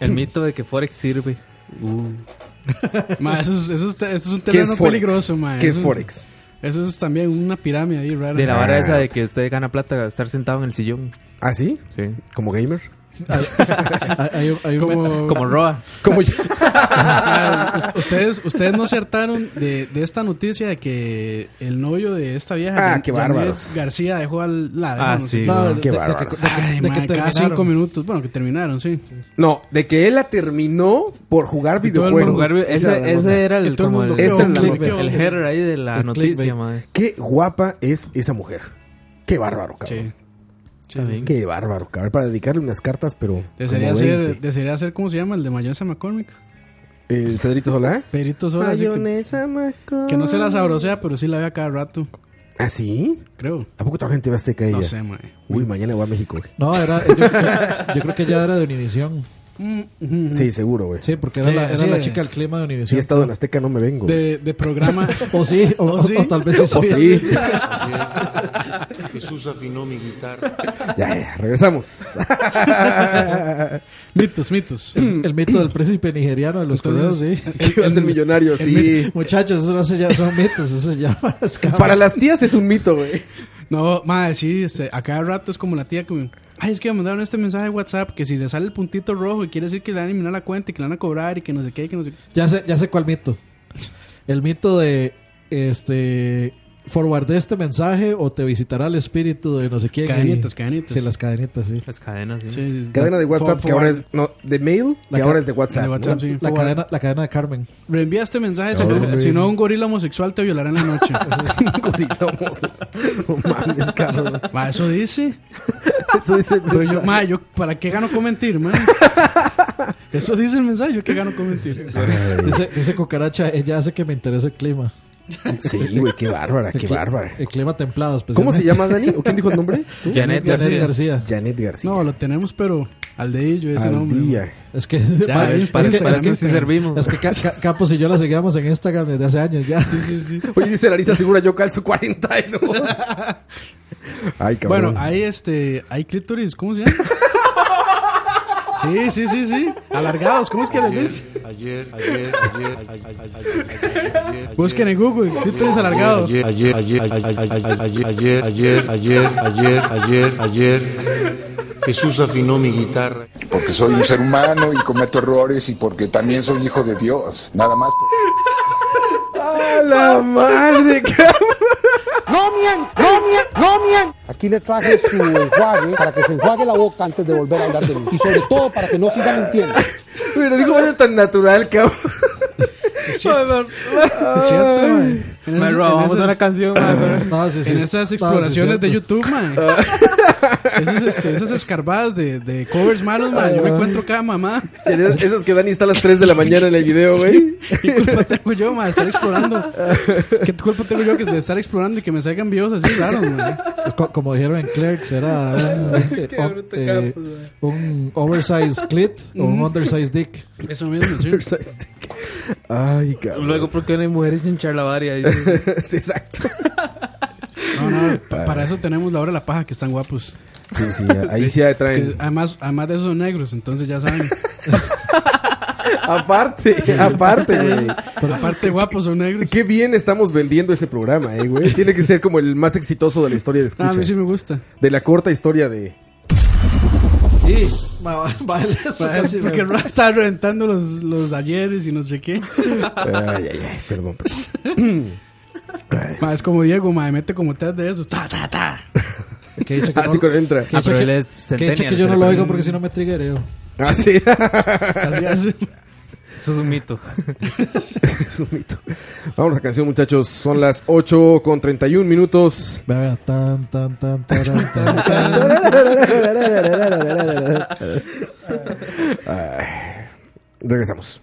El mito de que Forex sirve. Uh.
Ma, eso, es, eso, es, te- eso es un
¿Qué
terreno
es Forex?
peligroso, ma.
¿Qué es
Eso
Forex?
Eso es también una pirámide ahí rara.
De la vara
Ah.
esa de que usted gana plata al estar sentado en el sillón.
¿Ah, sí?
Sí.
¿Como gamer?
Hay- hay un- hay un-
Como,
Como Roa.
Como yo.
[laughs] Ah, us- ustedes, ustedes no acertaron de, de esta noticia de que el novio de esta vieja
Ah,
Jan-
qué
Janet
bárbaros.
García dejó al la
Ah,
no sé.
sí.
No,
weón.
de-
qué
de- de-
bárbaros.
de- de-
Ay,
de
ma,
que
cada
terminaron.
cinco minutos, bueno, que terminaron, sí.
No, de que él la terminó por jugar
todo el
videojuegos.
mundo
Jugar-
Esa era
Ese,
la nota.
ese era el,
Que todo el
como
mundo
el,
quedó
ese era la
clickbait.
nota, el header ahí de la
El
noticia,
clickbait.
madre.
Qué guapa es esa mujer. Qué bárbaro, cabrón.
Sí.
Qué bárbaro, cabrón. Para dedicarle unas cartas, pero.
Desearía
como
ser,
20.
desearía ser, ¿cómo se llama? El de Mayonesa McCormick.
¿El Eh, Pedrito
[laughs]
Solá?
Pedrito Sola. así Que, que no se la sabrosea, pero sí la vea cada rato,
¿Ah, sí?
creo.
¿A poco trabaja en TV Azteca ella?
No sé, mae.
Uy, mañana voy a México. güey.
No, era, yo, [laughs] yo creo que ya era de Univisión.
Sí, seguro, güey.
Sí, porque era,
Sí,
la, era
sí.
la chica del clima de
Si he
Univisión.
estado en Azteca, no me vengo. güey.
De, de
[laughs]
programa.
o sí, o,
O sí.
o tal vez sí.
O sí.
Jesús afinó mi guitarra.
Ya, ya,
[laughs]
regresamos. [laughs]
mitos, mitos.
El mito del príncipe nigeriano de los correos, sí.
Que va a ser millonario, sí.
Muchachos, eso no se llama, son mitos, eso se llama [laughs] escamas.
Para las tías es un
[laughs]
mito, güey.
No, madre, sí, este, a cada rato es como la tía que me... Ay, es que me mandaron este mensaje de WhatsApp que si le sale el puntito rojo y quiere decir que le van a eliminar la cuenta y que le van a cobrar y que no sé qué, y que no sé qué.
Ya sé, ya sé cuál mito. El mito de este forwardé este mensaje o te visitará el espíritu de no sé quién. y-
Cadenitas, cadenitas.
Sí, las cadenitas, sí.
Las cadenas, sí.
Sí, sí,
Cadena de
for-
WhatsApp que
forward.
ahora es. No, de mail que
La
ahora
ca-
es de WhatsApp.
de WhatsApp,
[laughs] ¿no?
sí.
La
forward.
cadena, la cadena de Carmen.
Reenvía este mensaje, si
Ahora,
no-
güey.
si no un gorila homosexual te violará en la noche.
Coordinamos. No mames, cabrón.
[laughs] Ma, eso dice.
Eso dice.
Pero yo, ma, yo, ¿para qué gano con mentir, man? Eso dice el mensaje, yo qué gano con [laughs] mentir.
Dice, dice cucaracha, ella hace que me interese el clima.
Sí, güey, qué bárbara,
El
qué
cli-
bárbara.
El clima templado,
¿Cómo se
especialmente.
llama, Dani? ¿O quién dijo el nombre? ¿Tú?
Janet
Janet
García.
García.
Janet García.
No, lo tenemos, pero al dedillo ese
Al
nombre.
día.
ma.
Es que, [laughs]
Ya,
madre,
ves,
Parece,
Instagram,
parece que sí
Instagram.
servimos.
es que Ca- Ca- Campos y yo la seguíamos en Instagram desde hace años ya.
Oye, dice Larisa Segura, yo calzo 42. Ay, cabrón.
Bueno, hay este, hay clítoris, ¿cómo [laughs] se llama? Sí, sí, sí, sí. Alargados, ¿cómo es que les dice?
Ayer, ayer, ayer, ayer, ayer, ayer, ayer, ayer.
Busquen en Google, clítoris alargado.
Ayer, ayer, ayer, ayer, ayer, ayer, ayer, ayer, ayer, ayer, ayer. Jesús afinó mi guitarra.
Porque soy un ser humano y cometo errores y porque también soy hijo de Dios. Nada más. por-
¡A la madre!
No mien, no mien, no mien. Aquí le traje su enjuague para que se enjuague la boca antes de volver a hablar de mí. Y sobre todo para que no sigan mintiendo.
Pero dijo algo tan natural, cabrón.
Es cierto, ma. En esas-
Mae, Roa,
en
vamos a la
esas-
canción, mae, pero-
[laughs] No, sí, sí.
En esas exploraciones de YouTube, man. Esas, este, esas escarbadas de, de covers malos, man. Yo me encuentro cada mamá.
Esas esas que Dani está a las 3 de la mañana en el video, güey.
¿Qué culpa tengo yo, man? de Estar explorando. ¿Qué culpa tengo yo que de estar explorando y que me salgan videos así raros, man?
Es co- como dijeron en Clerks, era un, o- eh, un oversized clit o un undersized dick.
Eso mismo, sí.
pues, este, Ay, cabrón.
Luego, ¿por qué no hay mujeres en charlavaria? Dice,
Sí, exacto.
No, no, pa- para eso tenemos la hora de la paja, que están guapos.
Sí, sí, ahí sí,
Que
traen.
además, además de esos son negros, entonces ya saben.
Aparte, aparte, güey.
Pero aparte guapos son negros.
Qué bien estamos vendiendo ese programa, eh, güey. Tiene que ser como el más exitoso de la historia de
Ah,
escucha.
a mí sí me gusta.
De la corta historia de.
Y ma- [laughs] vale, eso casi
Porque
me-
Roa está reventando los, los ayeres y no sé qué.
Ay, ay, ay, perdón. perdón. [clears throat]
Ma, es como Diego, ma, mete como tres de esos. Ta, ta, ta.
que he dicho que
Así
no-
cuando entra.
que he
Ah,
dicho
pero
que-
él es
que he dicho
centennial.
que
se le
yo no lo
prende.
oigo porque si no me triggereo.
Ah, sí.
Así hace.
Eso es un mito.
es un mito. Vamos a canción, muchachos. Son las 8 con 31 minutos.
Vea, vea, tan, tan, tan, taran, tan, tan.
Regresamos.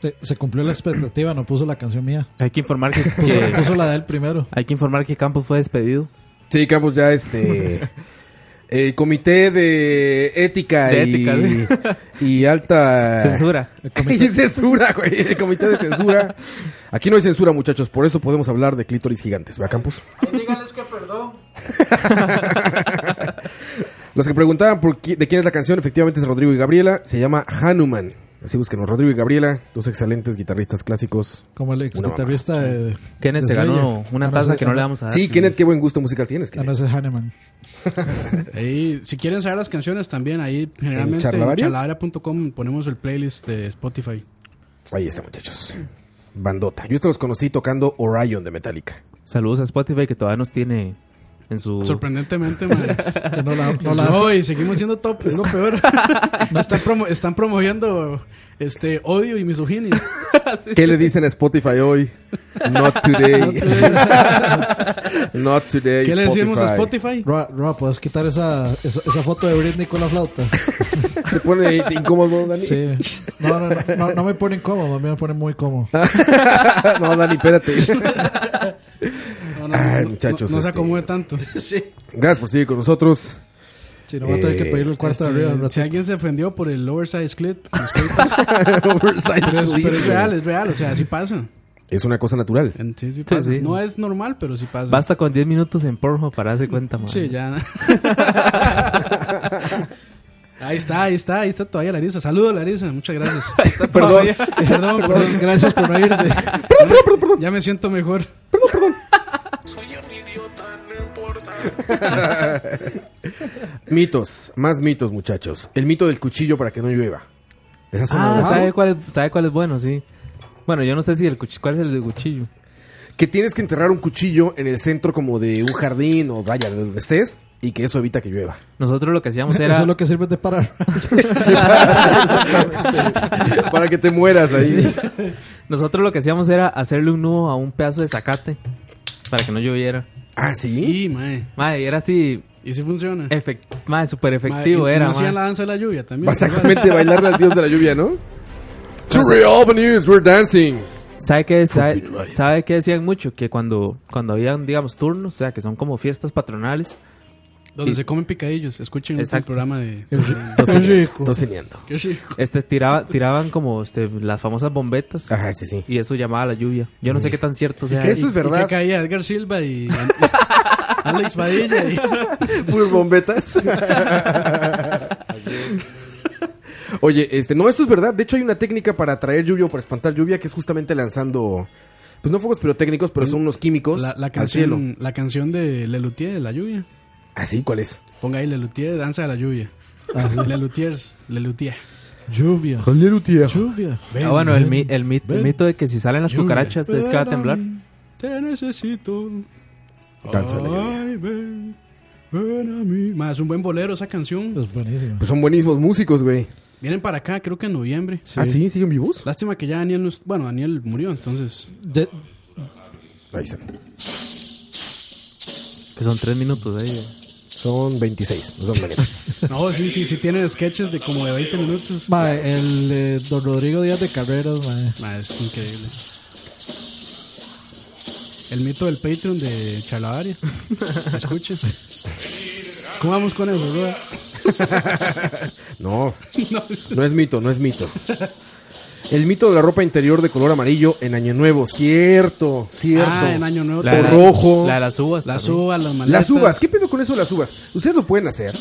Se, se cumplió la expectativa, no puso la canción mía.
[laughs] Hay que informar que,
Puso,
que-
puso la del primero.
hay que informar que Campos fue despedido.
Sí, Campos
[laughs]
ya este. El comité de ética,
De
y,
ética,
y
[laughs]
alta
Censura.
[laughs] y censura, güey. El comité de censura. Aquí no hay censura, muchachos. Por eso podemos hablar de clítoris gigantes. ¿Ve a Campos?
Díganles que perdón.
[laughs] Los que preguntaban por qui- de quién es la canción, efectivamente es Rodrigo y Gabriela. Se llama Hanuman. Así búsquenos, Rodrigo y Gabriela, dos excelentes guitarristas clásicos.
Como el ex
Una
guitarrista de.
Kenneth
de
se ganó
Slayer.
una
Ah,
taza
sé,
que no
ah,
le vamos a dar.
Sí, Kenneth, qué buen gusto musical tienes.
Ah,
Kenneth.
no, ese es Hanneman.
Ahí, si quieren saber las canciones también, ahí generalmente en
Charlavaria?
charlavaria.com ponemos el playlist de Spotify.
Ahí está, muchachos. Bandota. Yo estos los conocí tocando Orion de Metallica.
Saludos a Spotify que todavía nos tiene en su.
[laughs] Sorprendentemente, madre. no
[laughs]
la, Uh. no la doy, seguimos siendo top, es lo [laughs] peor. están, promo- están promoviendo este odio y misoginia.
¿Qué le dicen a Spotify hoy? Not
[laughs]
today. Not today.
¿Qué le decimos a Spotify?
Roa, Roa, ¿puedes quitar esa, esa, esa foto de Britney con
[laughs]
la flauta?
Te pone ahí incómodo, Dani.
Sí. No, no, no, no, no me pone incómodo, a mí me pone muy cómodo.
[laughs] no, Dani, espérate.
No, no,
Ay,
no,
muchachos,
no, no se
este-
acomode tanto.
Gracias por seguir con nosotros. [laughs]
Si no, va a tener que pedir el cuarto de
Este,
arriba. al rato.
si alguien se ofendió por el oversize [laughs] clip, pues,
Oversized
pero, es-
Clip,
pero es
güey.
real, es real, o sea, sí pasa.
Es una cosa natural.
En- sí, sí pasa.
sí.
No es normal, pero sí pasa.
Basta con 10 minutos en Pornhub para darse cuenta, man.
Sí, ya. [laughs] ahí está, ahí está, ahí está todavía Larisa. Saludos, Larisa, muchas gracias.
Perdón.
Perdón, perdón, gracias por no irse. ya me siento mejor.
Mitos. Más mitos, muchachos. El mito del cuchillo para que no llueva. Esas son
Ah,
las-
¿sabe cuál, es, sabe cuál es bueno, sí. Bueno, yo no sé si el cuchillo. ¿Cuál es el de cuchillo?
Que tienes que enterrar un cuchillo en el centro como de un jardín o vaya, de donde estés. Y que eso evita
[laughs]
que llueva.
Nosotros lo que hacíamos era.
[laughs] Eso es lo que sirve de parar.
[laughs]
para que te mueras ahí.
Nosotros lo que hacíamos era hacerle un nudo a un pedazo de zacate para que no lloviera.
Ah, sí.
Y, mae,
Madre, era así,
y si funciona.
efect madre, súper
Mae,
efectivo
y- y
era,
no hacían
madre.
la danza de la lluvia también.
Básicamente bailar al dios de la lluvia, ¿no? To the avenues, we're dancing.
¿Sabe qué, sabe,
Copyright.
sabe qué decían mucho? Que cuando, cuando habían, digamos, turnos, o sea, que son como fiestas patronales,
Donde
y-
se comen picadillos. Escuchen el
Exacto.
programa de.
Qué rico.
Tocineando.
Qué rico.
este, tiraba, tiraban como este, las famosas bombetas
Ajá,
[laughs]
sí, sí.
y eso llamaba la lluvia. Yo no sé qué tan cierto sea.
qué Eso Ah. es
Y- y
verdad.
que caía Edgar Silva y. Alex Padilla y.
Puros bombetas. Oye, este, no, esto es verdad. De hecho, hay una técnica para atraer lluvia o para espantar lluvia que es justamente lanzando, pues no fuegos pirotécnicos, pero son unos químicos
La, la,
al cielo.
canción, la canción de Lelutier, de la lluvia.
¿Ah, sí? ¿Cuál es?
Ponga ahí Lelutier, danza de la lluvia.
Ah,
Lelutier, Lelutier.
Lluvia. Lluvia.
Ah, bueno, el, mi- el, mit- el
ven.
mito de que si salen las
Lluvia.
cucarachas es que va a temblar.
Ven Te necesito.
Danza de la lluvia.
Ay, ven, ven a mí. Más un buen bolero esa canción.
Es buenísimo.
Pues son buenísimos músicos, güey.
Vienen para acá, creo que en noviembre.
¿Ah, sí? ¿Siguen vivos?
Lástima que ya Daniel no es- Bueno, Daniel murió, entonces.
Ya-
Ahí están.
Que son tres minutos ahí.
Son 26. Nos vemos mañana.
No, sí, sí, sí, tiene sketches de como de 20 minutos.
Mae, el eh, Don Rodrigo Díaz de Carreras, mae.
Ma, es increíble. El mito del Patreon de
[laughs]
Charlavaria. Escuchen. ¿Cómo vamos con eso, bro? [laughs]
No, no es mito, no es mito. El mito de la ropa interior de color amarillo en Año Nuevo, cierto, cierto.
Ah, en Año Nuevo.
La
O
de
también.
las-
rojo.
La de las uvas.
Las
también.
uvas, las maletas.
Las uvas, ¿qué pedo con eso de las uvas? Ustedes lo pueden hacer.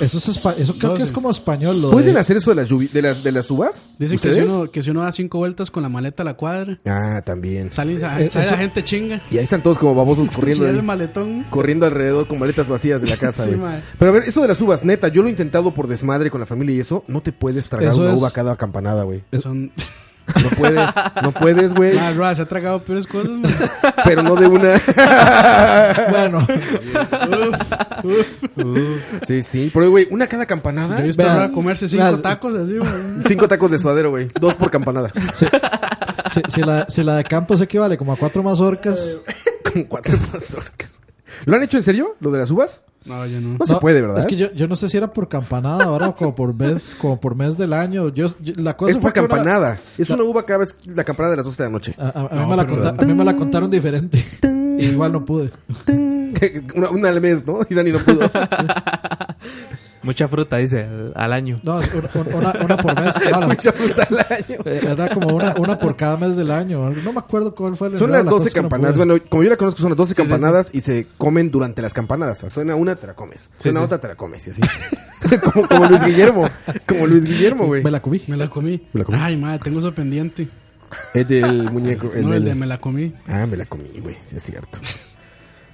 Eso, es espa- eso creo
No
que
sé.
es como español. Lo
Pues
¿Pueden
de-
hacer eso de las, lluvi- de las, de las uvas?
Dicen que si,
¿Ustedes?
uno, que si uno da cinco vueltas con la maleta a la cuadra,
Ah, también.
salen, sa-
Eh,
sale
eso-
la gente chinga.
Y ahí están todos
[laughs]
como babosos
Si
corriendo.
el
ahí,
maletón.
Corriendo alrededor con maletas vacías
[laughs]
de la casa.
Sí,
güey.
madre.
Pero a ver, eso de las uvas, neta, yo lo he intentado por desmadre con la familia y eso, no te puedes tragar
Eso
una
es-
uva cada campanada, güey. [laughs]
Son. [laughs]
No puedes, no puedes, güey.
Ma, bro, se ha tragado peores cosas. ma.
Pero no de
[laughs]
una. [laughs]
[laughs]
Bueno,
Sí, sí. Pero, güey, una cada campanada.
Yo he visto
Vean,
a Roa comerse cinco
vean,
tacos así, ma.
Cinco tacos de suadero, güey. Dos por campanada. [laughs]
si, si la, si la de Campos equivale como a cuatro mazorcas,
Como cuatro mazorcas. ¿Lo han hecho en serio? ¿Lo de las uvas?
No, yo no.
No, se puede, ¿verdad?
Es que yo, yo no sé si era por campanada ahora o como por mes, como por mes del año. Yo, yo- la cosa
Es
fue
por
que una-
campanada. Es una uva cada vez la campanada de las 12 de la noche. [laughs]
a, a- a mí me la conta- a mí me la contaron diferente. Y igual no pude.
una, una al mes, ¿no? Y Dani no pudo.
Mucha fruta, dice, al- al año.
No, es una, una- una por mes.
[laughs]
No, la-
[laughs]
Mucha fruta al año.
era como una, una por cada mes del año. No me acuerdo cuál fue el
Son las 12 campanadas. bueno, como yo la conozco, son las 12
sí,
campanadas y se comen durante las campanadas. O sea, suena una, te la comes. Suena
sí.
otra, te la comes. Y así. [laughs] como, como Luis Guillermo. Como Luis Guillermo, güey.
me la
[laughs]
comí.
Me la comí.
Me la comí.
Ay, madre, tengo eso pendiente.
Es del muñeco. el
no, el
del-
de me la comí.
Ah, me la comí, güey. Sí, es cierto.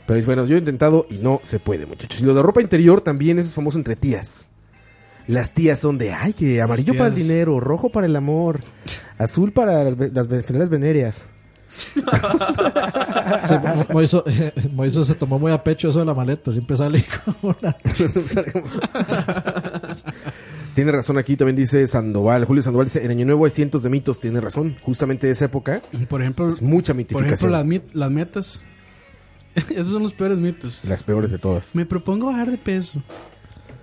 Pero bueno, yo he intentado y no se puede, muchachos. Y lo de ropa interior también, eso es famoso entre tías. Las tías son de, ay, que amarillo para el
tías.
dinero, rojo para el amor, azul para las, ve- las ve- enfermedades venéreas.
Sí,
Ah.
Mo- Moiso, [laughs] Moiso se tomó muy a pecho eso de la maleta. Siempre sale [laughs] con una.
[laughs] tiene razón aquí, también dice Sandoval. Julio Sandoval dice, en Año Nuevo hay cientos de mitos, tiene razón. Justamente de esa época
Por ejemplo,
es mucha
por ejemplo
mitificación.
las, mit- las metas. [laughs] Esos son los peores mitos.
Las peores de todas.
Me propongo bajar de peso.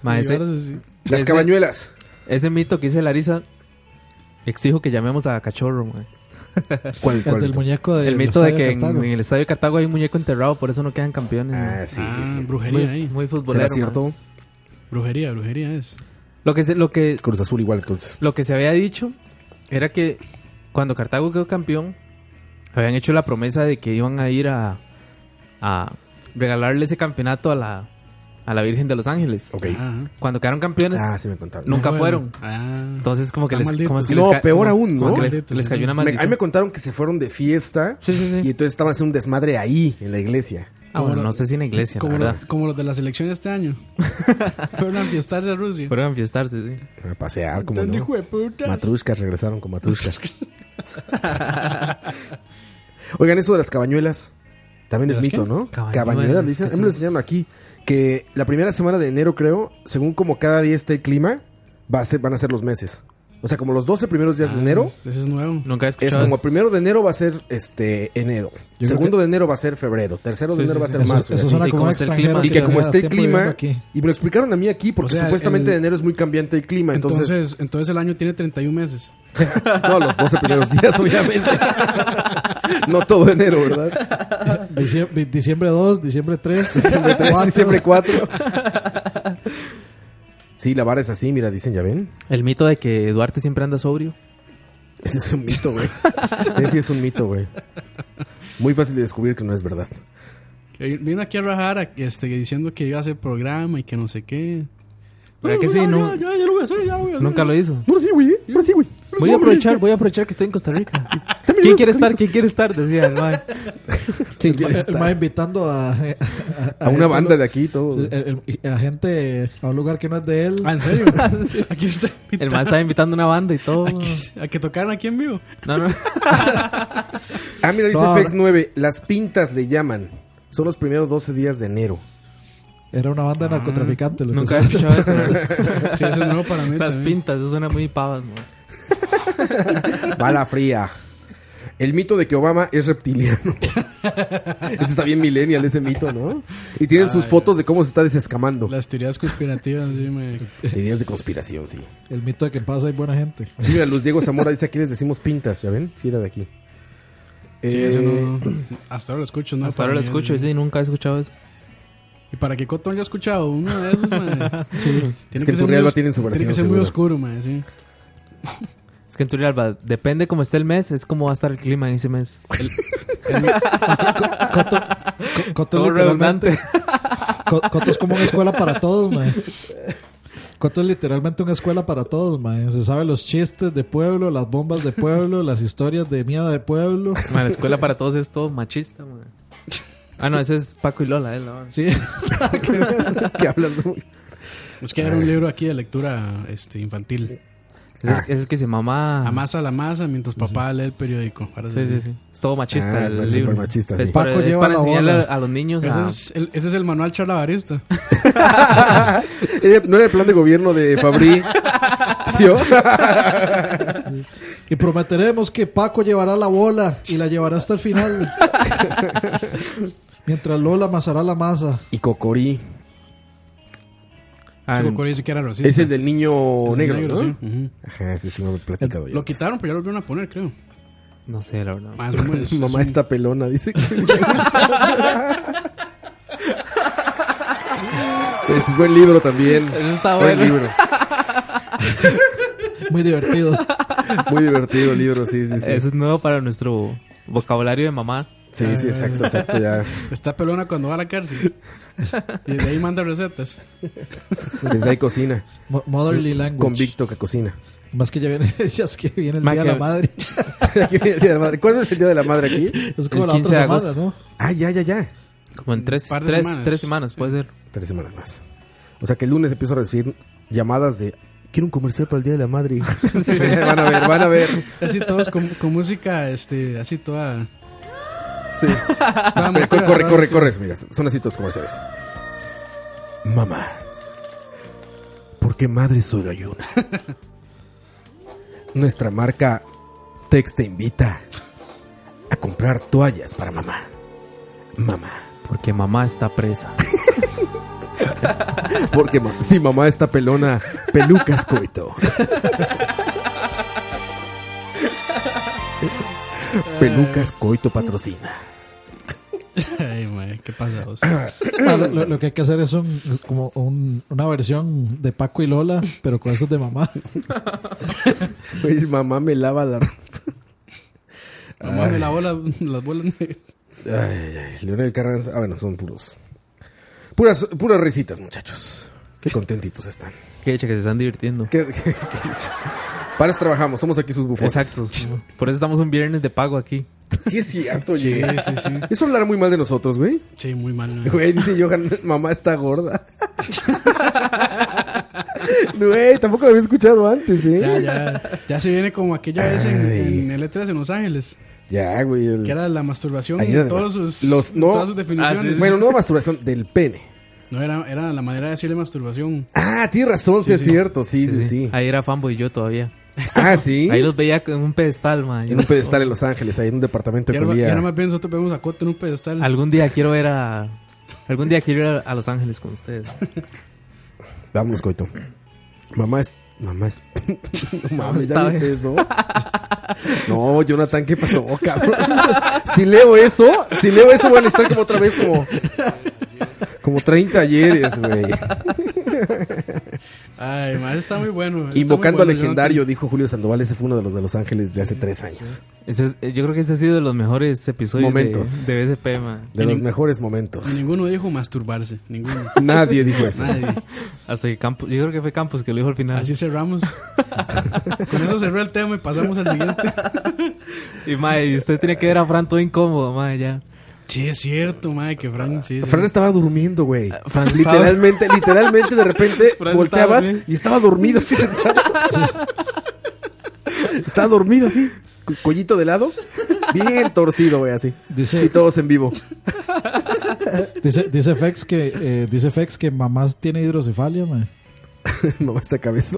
Ma,
Y
ese,
ahora sí.
Las
Ese-
cabañuelas.
ese mito que dice Larisa, exijo que llamemos a Cachorro, man.
¿Cuál,
El
cuál?
del muñeco de,
El
del
mito de
estadio
que en,
Cartago.
en el estadio de Cartago hay un muñeco enterrado, por eso no quedan campeones.
Ah, sí, sí,
Ah,
sí.
man.
brujería
muy,
ahí.
muy futbolero.
¿Será
man.
cierto?
Brujería, brujería es.
Lo que, se- lo que
Cruz Azul igual, entonces.
lo que se había dicho era que cuando Cartago quedó campeón, habían hecho la promesa de que iban a ir a, a regalarle ese campeonato a la, a la Virgen de los Ángeles.
Ok.
Ajá.
Cuando quedaron campeones,
Ah, sí me contaron.
nunca
Bueno,
fueron.
Ah.
Entonces, como que
Están malditos.
les, como es que
No,
les ca-
peor
como-
aún,
como
¿no?
que les,
Malditos,
les cayó
sí.
una
Me- a mí
maldición.
me contaron que se fueron de fiesta
Sí, sí,
y
sí.
entonces estaban haciendo un desmadre ahí, en la iglesia.
Ah, bueno,
Como
no
lo-
sé si en la iglesia, la
Como,
verdad.
los- como los de la selección este
[laughs]
año. Fueron a fiestarse a Rusia.
Fueron a fiestarse, sí.
A pasear, como
Tan hijo
no.
de puta.
Matrushkas regresaron con matrushkas. Oigan, eso de las cabañuelas también
¿De
es
las
mito,
qué?
¿no?
Cabañuelas,
Cabañuelas, dicen.
¿qué
A mí me lo
es eso?
enseñaron aquí. Que la primera semana de enero, creo, según como cada día esté el clima, va a ser, van a ser los meses. O sea, como los 12 primeros días de enero,
Pues, Ese es nuevo.
Nunca he
Es
escuchado.
como primero de enero va a ser este enero.
creo
Segundo de enero va a ser febrero. Tercero de
Sí,
enero
sí,
va a
sí.
ser
Eso-
marzo. y
Eso
así.
suena
Y
como
como
un
está el
extranjero.
clima.
y que como
lleva
esté el
tiempo viviendo
clima.
aquí.
Y me lo explicaron a mí aquí porque
O sea,
supuestamente
el-
de enero es muy cambiante el clima. Entonces.
Entonces, entonces el año tiene 31 meses.
[laughs] no, los 12 primeros días, obviamente. no todo enero,
[laughs]
¿verdad?
Diciembre, diciembre 2, diciembre 3, diciembre
[laughs] Diciembre
3, [laughs]
3, diciembre 4. Sí, la vara es así, mira, dicen, ¿ya ven?
El mito de que Duarte siempre anda sobrio.
Ese es un este mito, [laughs] güey. Ese sí es un mito, güey. Muy fácil de descubrir que no es verdad.
Que Vino aquí a rajar a- este, diciendo que iba a hacer programa y que no sé qué.
¿Verdad
No,
que sí?
ya,
No-
ya, ya, ya lo voy a hacer, ya lo voy a hacer.
Nunca lo hizo.
Ahora sí, güey. ¿eh? Ahora sí, güey.
Voy a aprovechar, voy a aprovechar que estoy en Costa Rica. ¿Quién quiere estar? ¿Quién quiere estar? Decía el
[laughs]
mae.
¿Quién quiere
El
estar?
más invitando a, a,
A una banda de aquí, todo. güey.
el- el- a gente a un lugar que no es de él.
Ah, ¿en
[laughs]
serio? Aquí está [laughs]
El mae estaba invitando una banda y todo.
invitado. A que tocaran aquí en vivo.
No, no.
Ah, mira, dice
Toda-
FX9, las pintas le llaman. Son los primeros 12 días de [laughs] enero.
Era una banda de narcotraficantes. lo que
Ah, Nunca he
sea.
escuchado eso.
Sí, eso es nuevo para mí.
Las
también.
pintas, eso suena muy pavas, man.
Bala fría. El mito de que Obama
[laughs]
es reptiliano. ese está bien millennial, ese mito, ¿no? Y tienen sus fotos de cómo se está desescamando.
Las teorías conspirativas. sí, me-
Teorías de conspiración, sí.
El mito de que pasa hay buena
[laughs]
gente.
Sí, Mira, Luz Diego Zamora dice aquí les decimos pintas, ¿ya ven? Sí, era de aquí.
Sí,
Eh,
eso no. Hasta ahora lo escucho, ¿no?
Hasta
Para
ahora lo
mí es-
escucho y sí, nunca he escuchado eso.
Y para que Cotton yo he escuchado uno de esos,
[laughs]
man. Sí. Tiene
Es que en
ser
Turrialba
muy os-
tienen su versión,
Tiene que ser muy
seguro.
oscuro, man. Sí.
Es que en Turrialba, depende cómo esté el mes, es como va a estar el clima en ese mes.
Co- Coto,
Todo [laughs]
literalmente-
redundante.
co- Coto es como una escuela
[laughs]
para todos, mae. Coto es literalmente una escuela para todos, mae. Se sabe los chistes de pueblo, las bombas de pueblo, las historias de miedo de pueblo.
Man, la escuela para todos es todo machista, man. [laughs] Ah, no, ese es Paco y Lola, eh, la man.
Sí.
Ah, [laughs] ¿Qué hablas? güey?
Es que era un libro aquí de lectura este, infantil.
Es, el-
Ah.
es el que se mamá.
Amasa la masa mientras papá lee el periódico. Ahora
Sí, sí, sí. Es todo machista.
Ah, es
el,
súper
libro.
machista, sí.
Es para,
Paco
es
lleva
para
la
enseñarle
bola.
a, a los niños.
Ese,
Ah.
a-
es el, ese es el manual charlavarista.
Era- Eh, ¿No era el plan de gobierno de Fabri? [laughs] ¿Sí? oh? [laughs] o?
Y prometeremos que Paco llevará la bola y la llevará hasta el [laughs] final. Mientras Lola amasará la masa.
Y Cocorí.
Ah,
Chico Corea dice que era racista.
Es el del niño
El
negro, ¿no?
sí. Ujú.
Ajá, ese sí me lo he platicado yo.
Lo quitaron, pero ya lo volvieron a poner, creo.
No sé, la verdad.
Ah, es
[laughs]
un buen- es
Mamá
un-
está pelona, dice. [laughs] Ese es buen libro también.
Eso está
Buen
bueno.
libro.
Muy divertido.
Muy divertido el libro, sí, sí, sí.
Eso es nuevo para nuestro vocabulario de mamá.
Sí, sí, exacto, exacto, [laughs] ya.
Está pelona cuando va a la cárcel. Y de ahí manda recetas.
Desde ahí cocina.
Mo- Motherly language.
Convicto que cocina. [laughs]
Más que ya viene, [laughs] ya es que viene el
Ma,
día
que-
de la madre.
Aquí viene el Día de la Madre. ¿Cuándo es el Día de la Madre aquí?
Es como
El
la
15 de
otra semana,
agosto.
¿no?
Ah, ya, ya, ya.
Como en tres,
Par de
tres,
semanas.
tres semanas, puede ser.
Tres semanas más. O sea que el lunes empiezo a recibir llamadas de. Quiero un comercial para el Día de la [laughs] Madre. Sí, van a ver, van a ver.
Así todos con, con música, este, así toda.
Sí.
toda
Pero corre,
metida,
corre,
¿verdad?
corre, corre, amigas. Son así todos comerciales. Mamá. ¿Por qué madre solo hay [laughs] una? Nuestra marca Tex te invita a comprar toallas para mamá. Mamá.
Porque mamá está presa.
Porque ma- si mamá está pelona, pelucas coito. pelucas coito patrocina.
Ay, mae, ¿qué pasa vos?
Ah, lo, lo- lo que hay que hacer es un, como un- una versión de Paco y Lola, pero con esos de mamá.
Pues mamá me lava la ropa.
Mamá, me lavó la- las bolas negras.
Ay, ay, Leonel Carranza. Ah, bueno, son puros. Puras, puras risitas, muchachos. Qué contentitos están.
Qué hecha que se están divirtiendo.
Qué, [laughs] qué- qué dicho. Para eso trabajamos, somos aquí sus bufones.
Exacto. Por eso estamos un viernes de pago aquí.
Sí, es cierto,
Sí,
oye.
sí, sí.
Eso hablará muy mal de nosotros, güey.
Sí, muy mal.
[laughs]
mae.
Güey, dice Johan, mamá está gorda. Güey, tampoco lo había escuchado antes,
Ya,
¿eh?
ya, ya se viene como aquella vez en,
Ay.
en el E3 en Los Ángeles,
Ya, güey. el-
que era la masturbación
Ahí era
y
de
todos
mas-
sus,
los- no.
todas sus definiciones.
Ah, sí, sí.
Bueno, no masturbación, del pene.
No, era, era la manera de decirle masturbación.
Ah, tienes razón, sí, es cierto. Sí, sí, sí.
Ahí era fanboy yo todavía.
Ah, sí.
Ahí los veía en un pedestal, man.
En un pedestal en Los Ángeles, ahí en un departamento
Y
que
ahora, y
olía.
ahora más bien nosotros vemos a Coto en un pedestal.
Algún día quiero ver a. Algún día quiero ir a, a Los Ángeles con ustedes.
Vámonos, coito. Mamá es. Mamá es. [laughs] No mames, ¿ya
Está
viste eso? No, Jonathan, ¿qué pasó, cabrón? [laughs] Si leo eso, si leo eso, van a estar como otra vez como. Como 30 ayeres, güey.
Ay, mae, está muy bueno. está
Invocando
muy
al
bueno,
legendario, dijo Julio Sandoval. Ese fue uno de los de Los Ángeles de hace tres años.
Ese es- yo creo que ese ha sido de los mejores episodios de,
Momentos.
de BSP, man.
De los mejores momentos.
Jonathan. Ninguno dijo masturbarse,
[laughs]
ninguno.
Nadie dijo eso.
Nadie.
Hasta que Campos. Yo creo que fue Campos que lo dijo al final.
Así cerramos. Con eso cerró el tema y pasamos al siguiente.
Y, mae, y usted tiene que ver a Fran todo incómodo, mae, ya.
Sí, es cierto, madre, que Fran, sí, sí.
Fran estaba durmiendo, güey.
Fran estaba-
Literalmente, literalmente, de repente
Fran
volteabas
estaba, sí.
y estaba dormido así sentado. estaba dormido así, co- collito de lado, bien torcido, güey, así. Y
Dice,
todos en vivo. [laughs]
dice, dice Fex que eh, dice Fex que mamá tiene hidrocefalia, man.
Mamá está cabeza.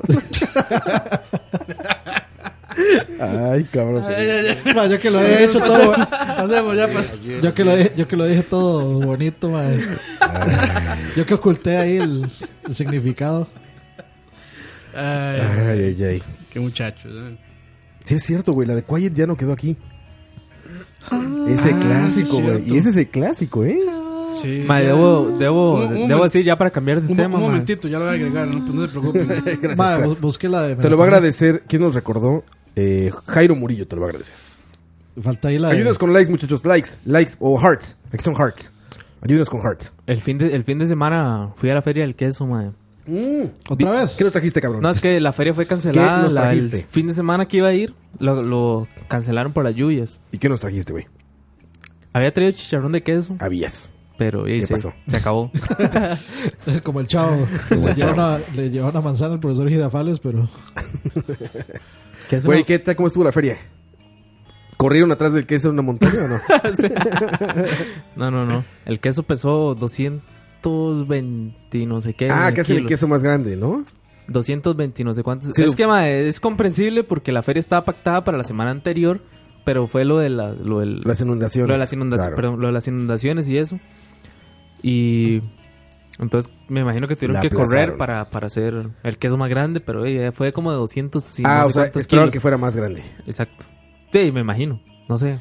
Ay, cabrón.
Ma, yo que lo he hecho todo,
Pasemos, ya pasamos.
yo que lo he- yo que lo dije todo bonito,
[laughs]
man. Yo que oculté ahí el, el significado.
Ay,
Ay, ay, ay.
qué muchachos. ¿eh?
Sí, es cierto, güey. La de Quiet ya no quedó aquí. Ese
sí
clásico,
es
güey.
cierto.
Y ese es el clásico, ¿eh?
Sí.
Mae,
ya.
debo, debo,
Un- un
debo
momen-
decir ya para cambiar de
Un,
tema,
un
mae.
momentito, ya lo voy a agregar, no, pues no se preocupen.
[laughs] Gracias,
Ma,
gracias.
bus- busque la de-
Te lo va a agradecer. ¿Quién nos recordó? Eh, Jairo Murillo te lo va a agradecer.
Falta ahí la de-
Ayúdenos con likes, muchachos. Likes, likes o hearts. Aquí son hearts. Ayúdenos con hearts.
El fin, de, el fin de semana fui a la feria del queso, mae.
otra vez.
¿Qué nos trajiste, cabrón?
Mm. No, es que la feria fue cancelada.
¿Qué nos
la- el
trajiste?
fin de semana que iba a ir, lo, lo cancelaron por las lluvias.
¿Y qué nos trajiste, güey?
Había traído chicharrón de queso,
Habías.
pero eh,
¿Qué
se,
pasó?
se
[laughs]
acabó.
[laughs] Como el chavo. le, lleva una, le lleva una manzana al profesor Girafales, pero.
Que es
Güey,
una-
¿qué tal? ¿Cómo estuvo la feria? ¿Corrieron atrás del queso en una montaña
[laughs]
o no?
No, no, no. El queso pesó 220 y no sé qué.
ah, que hacen el
kilos.
queso más grande, ¿no?
220 no sé cuántos.
Sí,
es
lo-
que, mae, es comprensible porque la feria estaba pactada para la semana anterior, pero fue lo de, la, lo del-
Las inundaciones.
lo de las inundaciones.
claro.
Perdón, lo de las inundaciones y eso. Y Entonces me imagino que tuvieron
La
que
aplazaron.
correr para, para hacer el queso más grande, pero ey, fue como de 200 y no
ah,
sé
o sea,
cuántos
esperaban
kilos.
que fuera más grande.
Exacto. Sí, me imagino. No sé.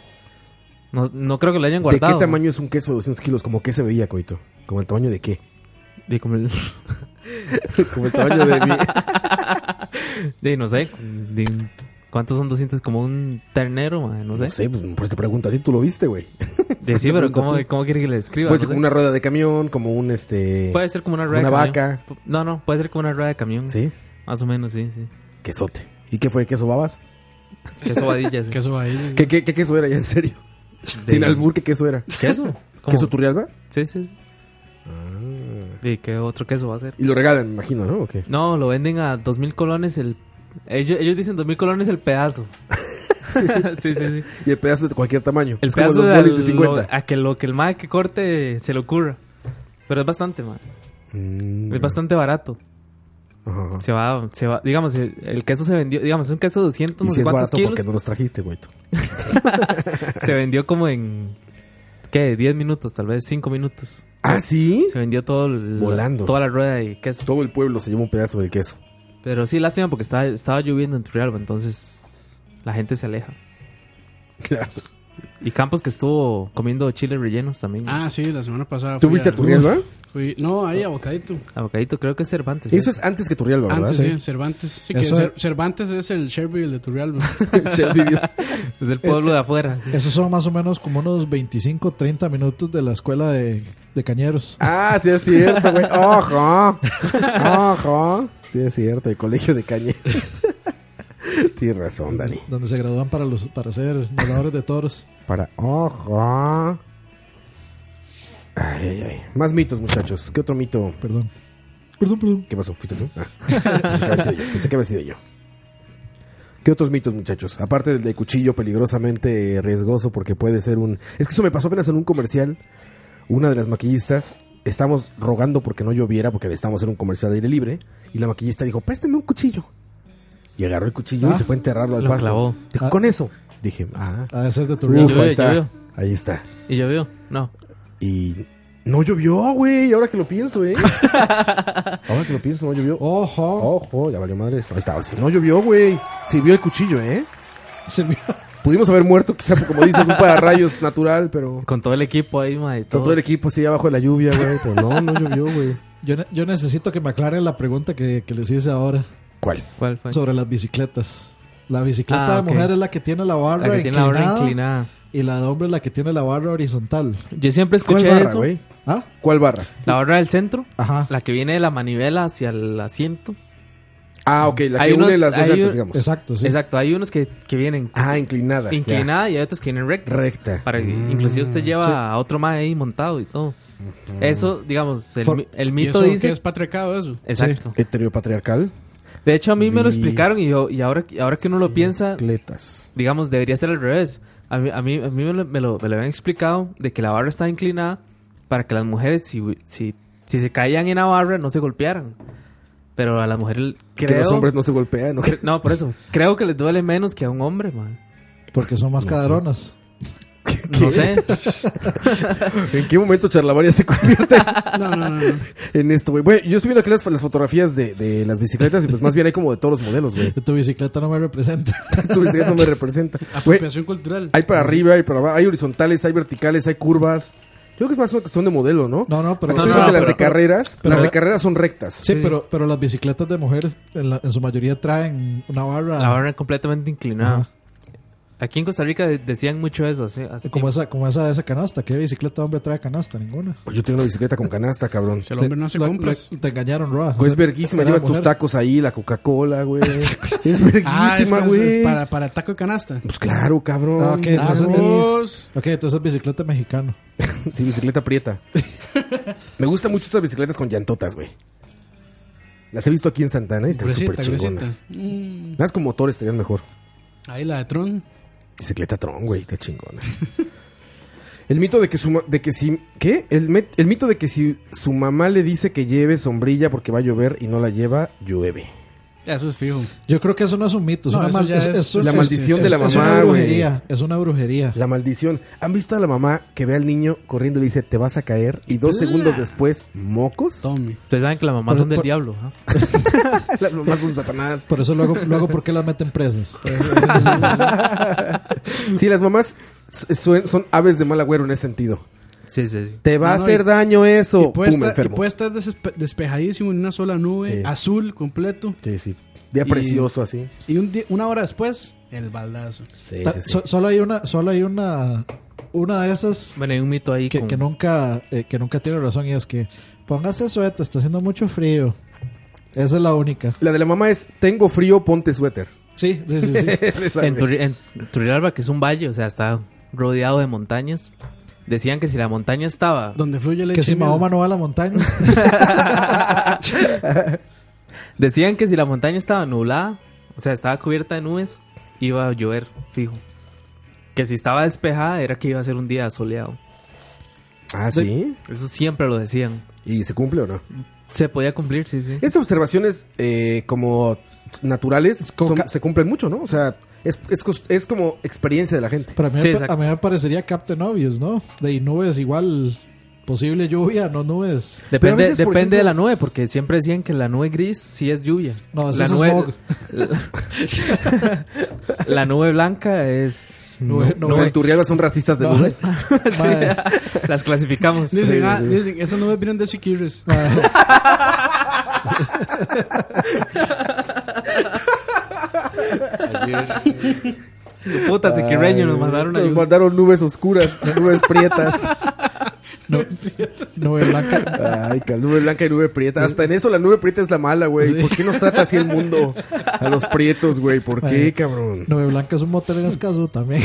No, no creo que lo hayan guardado.
¿De qué tamaño es un queso de 200 kilos? ¿Cómo qué se veía, Coito? ¿Como el tamaño de qué?
De como el-
[laughs]
[laughs]
Como el tamaño [laughs] de mi...
de, no sé. de un- ¿Cuántos son 200? Como un ternero, mae, no
No
sé.
sé, pues, pues te pregunto a ti, tú lo viste, güey.
De sí, pero ¿cómo,
tú.
¿cómo quiere que le escriba?
Puede
No
ser como
sé.
una rueda de camión, como un este...
Puede ser como una ¿eh? rueda
una
de camión.
vaca.
No, no, puede ser como una rueda de camión.
Sí,
Más o menos, sí, sí.
quesote. ¿Y qué fue? ¿Queso babas?
Queso vadilla, sí.
Queso ahí.
¿Qué, qué, qué queso era ya, en serio? Sin albur, ¿qué queso era?
¿Queso? ¿Cómo?
¿Queso Ah. turrialba?
Sí, sí. ¿Y qué otro queso va a ser?
Y lo regalan, me imagino, ¿no? ¿O qué?
No, lo venden a 2000 colones el. Ellos, ellos dicen 2000 colones el pedazo.
[laughs]
[laughs] sí, sí, sí.
Y el pedazo de cualquier tamaño.
El
es como
pedazo
los
de
bolis de
al-
50.
lo- a que lo que el mae que corte se le ocurra. Pero es bastante, mae.
Mm,
Es bastante barato.
ajá, ajá.
Se va, se va, digamos, el, el queso se vendió, digamos, es un queso de 200,
Y
no
si
sé
es
cuántos
barato,
kilos.
porque no los trajiste, güey? tú?
Se vendió como en, ¿qué? 10 minutos, tal vez 5 minutos.
¿Ah, sí?
Se vendió todo el-
Volando.
toda la rueda de queso.
Todo el pueblo se lleva un pedazo de queso.
Pero sí, lástima porque estaba, estaba lloviendo en Turrialba, entonces la gente se aleja.
Claro.
Y Campos que estuvo comiendo chiles rellenos también.
Ah, sí, la semana pasada.
¿Tú
fui
viste a Turrialba?
fui- no, ahí a Bocadito.
Abocadito, creo que es Cervantes.
Eso
¿eh?
es antes que Turrialba, ¿verdad?
Antes, sí, Cervantes. Sí, que
Eso
Cer-
es-
Cervantes es el Sherville de
[laughs]
Turrialba.
Chef vivió.
Es del pueblo de afuera.
Esos son más o menos como unos 25, 30 minutos de la escuela de, de cañeros.
Ah, sí es cierto, güey. Ojo. Ojo. Sí es cierto, el colegio de cañeros. [laughs] Tienes razón, Dani.
Donde se gradúan para los para ser nadadores de toros.
Para. Ojo. Ay, ay, ay. Más mitos, muchachos. ¿Qué otro mito?
Perdón. Perdón, perdón.
¿Qué pasó? ¿Fuiste tú? Ah. Pensé que había sido yo. Pensé que había sido yo. ¿Qué otros mitos, muchachos? Aparte del de cuchillo peligrosamente riesgoso porque puede ser un... Es que eso me pasó apenas en un comercial. Una de las maquillistas, estamos rogando porque no lloviera porque estábamos en un comercial de aire libre. Y la maquillista dijo, préstame un cuchillo. Y agarró el cuchillo y
Ah.
se fue a enterrarlo al
Lo
pasto.
clavó.
Dijo,
Ah.
con eso. Dije, ah,
A veces de tu
uf,
llovió,
ahí está.
llovió.
Ahí está.
Y llovió. No.
Y no llovió, güey. Ahora que lo pienso, ¿eh? ahora que lo pienso, no llovió.
Ojo.
Ojo, ya valió madre esto. Ahí está, si no llovió, güey. Sirvió el cuchillo, ¿eh?
Sirvió.
Pudimos haber muerto, quizá, como dices, un pararrayos natural, pero.
Con todo el equipo ahí, mae.
Con todo el equipo así abajo de la lluvia, güey. Pero no, no llovió, güey.
Yo, ne- yo necesito que me aclaren la pregunta que, que les hice ahora
¿Cuál?
¿Cuál fue?
sobre las bicicletas. La bicicleta
Ah,
de
ok.
mujer es la que tiene la barra,
la que tiene la
inclinada,
barra inclinada.
y la de hombre es la que tiene la barra horizontal.
Yo siempre
¿Cuál
escuché
barra,
eso.
güey?
¿Ah?
¿Cuál barra?
La barra del centro,
Ajá.
la que viene de la manivela hacia el asiento.
Ah, ok, la que
Hay
une
unos-
las dos
hay
llantas,
un-
digamos.
Exacto, sí.
Exacto, hay unos que, que vienen
Ah, inclinada. ya.
inclinada y hay otros que vienen rectas.
Recta.
Para,
Mm.
Inclusive usted lleva
Sí. Mm.
a otro mae ahí montado y todo. Eso, digamos, el,
For-
mi- el
¿Y
mito
eso
dice...
que es patriarcado eso?
Exacto.
Heteropatriarcal.
De hecho, a mí me lo
Vi-
explicaron y, yo- y ahora, y ahora que uno lo piensa,
Cletas.
digamos, debería ser al revés. A mí, a mí, a mí me, lo, me, lo, me lo habían explicado de que la barra está inclinada para que las mujeres, si, si, si se caían en la barra, no se golpearan. Pero a las mujeres, creo...
Que los hombres no se
[laughs]
golpean, ¿no?
cre- no, por eso. Creo que les duele menos que a un hombre, man.
Porque son más
No sé.
cadronas.
No sé.
¿En qué momento Charlavaria
[laughs]
se convierte
No, no, no. no.
en esto, güey? Bueno, yo estoy viendo aquí las, las fotografías de, de las bicicletas y pues más bien hay como de todos los modelos, güey. [laughs]
Tu bicicleta no
[laughs]
me representa.
Tu bicicleta no me representa.
Ah,
Güey,
Apropiación cultural.
Hay para arriba, hay para abajo, hay horizontales, hay verticales, hay curvas. Yo creo que es más una cuestión de modelo, ¿no?
No, no, pero...
Estoy
no, pero-
viendo que las de
pero-
carreras,
pero-
las de carreras son rectas.
Sí, pero, pero las bicicletas de mujeres en, la- en su mayoría traen una barra,
La barra completamente inclinada.
Ajá.
Aquí en Costa Rica de- decían mucho eso hace, hace
como
tiempo.
esa como esa de esa canasta. ¿Qué bicicleta hombre trae canasta? Ninguna.
Pues Yo tengo una bicicleta con canasta, cabrón.
Si el hombre no hace
La-
compras.
la- te engañaron, Roa.
Güey,
O
Pues,
es
sea,
verguísima,
era
llevas tus
mujer.
tacos ahí, la Coca-Cola,
[laughs]
güey. es
Ah, es,
verguísima,
que es-
güey.
es para, para taco de canasta.
Pues claro, cabrón.
Ah, ok, entonces
Tacos.
es, ok, entonces es bicicleta mexicano.
Sí, bicicleta prieta. Me gustan mucho estas bicicletas con llantotas, güey. Las he visto aquí en Santana y están
Gruesita,
súper
gruesita.
chingonas.
Mm,
Las con motores estarían mejor.
ahí la de Tron.
Bicicleta Tron, güey, qué chingona. El mito de que su ma- de que si ¿qué? El, met- el mito de que si su mamá le dice que lleve sombrilla porque va a llover y no la lleva, llueve.
Eso es fijo.
Yo creo que eso no es un mito, es
No,
una
eso ya
maldición.
es-
La maldición de la mamá,
Es una
güey.
brujería. Es una brujería.
La maldición. ¿Han visto a la mamá que ve al niño corriendo y le dice, te vas a caer? Y dos segundos
Ah.
después, mocos.
Tommy.
Ustedes saben que las mamás
Por-
son del
por-
diablo. ¿ah?
[laughs] Las mamás son satanás.
Por eso luego, luego ¿por qué las meten presas?
Sí, las mamás su- suen- son aves de mal agüero en ese sentido.
Sí, sí. sí.
Te va
No,
a
no,
hacer
y-
daño eso.
Y puede,
Pum,
estar, y
enfermo.
puede estar desespe- despejadísimo en una sola nube,
Sí.
azul completo.
Sí, sí. Día
Y-
precioso así.
Y un di- una hora después, el baldazo.
Sí,
Ta-
sí, sí.
Ah, so- solo hay una, solo hay una, una de esas
Bueno, hay un mito ahí
que,
con-
que nunca, eh, que nunca tiene razón y es que póngase suéter, está haciendo mucho frío. Esa es la única.
La de la mamá es, tengo frío, ponte suéter.
Sí, sí, sí, sí.
Esa,
en,
güey.
Turri- en Turrialba, que es un valle, o sea, está rodeado de montañas. Decían que si la montaña estaba.
Donde fluye el
que si
leche, mira.
Mahoma no va a la montaña.
Decían que si la montaña estaba nublada, o sea, estaba cubierta de nubes, iba a llover, fijo. Que si estaba despejada, era que iba a ser un día soleado.
Ah, sí.
Eso siempre lo decían.
¿Y se cumple o no?
Se podía cumplir, sí, sí.
Esas observaciones eh, como naturales
como
son-
ca-
se cumplen mucho, ¿no? O sea, es, es, cos- es como experiencia de la gente.
Pero a mí,
Sí,
me-
exacto.
a mí me parecería Captain Obvious, ¿no? De nubes igual, posible lluvia, no nubes.
Depende,
veces, por
depende de
ejemplo-
la nube, porque siempre decían que la nube gris sí es lluvia.
No, eso
la
es smog.
la- la nube blanca es
Nube-
no- eh.
O sea, en
nube.
Turrialba son racistas de
No.
nubes.
Sí,
Madre.
las clasificamos.
Dicen,
Sí, Ah.
ah,
sí.
dicen, esas nubes vienen de Siquirres.
Ayer,
Puta, siquireño nos mandaron
Nos
ayuda.
mandaron nubes oscuras, nubes prietas.
Nu- nube blanca.
Ay, que nube blanca y nube prieta. Hasta en eso la nube prieta es la mala, güey. ¿Por qué nos trata así el mundo a los prietos, güey? ¿Por qué,
Ay.
cabrón?
Nube blanca es un motel en Escazú también.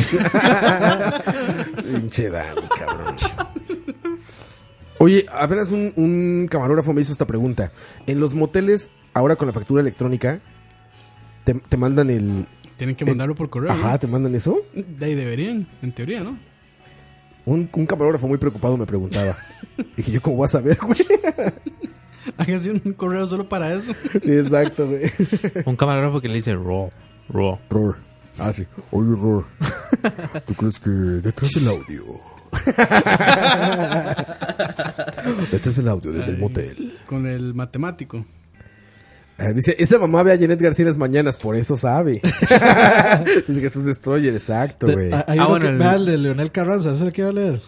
Pinche Dani, cabrón. Oye, apenas un, un camarógrafo me hizo esta pregunta. En los moteles, ahora con la factura electrónica, te, te mandan el.
[laughs] Tienen que mandarlo por correo.
Ajá, te mandan eso.
¿no? De ahí deberían, en teoría, ¿no? [laughs]
Un, un camarógrafo muy preocupado me [laughs] preguntaba. Dije, ¿yo cómo vas a ver, güey? [laughs]
Háganse un correo solo para eso.
Sí, exacto, güey.
Un camarógrafo que le dice raw, raw.
Ror. Ah, sí. Oye, Ror. ¿Tú crees que detrás del audio? detrás del audio, desde el motel.
Con el matemático.
Ah, Dice, esa mamá ve a Janet García en las mañanas, por eso sabe. Dice Jesús Destroyer, exacto,
[laughs] De-
güey.
a- hay
Ah,
uno
bueno,
que-
el-
vea el de Leonel Carranza, ese es el que iba a leer.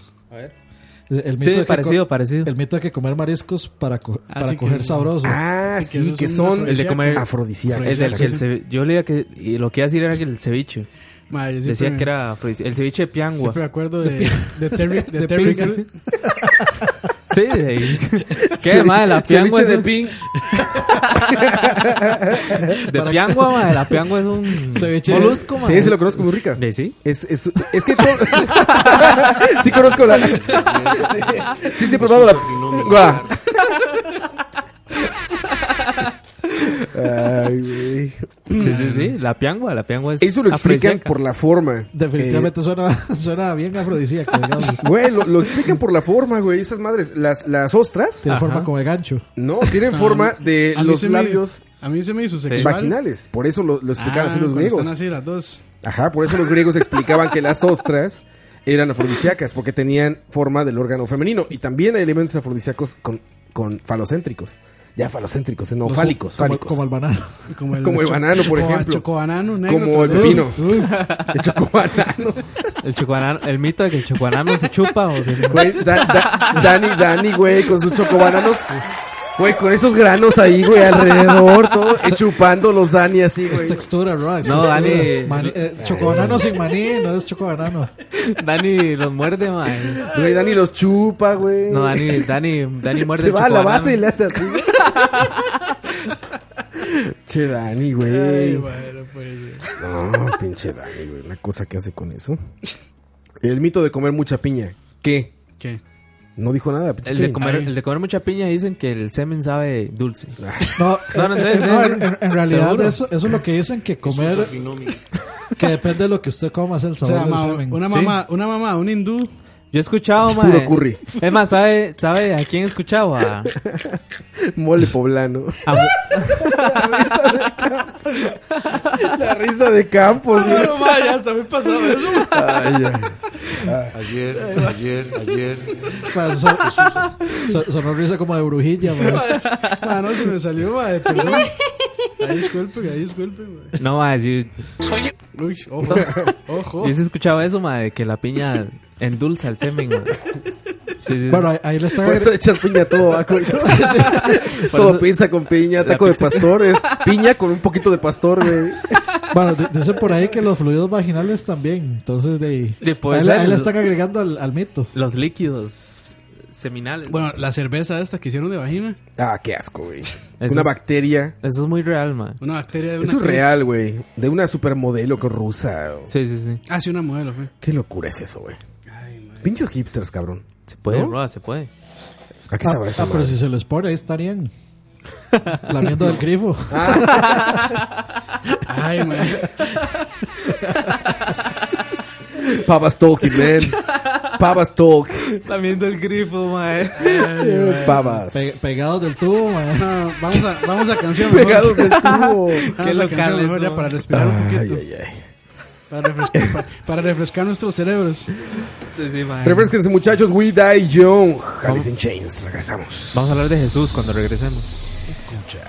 El mito
Sí,
de que
parecido,
co-
parecido.
El mito de que comer mariscos para, co-
Ah,
para
sí,
coger
que-
sabroso.
Ah,
Sí, que
sí,
esos
que
son
son
El de
Ah,
comer-
afrodisíacos.
Es del-
Exacto.
el ce- yo leía que y lo que iba a decir era que el ceviche.
Ma, yo siempre
Decía
me-
que era afrodis- el ceviche de piangua.
Siempre me acuerdo de, de Terry,
[laughs]
de
De
Terry
pinzas.
Gar-
Sí, de- ¿Qué madre? La piangua es
Ceviche de
un-
ping.
[laughs] de piangua, madre, la piangua es un
Ceviche de-
molusco,
Sí,
madre.
se lo conozco muy rica.
¿De sí?
Es, es, es que todo... [laughs] sí conozco la... sí, sí he probado la... Guau. Ay, güey.
Sí, sí, sí, la piangua, la piangua es
Eso lo explican
afrodisíaca.
por la forma.
Definitivamente suena, [laughs] suena bien afrodisíaco,
[laughs]
digamos.
Eh, güey, lo, lo explican por la forma, güey. Esas madres, las, las ostras...
Tiene
Ajá.
forma como de gancho.
No, tienen forma de
Ah, A mí
los
se me hizo-
labios
a mí se me hizo sexual.
vaginales. Por eso lo, lo explicaban
Ah,
así los
cuando
griegos.
Están así las dos.
Ajá, por eso los griegos explicaban que las ostras eran afrodisíacas, porque tenían forma del órgano femenino. Y también hay elementos afrodisíacos con, con falocéntricos. Ya falocéntricos, eh, no,
Los-
fálicos,
como,
fálicos.
como el banano.
Como el,
Como el
cho-
banano, por
chocoba-
ejemplo.
chocobanano negro.
Como el
también.
pepino. [laughs] El chocobanano.
El, chocobanano- el mito de que el chocobanano se chupa o se-
Güey, Da- Da- Dani, Dani, güey, con sus chocobananos. Güey, con esos granos ahí, güey, alrededor, todo, eh, chupándolos, Dani, así,
Es
güey.
Este
textura, ¿no? Es
No,
textura.
dale.
Maní- eh, chocobanano sin maní, no es chocobanano.
[laughs] Dani los muerde, madre.
Güey, Dani los chupa, güey.
No, Dani, Dani, Dani muerde
Se
el
va a la
chocobanano.
base y le hace así. güey. che, Dani,
Ay,
güey.
bueno, pues.
No, pinche Dani, güey. Una cosa que hace con eso. El mito de comer mucha piña. ¿Qué?
¿Qué?
No dijo nada, pinche
El de,
Kevin.
comer, el de comer mucha piña dicen que el semen sabe dulce.
No,
No, no, en serio, en
[laughs] no,
serio.
en, en- en realidad
¿Seguro?
eso, eso es lo que dicen que
Jesús
comer, [laughs]
afinó mi-
que depende de lo que usted coma, es el
O
sabor
sea,
del
ma-
semen.
una
Sí.
mamá, una mamá, un hindú.
Yo he escuchado,
Es
mae.
puro curry.
Es más, ¿sabe, ¿sabe a quién he escuchado? A,
[laughs] Mole poblano.
a Mu-
La risa de Campos, güey.
Pero, mae, ya hasta me pasó eso.
Ay, ay.
Ayer, ayer, ayer.
Mae, son- son- Sonó risa como de brujilla,
[laughs]
mae.
Ah, no, se me salió, mae,
[laughs]
perdón. Ahí disculpe, ahí disculpe, mae.
No, mae, sí,
Uy, ojo, ojo.
yo sí he escuchado eso, mae, de que la piña endulza el semen, mae. Sí, sí,
Bueno, ahí, ahí le están
Por
Pues-
eso echas piña a todo, vaco. y todo.
por
Todo
eso-
pizza con piña, taco de
[laughs]
pastores, piña con un poquito de pastor, güey.
Bueno, di- dice por ahí que los fluidos vaginales también. Entonces, de ahí,
De poder
ahí le-
ser-
ahí le están agregando al, al mito.
Los líquidos seminales.
Bueno, la cerveza esta que hicieron de vagina,
Ah, qué asco, güey.
Eso
Una
es-
bacteria.
Eso es muy real, mae.
una bacteria de una
Eso es
cruz.
real, güey. De una supermodelo que rusa. o-
Sí, sí, sí.
Ah, sí, una modelo, fue.
Qué locura es eso, güey. Pinches hipsters, cabrón.
Se puede,
¿No?
Roa, se puede.
¿A qué
Ah,
sabrá
ah,
eso?
pero si se les pone, ahí estarían. Lamiendo del grifo.
Ay, mae.
Pavas talking, man. [laughs] Pavas talk.
También del grifo, mae.
Pavas.
Pe- pegados del tubo, mae.
No, vamos a, vamos a
[laughs]
canción. mejor.
Pegados del tubo.
Vamos
Qué
a canción
locales,
mejor ya
¿no?
para respirar un
Ay,
poquito.
ay, ay.
Para, refrescar, pa- para refrescar nuestros cerebros.
Sí, sí, mae.
Refresquense, muchachos. We die young. Alice in Chains. Regresamos.
Vamos a hablar de Jesús cuando regresemos.
Escucha.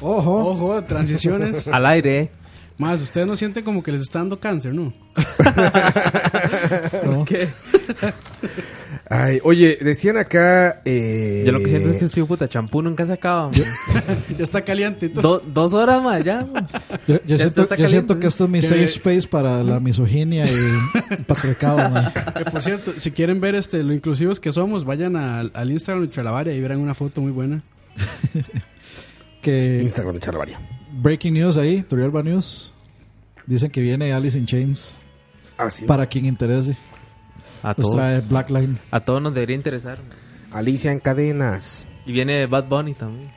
Ojo.
Ojo, transiciones.
Al aire, eh.
Más, ustedes no sienten como que les está dando cáncer, ¿no?
Ay, oye, decían acá. Eh,
Yo lo que siento es que estoy puta champú nunca se acaba. mae.
[laughs] Ya está caliente y todo.
Do- dos horas más ya. mae.
Yo, yo
Ya
siento,
está
yo siento
caliente.
que esto es mi
Que-
safe space para la misoginia
[laughs]
y el patriarcado, mae.
Que, por cierto, si quieren ver este lo inclusivos que somos, vayan al, al Instagram de Chalabaria y verán una foto muy buena.
Que
Instagram de Charlavaria.
breaking news ahí, Turrialba News. Dicen que viene Alice in Chains.
Ah, sí.
Para quien interese.
A
Pues
Nos trae
todos.
Blackline.
A todos nos debería interesar. mae.
Alicia
[laughs]
en cadenas.
Y viene Bad Bunny también.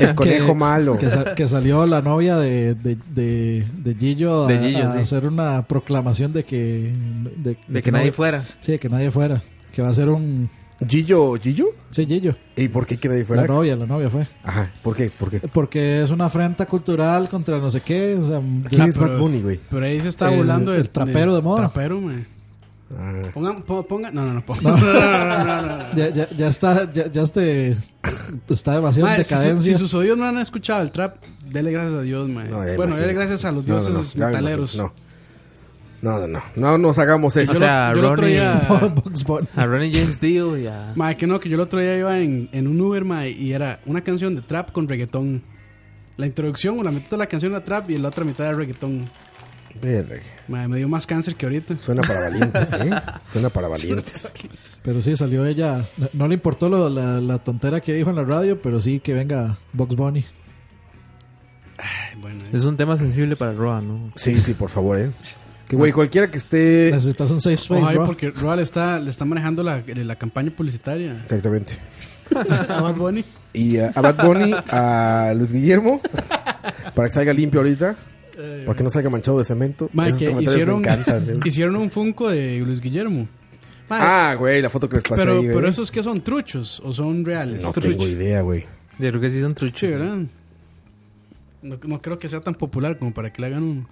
El conejo malo.
Que, sa- que salió la novia de, de, de, de Gillo a,
De Gillo,
a
sí.
hacer una proclamación de que... De,
De que
[laughs]
nadie
no-
fuera.
Sí, de que nadie fuera. Que va a ser un,
¿Gillo? ¿Gillo?
Sí, Gillo.
¿Y por qué que nadie
La
fuera?
novia, la novia fue.
Ajá, ¿por qué? ¿Por qué?
Porque es una afrenta cultural contra no sé qué. O sea,
¿Quién
la-
es Bad Bunny, güey?
Pero ahí se está
El-
volando
el trapero de moda.
Trapero, mae.
Ah,
Pongan, po- pongan- no, no, [laughs] no, pongan.
ya, ya, ya está, ya, ya este, está demasiado
Mae, si,
en
su- si
decadencia.
sus oídos no han escuchado el trap, dele gracias a Dios, mae.
No,
bueno,
ya imagino.
dele gracias a los
eh, No, no,
dioses
no, ya me
metaleros.
imagino, No. no, no, no, no nos hagamos
O
eso.
sea,
yo el otro
Ronnie-
día-
Bugs Bunny.
A Ronnie James Dio
[laughs]
y a.
Mae, que no, que yo el otro día iba en, en un Uber, mae, y era una canción de trap con reggaetón. La introducción o la mitad de la canción era trap y la otra mitad era reggaetón.
Verga,
Mae, me dio más cáncer que ahorita.
Suena para valientes, ¿eh? Suena
[laughs]
para valientes.
Pero sí, salió ella. No, no le importó lo- la, la tontera que dijo en la radio, pero sí que venga Box Bunny.
Ay, bueno, eh.
Es un tema sensible para Roa, ¿no?
Sí, sí, por favor, ¿eh? Que, güey, cualquiera que esté...
Necesitas un safe space,
Ojalá,
bro.
porque Roal está, le está manejando la, eh, la campaña publicitaria
Exactamente.
[laughs] a Bad Bunny.
Y eh, a Bad Bunny, a Luis Guillermo, para que salga limpio ahorita,
Eh.
para que no salga manchado de cemento.
Mae,
Esos
que
comentarios
hicieron,
me
[laughs]
encantan.
[laughs]
¿eh?
hicieron un Funko de Luis Guillermo. Mae,
Ah, güey, la foto que les pasé
pero,
ahí, güey.
pero esos que son truchos o son reales.
No
Truchos.
tengo idea, güey.
Yo creo que sí son
Sí,
truchos.
¿verdad? No, no creo que sea tan popular como para que le hagan uno.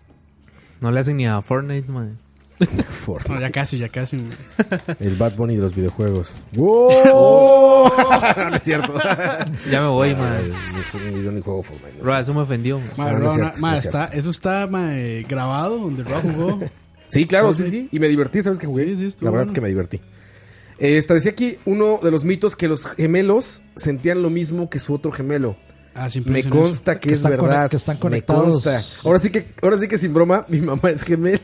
No le hacen ni a Fortnite, man.
Ford,
No, ya casi, ya casi.
[laughs]
man.
El Bad Bunny de los videojuegos.
[laughs]
¡Wow! no, no es cierto.
Ya me voy,
Ay,
man.
ni es- ni yo ni juego Fortnite. no
Roa,
sé.
eso me ofendió. man.
Ma,
Ah, no es
Roa,
cierto,
ma,
no es
está, eso está ma, eh, grabado donde Roa
[laughs]
jugó.
Sí, claro, Ah, sí, sí. Y me divertí, ¿sabes qué jugué?
Sí, sí, estuvo
la verdad
bueno.
que me divertí. Eh, establecí aquí uno de los mitos que los gemelos sentían lo mismo que su otro gemelo.
Ah, siempre
Me
dicen eso.
consta que,
Que
es
están conec-
verdad.
que están
Me
conectados.
consta. Ahora sí que, ahora sí que sin broma, mi mamá
[laughs]
es gemela.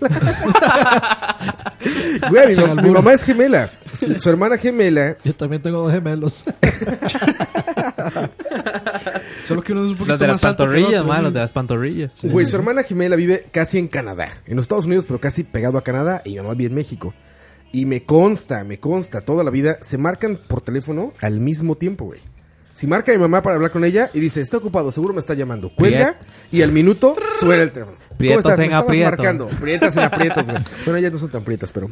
Güey, mi,
Sin
ma- mi
albur.
mamá es gemela. Su hermana gemela.
Yo también tengo dos gemelos.
Solo que uno es un poquito
Los de las
más alto que el
pantorrillas,
otro,
man.
sí.
Los de las pantorrillas.
Güey, su hermana gemela vive casi en Canadá. En los Estados Unidos, pero casi pegado a Canadá. Y mi mamá vive en México. Y me consta, me consta, toda la vida se marcan por teléfono al mismo tiempo, güey. Si marca mi mamá para hablar con ella y dice, está ocupado, seguro me está llamando. Cuelga y al minuto suena el teléfono. ¿Cómo
Prietos
estás? Me
en
estabas
aprieto.
marcando. Prietas en aprietos, güey. Bueno, ellas no son tan
[laughs]
prietas, pero...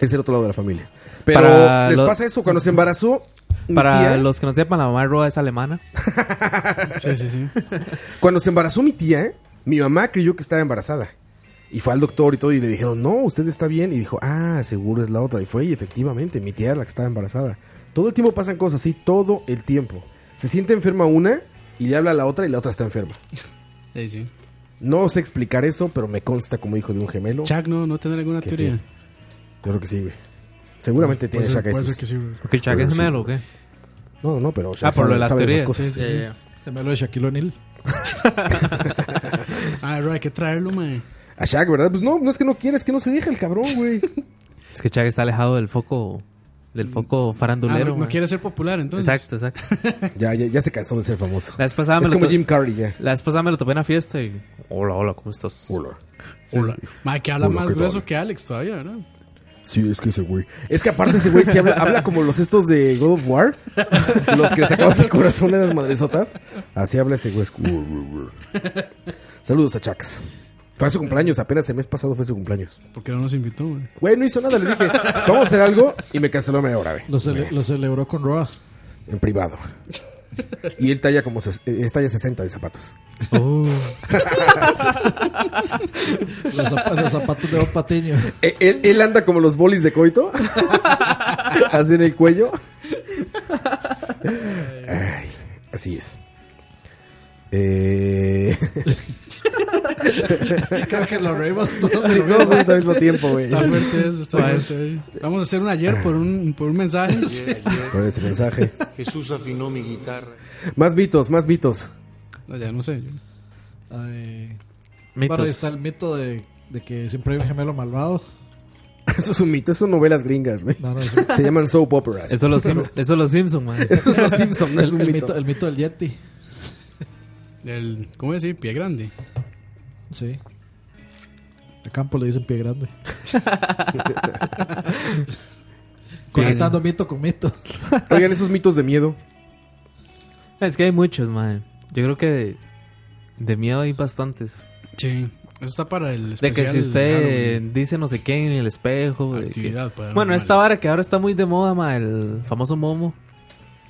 es el otro lado de la familia. Pero
Para
les
lo-
pasa eso. Cuando se embarazó, mi
Para
tía-
los que no sepan, la mamá de Roa es alemana.
Sí, sí, sí.
Cuando se embarazó mi tía, mi mamá creyó que estaba embarazada. Y fue al doctor y todo, y le dijeron, no, usted está bien. Y dijo, ah, seguro es la otra. Y fue, y efectivamente, mi tía era la que estaba embarazada. Todo el tiempo pasan cosas así, todo el tiempo. Se siente enferma una, y le habla a la otra, y la otra está enferma.
Sí, sí.
No sé explicar eso, pero me consta como hijo de un gemelo.
Chuck, no, no tendrá alguna
Que
teoría.
sí. Yo creo que sí, güey. Seguramente tiene
Puede ser-
Shaka
puede
esos.
ser que sí, bro.
Porque Chuck
Pero
es
sí.
gemelo, ¿o qué?
No, no, pero
Ah,
Shaka
por lo de las
sabe
teorías.
cosas.
sí, sí, sí.
Gemelo de Shaquille O'Neal.
Ah, Roa, hay que traerlo, Ah, mae.
A Shaq, ¿verdad? Pues no, no es que no quiera, es que no se deja el cabrón,
[laughs]
güey.
Es que Chuck está alejado del foco. Del foco
Ah,
farandulero.
no, no
man.
quiere ser popular, entonces.
Exacto, exacto. [laughs]
ya, ya, ya se cansó de ser famoso.
La vez pasada me
Es
lo
como
to-
Jim Carrey, ya.
La vez pasada me lo topé en una fiesta y. Hola, hola, ¿cómo estás?
Hola.
Hola. Ma, que habla
Hola,
más
¿qué tal?
grueso que Alex todavía, ¿verdad?
Sí, es que ese güey. Es que aparte ese güey sí habla, habla como los estos de God of War. los que sacabas el corazón de las madresotas. Así habla ese güey. Saludos a Chax. Fue a su cumpleaños, apenas el mes pasado fue su cumpleaños.
Porque no nos invitó,
[laughs]
güey.
Güey, no hizo nada, le dije, vamos a hacer algo y me canceló a media hora, güey.
Lo, cele- lo celebró con Roa.
En privado. Y él talla como ses- eh, es talla 60 de zapatos.
Los, zap- los zapatos de Don
[laughs]
Patiño.
Eh, Él, él anda como los bolis de coito. así en el cuello. Ay, así es.
[laughs]
Eh,
Creo que lo reímos todos.
sí, todos juntos al mismo tiempo, güey.
Está fuerte eso,
[laughs]
está
Pues,
fuerte. Vamos a hacer un ayer por un, por un mensaje.
[laughs] Por ese mensaje.
Jesús afinó mi guitarra.
Más mitos, más mitos. [laughs]
No, ya no sé. yo-
Ay.
Mitos.
Bueno, ahí está el mito de, de que siempre hay un gemelo malvado.
Eso es un mito, eso son novelas gringas, güey. [laughs]
No, no, es
Se llaman soap operas.
Eso los, Sims- eso los Simpsons,
[laughs]
man.
Eso es los Simpson, no es
el,
un
el
mito.
mito, el mito del Yeti.
El, ¿Cómo decir? Pie grande.
Sí. A campo le dicen
[laughs]
pie grande. Conectando mito con mito.
Oigan, esos mitos de miedo.
Es que hay muchos, man. Yo creo que de, de miedo hay bastantes.
Sí. Eso está para el
De
especial
que si usted
Halloween.
dice no sé qué en el espejo. de que-
Actividad paranormal.
Bueno, esta vara que ahora está muy de moda, ma, el famoso Momo.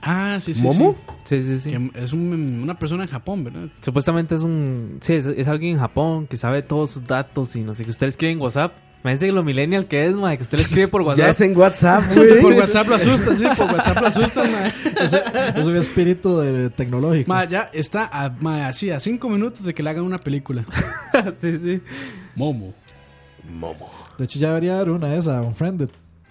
Ah, sí, sí.
¿Momo?
sí.
Sí, sí, sí.
Que es un- una persona en Japón, ¿verdad?
Supuestamente es un. Sí, es, es alguien en Japón que sabe todos sus datos y no sé qué. Usted le escribe en WhatsApp. Imagínense lo millennial que es, ma, que usted le escribe por
[laughs] Ya
WhatsApp.
es
[laughs]
en WhatsApp, güey.
Por WhatsApp lo asustan, sí, por WhatsApp lo asustan, ma.
Es, es un espíritu de- tecnológico.
Ma, ya está a, ma, así, a cinco minutos de que le hagan una película.
[laughs] sí, sí.
Momo.
Momo.
De hecho, ya debería haber una de esa, Unfriended.
[laughs]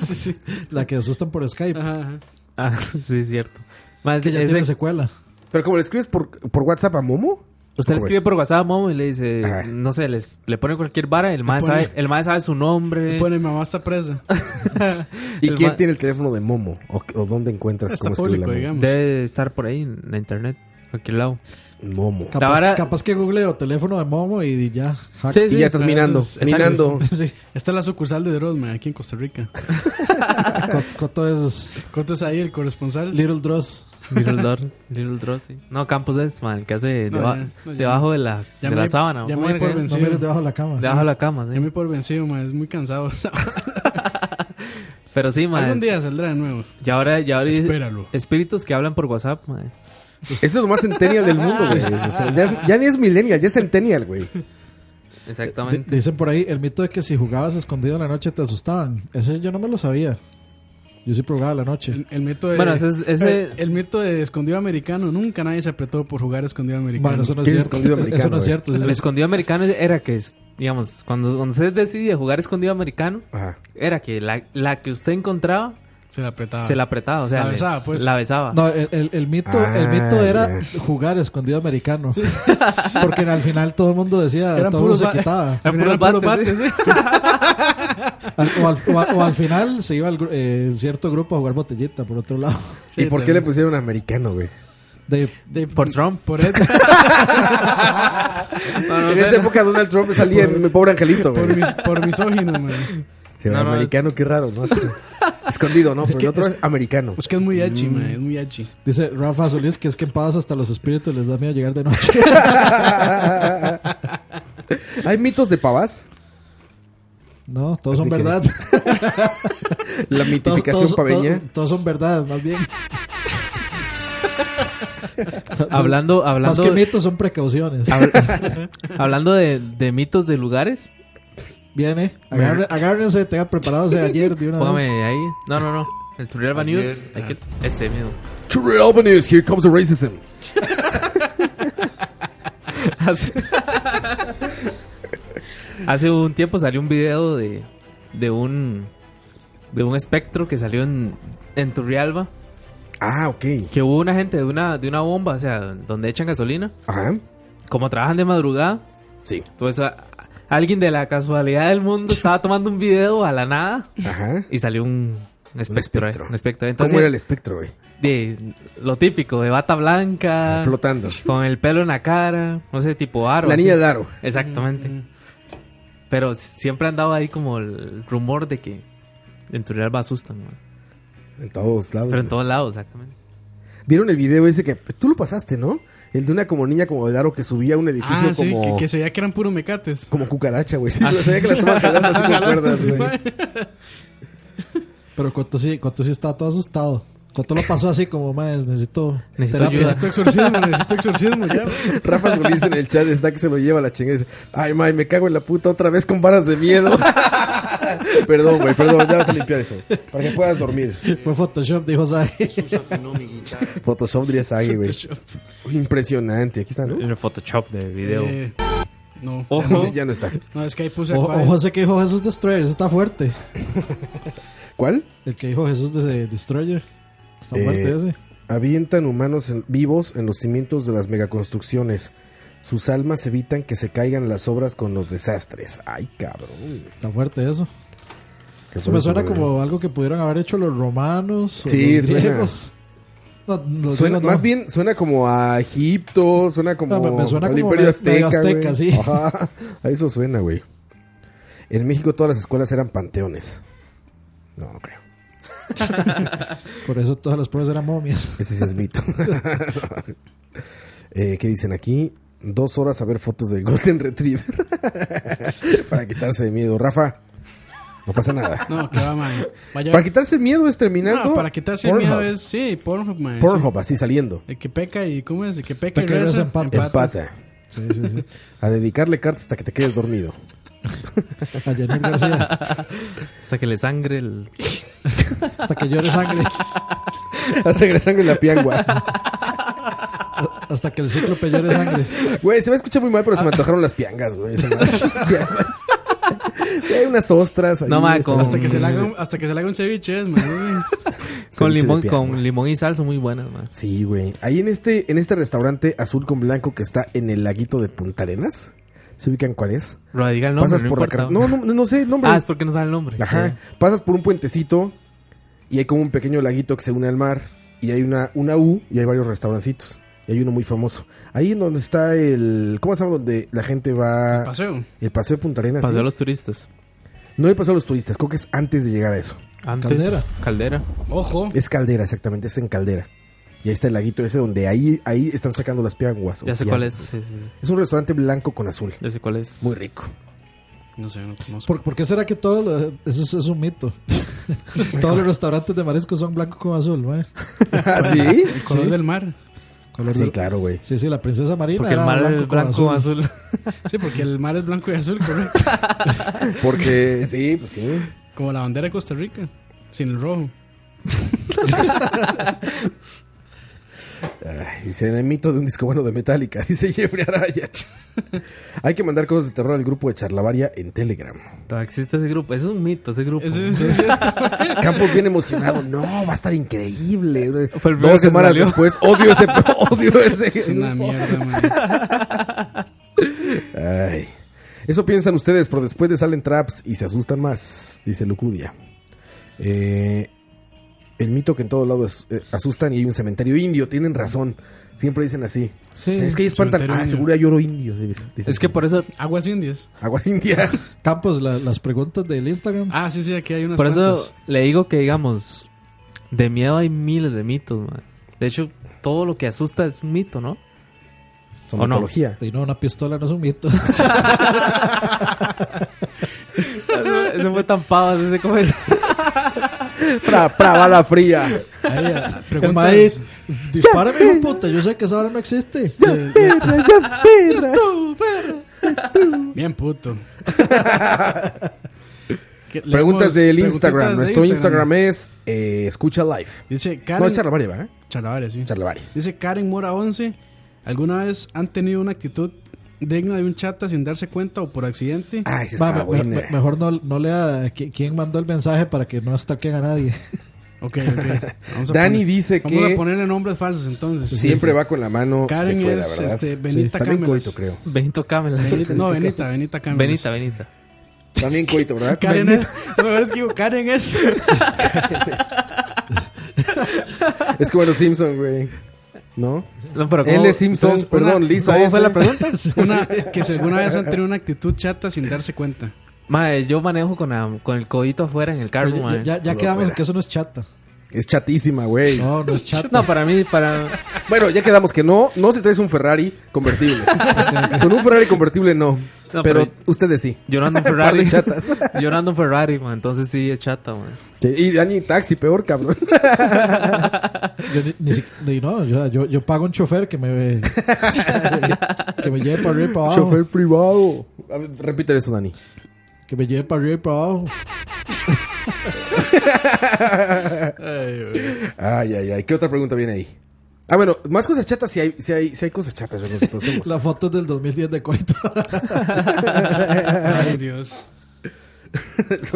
sí, sí.
La que asustan por Skype.
Ajá, ajá.
Ah, [laughs] sí, es cierto. Ma, es-
que ya
es de-
tiene secuela.
Pero como le escribes por, por WhatsApp a Momo.
usted le
¿Cómo
escribe
es?
por WhatsApp a Momo y le dice.
Ajá.
No sé, les, le pone cualquier vara. El ma
pone-
sabe, el ma sabe su nombre.
Bueno, mi mamá está presa.
¿Y
El
quién
ma-
tiene el teléfono de Momo? ¿O, o dónde encuentras
Está
cómo escribirle a
público, digamos.
Debe estar por ahí en la internet. Cualquier lado.
Momo? Momo.
La
Capaz,
vara-
capaz que googleo teléfono de Momo y ya.
Ah,
hack.
Sí,
Y
sí.
ya estás
eso
minando,
es-
minando.
[laughs] Sí.
Esta es la sucursal de Dross, ma, aquí en Costa Rica.
Co- Coto es
¿Cuánto es ahí el corresponsal?
Little Dross.
[laughs]
Little Dor, Little Dross, sí. No, Campos es, man, el que hace
No,
deba-
ya, no, ya.
debajo de la,
Ya
de
me
la
di-
sábana.
ya me
¿cómo
di por
era que era?
No
vencido. Sí.
mires debajo de la cama.
Debajo de la cama, sí.
Ya me por vencido, ma, es muy cansado. [laughs] o sea,
Pero sí, man.
Algún día saldrá de nuevo.
Ya ahora, ya ahora
Espéralo.
espíritus que hablan por WhatsApp, man.
Eso es lo más centennial del mundo, güey. O sea, ya, es- ya ni es millennial, ya es centennial, güey.
Eh,
Di-
Exactamente.
Dicen por ahí el mito de que si jugabas escondido en la noche te asustaban. Ese yo no me lo sabía. Yo siempre jugaba a la noche.
El, el mito de.
Bueno, ese es- ese-
El, el mito de escondido americano. Nunca nadie se apretó por jugar escondido americano.
Bueno, eso no es
¿Qué es
cierto.
escondido
eso
americano,
no es
güey?
cierto. eso
el
es-
escondido americano era que, es- digamos, cuando, cuando usted decidía jugar escondido americano,
Ajá.
era que la, la que usted encontraba
Se la apretaba.
se la apretaba, o sea,
Ah. La
le-
besaba, pues.
la besaba.
No, el, el- el mito, el
Ah,
mito era
ya.
jugar escondido americano. [laughs] Porque al final todo el mundo decía,
Eran
todo el
puros
mundo se
ba-
quitaba.
Al final
Puros
eran puros bates,
bates, ¿sí?
¿sí?
Al- o, al, o al- o al final se iba al, gru- eh, cierto grupo a jugar botellita, por otro lado. [laughs]
Sí,
¿Y por qué le
también.
pusieron americano, güey?
De-
De-
Por Trump.
Por eso.
en esa época Donald [laughs] Trump salía en mi pobre angelito, güey.
Por, mis, por misógino, man.
Sí,
No, no.
americano, qué raro, ¿no? Así. Escondido, ¿no? Pero el otro es, americano.
Es Pues que es muy
Mm.
hachi, man. Es muy hachi.
dice Rafa Solís que es que en paz hasta los espíritus les da miedo llegar de noche. [laughs]
¿Hay mitos de pavas?
No, todos son
Así que- [laughs]
verdad.
La
Todos,
mitificación
todos-
paveña.
todos- todos son verdad, más bien.
Hablando,
Más
hablando,
que mitos son precauciones.
[laughs] hablando de, de mitos de lugares,
Ah,
Viene, agárren- eh. agárrense, tengan
[laughs]
preparados de ayer de una vez.
póngame ahí. No, no, no. El Turrialba
Ayer-
News,
ah.
hay que, ese miedo.
True Albanies, here comes the racism.
Hace, [laughs] Hace un tiempo salió un video de, de un de un espectro que salió en, en Turrialba,
Ah, ok.
que hubo una gente de una, de una bomba, o sea, donde echan gasolina,
Ajá.
como trabajan de madrugada,
Sí.
entonces Pues, a- alguien de la casualidad del mundo
[laughs]
estaba tomando un video a la nada
Ajá.
y salió un, un espectro.
espectro.
eh, un espectro. Entonces,
¿Cómo era el espectro, güey?
de- lo típico, de bata blanca,
Flotando.
con el pelo en la cara, no sé, tipo aro.
La
así.
niña de Mm. Aro.
Exactamente. Pero siempre han dado ahí como el rumor de que en Turrialba asustan, man.
En todos lados.
Pero en
güey.
todos lados, exactamente.
¿Vieron el video ese que tú lo pasaste, no? El de una como niña como de Aro que subía a un edificio
Ah, sí,
como,
que, que se veía que eran puros mecates.
como cucaracha, güey. [laughs] Ah, Sí, sabía que la estaban jalando [laughs] así con cuerdas,
Sí,
güey.
man.
Pero Coto sí, Coto sí estaba todo asustado. Coto lo pasó así como, más necesito,
Necesito
terapia".
ayuda.
Necesito exorcismo, necesito exorcismo ya.
Rafa Solís en el chat está que se lo lleva la chingada. y dice, Ay, mae, me cago en la puta otra vez con varas de miedo. perdón, güey, perdón. Ya vas a limpiar eso. Para que puedas dormir.
[laughs] Fue Photoshop, dijo Sai.
Photoshop Dries Agui, güey. Uy, Impresionante. Aquí está, ¿no?
En el Photoshop de video.
Eh, no.
Ojo.
Ya no está.
No, es que ahí puse
O-
acuario.
Ojo, ese que dijo Jesús Destroyer, ese está fuerte.
¿Cuál?
El que dijo Jesús de- Destroyer, está
Eh,
fuerte ese.
Avientan humanos en- vivos en los cimientos de las megaconstrucciones. Sus almas evitan que se caigan las obras con los desastres. Ay, cabrón.
Está fuerte eso.
Qué
Eso me suena
fuerte,
como algo que pudieron haber hecho los romanos o
Sí,
los
suena.
griegos. No, los
Suena,
griegos no.
Más bien suena como a Egipto, suena como
No, me- me suena
al
como
Imperio
me-
Azteca.
medio azteca,
güey.
sí.
Ajá, a eso suena, güey. En México todas las escuelas eran panteones. No, no creo.
Por eso
[laughs]
todas las pruebas eran momias.
Ese sí es mito. Eh, ¿Qué dicen aquí? Dos horas a ver fotos de Golden Retriever [laughs] para quitarse de miedo. Rafa, no pasa nada.
No, que va, mae. Vaya.
Para quitarse el miedo es terminando.
No, para quitarse el
Pornhub.
miedo es. Sí, Pornhub, mae. sí.
Pornhub, así saliendo.
El que peca y. ¿Cómo es? El que peca
Peca
y
y
reza.
reza, empata.
Empata. A dedicarle cartas hasta que te quedes dormido.
A Janine García.
Hasta que le sangre el.
Hasta que llore sangre.
[laughs]
[laughs]
Hasta que le sangre la piangua.
Hasta que el cíclope llore sangre.
[laughs] Güey, se va a escuchar muy mal, pero se me antojaron las piangas, güey. Se me antojaron las [laughs] piangas. Y Hay unas ostras. ahí,
No, ma,
este,
con-
Hasta que, se le haga un, hasta que se le haga un ceviche, es, mae.
Con
ceviche de
limón,
piangua.
con limón y salsa, muy buena, man.
Sí, güey. Ahí en este, en este restaurante azul con blanco que está en el laguito de Punta Arenas. ¿Se ubican cuál es?
Radical nombre,
Pasas
no
por la
importa,
car-
ma.
No, no, no sé el nombre.
Ah, es porque no sabe el nombre.
Ajá.
Sí.
Pasas por un puentecito y hay como un pequeño laguito que se une al mar. Y hay una, una U y hay varios restaurancitos. Y hay uno muy famoso. Ahí en donde está el. ¿Cómo se llama? Donde la gente va. El paseo,
Paseo.
de Punta Arenas.
Pasó
¿sí?
a los turistas.
No hay paseo a los turistas. Creo que es antes de llegar a eso.
Antes,
Caldera.
Caldera.
Ojo.
Es Caldera, exactamente. Es en Caldera. Y ahí está el laguito ese donde ahí, ahí están sacando las pianguas. o
Ya sé cuál es.
pianguas.
Sí, sí, sí.
Es un restaurante blanco con azul.
Ya sé cuál es.
Muy rico. [laughs]
No sé, no conozco.
¿Por, por qué será que todo lo- eso es, es un mito? Todos los restaurantes de mariscos son blanco con azul, güey.
¿Ah, sí?
El color del mar.
Color
Sí,
de-
claro, güey.
Sí, sí, la princesa marina.
Porque el
era
mar
blanco
blanco,
con
blanco
azul.
azul. [laughs]
Sí, porque el mar es blanco y azul, correcto.
Porque, sí, pues sí.
Como la bandera de Costa Rica. Sin el rojo.
Ay, dice, en el mito de un disco bueno de Metallica, [laughs] dice Jeffrey Araya. Hay que mandar cosas de terror al grupo de Charlavaria en Telegram.
Todavía Existe ese grupo. Eso es un mito, ese grupo.
Eso es-
[laughs]
es-
Campos bien emocionado. No, va a estar increíble.
Fue el primero
Dos
que
semanas
salió.
después,
[laughs]
odio ese. Odio ese.
es una mierda, mae.
Ay. Eso piensan ustedes, pero después de salen traps y se asustan más, dice Lucudia. Eh, el mito que en todo lado es- eh, asustan y hay un cementerio indio, tienen razón. Siempre dicen así.
Sí,
O sea, es que ahí espantan.
cementerio
Ah,
indio.
seguro hay oro indio. dicen.
Es que por eso,
Aguas indias.
Aguas indias.
Campos, la- las preguntas del Instagram.
Ah, sí, sí, aquí hay unas
por eso
cuantas.
le digo que, digamos, de miedo hay miles de mitos, man. De hecho, todo lo que asusta es un mito,
[laughs]
¿no?
Son
¿O no?
mitología.
Y no, una pistola no es un mito.
Eso, eso fue tan pavas ese comentario.
Pra, pra, bala fría.
Ahí, ah,
el
preguntas.
maíz. Dispárame, hijo puta. Yo sé que esa hora no existe. Eh,
Bien
[laughs]
puto. Que leemos
Preguntas del
preguntitas
Instagram.
de
Nuestro Instagram, es eh, Escucha Live.
Dice
No,
Karen.
es Charlavaria, ¿verdad?
Charlavaria, sí.
Charlavaria.
Dice Karen Mora 11. ¿Alguna vez han tenido una actitud digna de un chata sin darse cuenta o por accidente?
Ay, se
Va,
está
me-
buena.
me- mejor no, no lea qui- quién mandó el mensaje para que no stalkeen a nadie.
Ok,
[laughs]
ok. Vamos a
Dani
poner-
dice
vamos
que-
a ponerle nombres falsos entonces.
Siempre va con la mano.
Karen
de fuera,
es,
¿verdad?
este, Benita
También
Cámeras.
coito, creo.
[laughs] Benito Camela.
Benita- no, Benita, Benita Cámeras.
Benita, Benita.
También coito, ¿verdad?
Karen es. Lo peor es que digo, Karen es.
[laughs] Es como los Simpson, güey. ¿no?
No, pero
Él
¿cómo-
es Simpson,
entonces,
perdón,
una-
Lisa.
¿Cómo
ese.
fue la pregunta?
[laughs] Una, que si alguna vez han tenido una actitud chata sin darse cuenta.
Mae, yo manejo con, la- con el codito afuera en el carro,
Pero ya-
mae.
ya ya
Lo
quedamos en
fuera.
que eso no es chata.
Es chatísima, güey.
[laughs]
No, no es chata.
No, para mí, para...
Bueno, ya quedamos que no, no si traes un Ferrari convertible. con un Ferrari convertible no.
No,
pero,
pero-
ustedes sí.
Yo no
[laughs]
ando en
Par de
Ferrari. [laughs]
chatas.
yo no ando en Ferrari, mae, Entonces sí, es chata, mae.
Y Dani taxi, peor, cabrón.
Yo ni, ni si- ni- no, yo, yo, yo pago un chofer que me [laughs] que, que me lleve para arriba y para abajo.
Chofer privado. A ver, repítele eso, Dani.
Que me lleve para arriba y para abajo.
Ay, ay, ay. ¿Qué otra pregunta viene ahí? Ah, bueno, más cosas chatas. Si hay, si hay, si hay cosas chatas, yo creo que todos hacemos. [laughs]
La foto del 2010 de Coito.
Ay, Dios.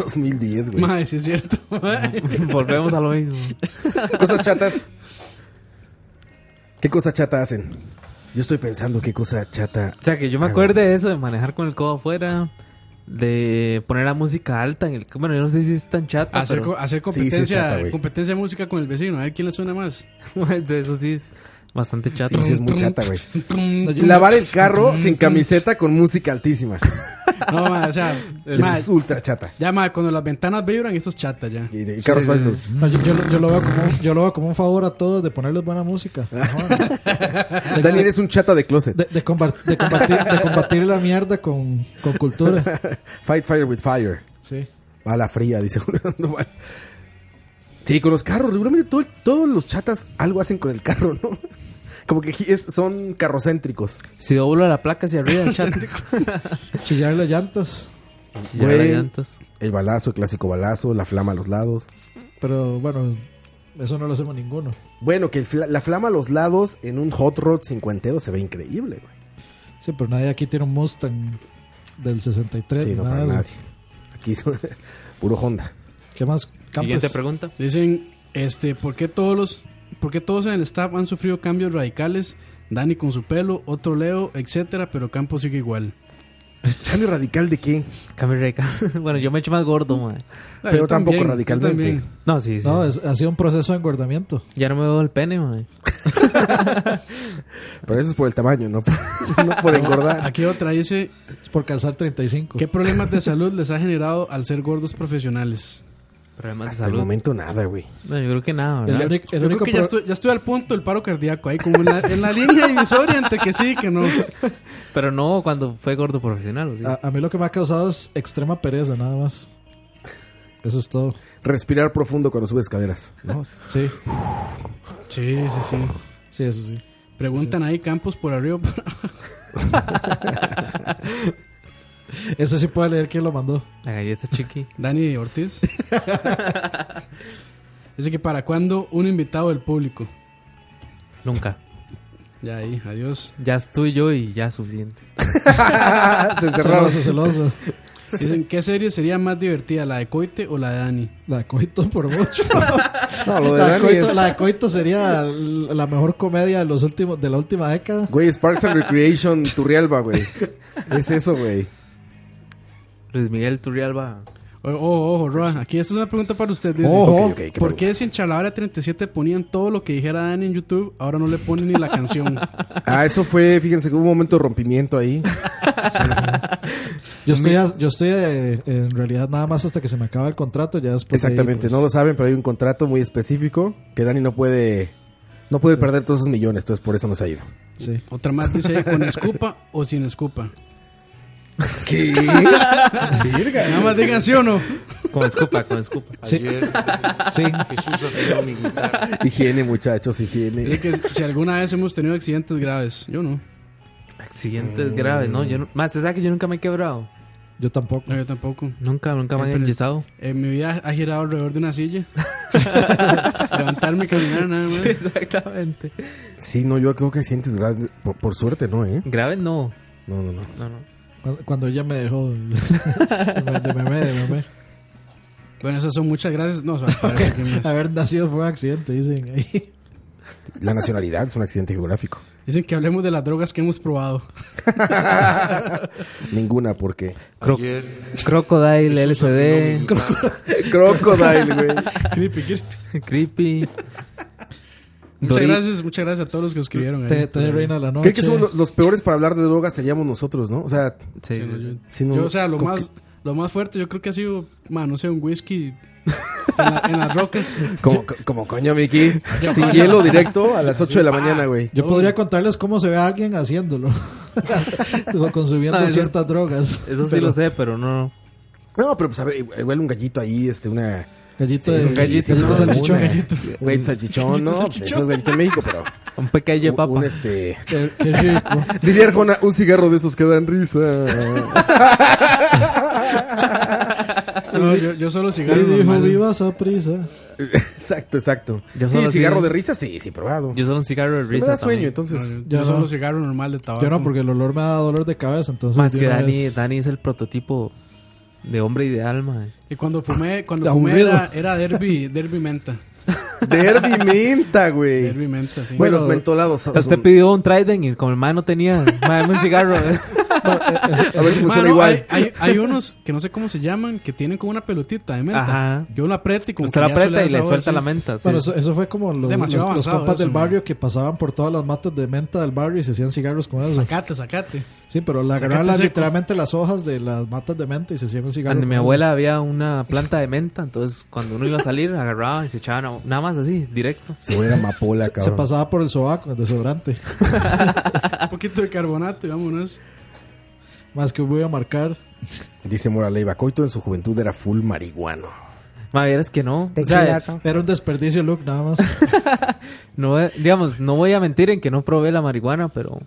2010, güey.
Madre, sí es
[laughs]
cierto.
[laughs] Volvemos a lo mismo.
Cosas chatas. ¿Qué cosa chata hacen? Yo estoy pensando qué cosa chata.
O sea, que yo me acuerdo de eso, de manejar con el codo afuera, de poner la música alta en el... Bueno, yo no sé si es tan chata,
Hacer, co-
pero...
hacer
Sí, sí es
competencia,
chata, güey.
competencia de música con el vecino, a ver quién le suena más.
[laughs] mae, pues, eso sí, bastante chato.
Sí, sí, es muy chata, güey.
No, yo-
Lavar el carro sin camiseta con música altísima.
No, ma, o
[laughs]
sea, ma,
Es ultra chata.
ya, ma, cuando las ventanas vibran, esto es chata ya.
Y, y Carlos Paz,
No, yo, yo lo- yo lo veo como, yo lo veo como un favor a todos de ponerles buena música.
Ah. [laughs] Daniel es un chata de closet.
De, de combat- de combatir, de combatir la mierda con, con cultura.
Fight fire with fire.
Sí.
Bala fría, dice [laughs] Julio Sandoval. Sí, con los carros. Seguramente todo- todos los chatas algo hacen con el carro, ¿no? [laughs] Como que es- son carrocéntricos.
Si doblo la placa hacia
[laughs]
arriba, chat,
Chillarle llantas.
ya
Güey.
hay llantas.
El balazo, el clásico balazo, la flama a los lados.
Pero bueno, eso no lo hacemos ninguno.
Bueno, que el fla- la flama a los lados en un hot rod cincuentero se ve increíble, güey.
Sí, pero nadie aquí tiene un Mustang del 63.
Sí, no
nada
para
de eso.
nadie. Aquí es [laughs] puro Honda.
¿Qué más?
Siguiente
Campos?
pregunta.
Dicen, este, ¿por qué todos los, por qué todos en el staff han sufrido cambios radicales? Dani con su pelo, otro Leo, etcétera, pero Campo sigue igual.
¿Cambio radical de qué?
Cambio de ca- [laughs] bueno, yo me he hecho más gordo, man.
Ah,
Pero
yo
tampoco
yo
radicalmente.
también.
No, sí, sí.
No, es- ha sido un proceso de engordamiento.
Ya no me veo el pene, man.
Pero eso es por el tamaño, no [laughs] por, no por engordar.
Aquí otra dice,
Es por calzar 35.
¿qué problemas de salud les ha generado al ser gordos profesionales?
Problemas de
Hasta el
salud.
momento nada, güey.
No, yo creo que nada,
El
¿verdad?
único- el
Yo
único
creo que ya
pro-
estoy, ya estoy al punto del paro cardíaco, ahí como en la, en la línea divisoria entre que sí y que no.
Pero no cuando fue gordo profesional, ¿o sí?
Ah,
a, a mí lo que me ha causado es extrema pereza, nada más. Eso es todo.
Respirar profundo cuando subes escaleras. ¿no?
Sí,
Sí, sí, sí.
sí, eso sí.
Preguntan ahí Campos por arriba. [laughs]
Ese sí puede leer quién lo mandó.
La galleta chiqui.
Dani Ortiz. Dice que para cuándo un invitado del público.
Nunca.
Ya ahí, adiós.
Ya estoy yo y ya es suficiente.
Se cerraron.
Celoso, celoso.
Dicen, ¿qué serie sería más divertida, la de Coite o la de Dani?
La de Coito por mucho.
No, [laughs] lo de
La de,
Dani
Coito,
es...
la de Coito sería l- la mejor comedia de, los últimos, de la última década.
Güey, Sparks and Recreation, Turrialba, güey. Es eso, güey.
Luis Miguel Turrialba.
O- Ojo, ojo, Roa. Aquí esta es una pregunta para usted. Dice,
Pues Ojo. Ok, ok, ¿qué
¿Por
pregunta?
qué si en Chalabra 37 ponían todo lo que dijera Dani en YouTube, ahora no le ponen ni la
[laughs]
canción?
Ah, eso fue, fíjense que hubo un momento de rompimiento ahí.
Yo estoy, a- yo estoy eh, en realidad nada más hasta que se me acaba el contrato. Ya después de ahí,
Exactamente,
pues,
no lo saben, pero hay un contrato muy específico que Dani no puede no puede perder todos esos millones, entonces por eso nos ha ido.
sí.
Otra más dice, ¿con escupa o sin escupa?
¿Qué?
Nada más digan sí o no.
Con escupa, con escupa.
Ayer Jesús afinó mi guitarra.
[laughs] higiene, muchachos, higiene.
Dice que si alguna vez hemos tenido accidentes graves. Yo no.
Accidentes graves, ¿no? Yo no- Más, ¿se sabe que yo nunca me he quebrado?
Yo tampoco.
No, yo tampoco.
Nunca, nunca me
Eh,
han
pero-
enyesado.
En mi vida ha girado alrededor de una
[laughs]
silla. Levantarme y caminar nada más.
Sí, exactamente.
Sí, no, yo creo que sientes grande. Por, por suerte, no, ¿eh?
Graves no.
No, no, no.
No, no.
Cuando, cuando ella me dejó de me- [laughs] de meme, de meme.
Bueno, esas son muchas gracias. No, o
[laughs]
sea, parece que más.
Haber nacido fue un accidente, dicen ahí.
La nacionalidad es un accidente geográfico.
Dicen que hablemos de las drogas que hemos
[laughs]
probado.
Ninguna, porque.
Cro-
Ayer
Crocodile, LCD,
[laughs] Crocodile, güey.
creepy, creepy.
[laughs] Creepy.
Muchas
Dorit-
gracias, muchas gracias a todos los que escribieron. ahí.
Te, te reina la noche.
Creo que somos los, los peores para hablar de drogas seríamos nosotros, ¿no? O sea,
Sí,
Yo,
sí, sí.
yo-
Si no-
yo, o sea, lo
¿con
más, lo más fuerte yo creo que ha sido, man, no sé, un whisky en, la- en las rocas.
como, como coño, Miki. Sin hielo directo a las 8 de la mañana, güey.
Yo podría contarles cómo se ve a alguien haciéndolo. [laughs] O consumiendo
Ah, eso es-
ciertas drogas.
Eso sí
Pero
lo sé, pero no.
No, pero pues a ver, igual igual un gallito ahí, este, una.
Gallito de
Sí, sí,
gallito,
sí,
gallito
no,
salchichón.
una- Güey, salchichón, no, pues, eso es gallito en México, pero.
Un pequeño
Un,
papa.
un, este.
Qué, qué rico.
Diría Arjona, un cigarro de esos que dan risa.
No, yo, yo solo
Y
cigarro
dijo,
normal.
vivas a prisa.
exacto, exacto.
Yo
Sí,
solo
cigarro
sí.
de risa, sí, sí, probado.
Yo solo un cigarro de
me
risa.
da sueño,
también.
No,
entonces.
yo,
Yo
yo solo
no.
cigarro normal de tabaco.
Yo no, porque el olor me da dolor de cabeza, entonces...
Más
yo
que
una
Dani,
vez-
Dani es el prototipo de eh. hombre ideal, man.
Y cuando fumé, cuando
Aburrido.
fumé era, era derby, derby menta.
Derby [laughs] menta, güey.
Derby menta, sí.
Bueno, los mentolados. son-
Usted pidió un Trident y como el man no tenía, man, dame un cigarro.
A ver si
Mano,
funciona igual.
Hay, hay- hay unos que no sé cómo se llaman, que tienen como una pelotita de menta.
Ajá.
Yo la aprieto y como que
Usted la
ya eso
aprieta
da
y le
sabor,
suelta
sí.
la menta. sí.
Bueno, eso, eso fue como los, los,
Demasiado
los
avanzado
compas
eso,
del
man.
barrio que pasaban por todas las matas de menta del barrio y se hacían cigarros con eso.
Sacate, sacate.
Sí, pero la
Sacate
agarraban las-
seco.
literalmente las hojas de las matas de menta y se hacían un cigarro.
Ande,
con
mi
eso.
abuela había una planta de menta, entonces cuando uno iba a salir agarraba y se echaba na- nada más así, directo.
Se huele a amapola,
se
cabrón.
pasaba por el sobaco, el desodorante.
Un poquito de carbonato y vámonos.
Más que voy a marcar.
Dice Mora Leiva, Coito en su juventud era full marihuano.
Ma, vieras que no. O sea,
Tequila, ¿no?
Era un desperdicio, look, nada más.
no, eh, digamos, no voy a mentir en que no probé la marihuana, pero,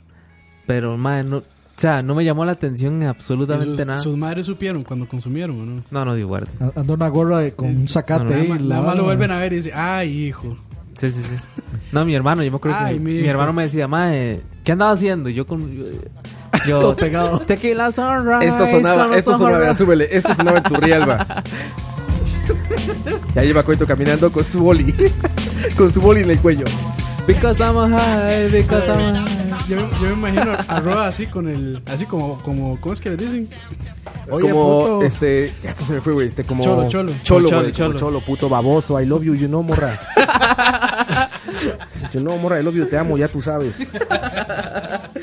pero, ma, no, o sea, no me llamó la atención
Y
absolutamente
Sus,
nada.
sus madres supieron cuando consumieron, ¿o ¿no?
No, no, digo, guarda.
Anda una gorra de- con un
No,
sacate.
no,
ahí,
Nada más- nada más
lavado.
lo vuelven a ver y dicen, ay, hijo.
Sí, sí, sí. No, mi hermano, yo me acuerdo
Ay,
que
mi
mi,
hijo.
hermano me decía, ma, eh, ¿qué andaba haciendo? Y yo con... Yo, yo-
[laughs]
[laughs]
Todo pegado.
Tequila sunrise.
Esto sonaba,
con
esto
los
sonaba,
ojos rojos".
súbele, esto sonaba
[laughs]
en Turrialba. Ya lleva Coito caminando con su boli. [laughs] Con su boli en el cuello.
Because I'm high, because I'm high.
Yo, yo me imagino a Roa así con el. Así como, como ¿cómo es que le dicen? Oye,
como
puto.
este, ya se me fue, güey, este como
Cholo, cholo.
cholo,
Cholo,
güey, como
cholo.
cholo, puto baboso, I love you, you
[laughs]
know, morra. you know, morra, I love you, te amo, ya tú sabes.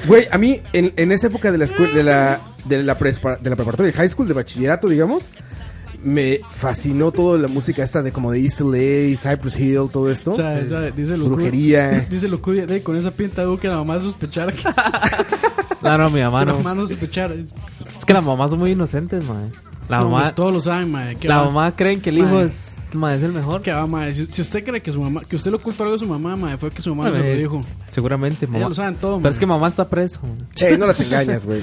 Güey, a mí en, en esa época de la escuela de la de la, prespa- de la preparatoria, de high school, de bachillerato, digamos, me fascinó toda la música esta de como de East LA, Cypress Hill, todo esto.
O sea, o sea, dice lo
Brujería.
Dice lo cudia, de, con esa pinta de que la mamá sospechara que
No, no, mi mamá
la
no.
mamá no sospechara.
Es que las mamás son muy inocentes, ma. La
no,
mamá...
pues, todos lo saben, mae. que
La
va-
mamá creen que el hijo
Mae.
es, mae, es el mejor.
que va, mae. Si, si usted cree que su mamá, que usted le ocultó algo a su mamá, mae, fue que su mamá se
Mae,
lo
es-
dijo.
Seguramente, mamá.
Ellos lo saben todo,
Pero es
mae.
que mamá está preso.
Che, no las
[laughs]
engañas, güey.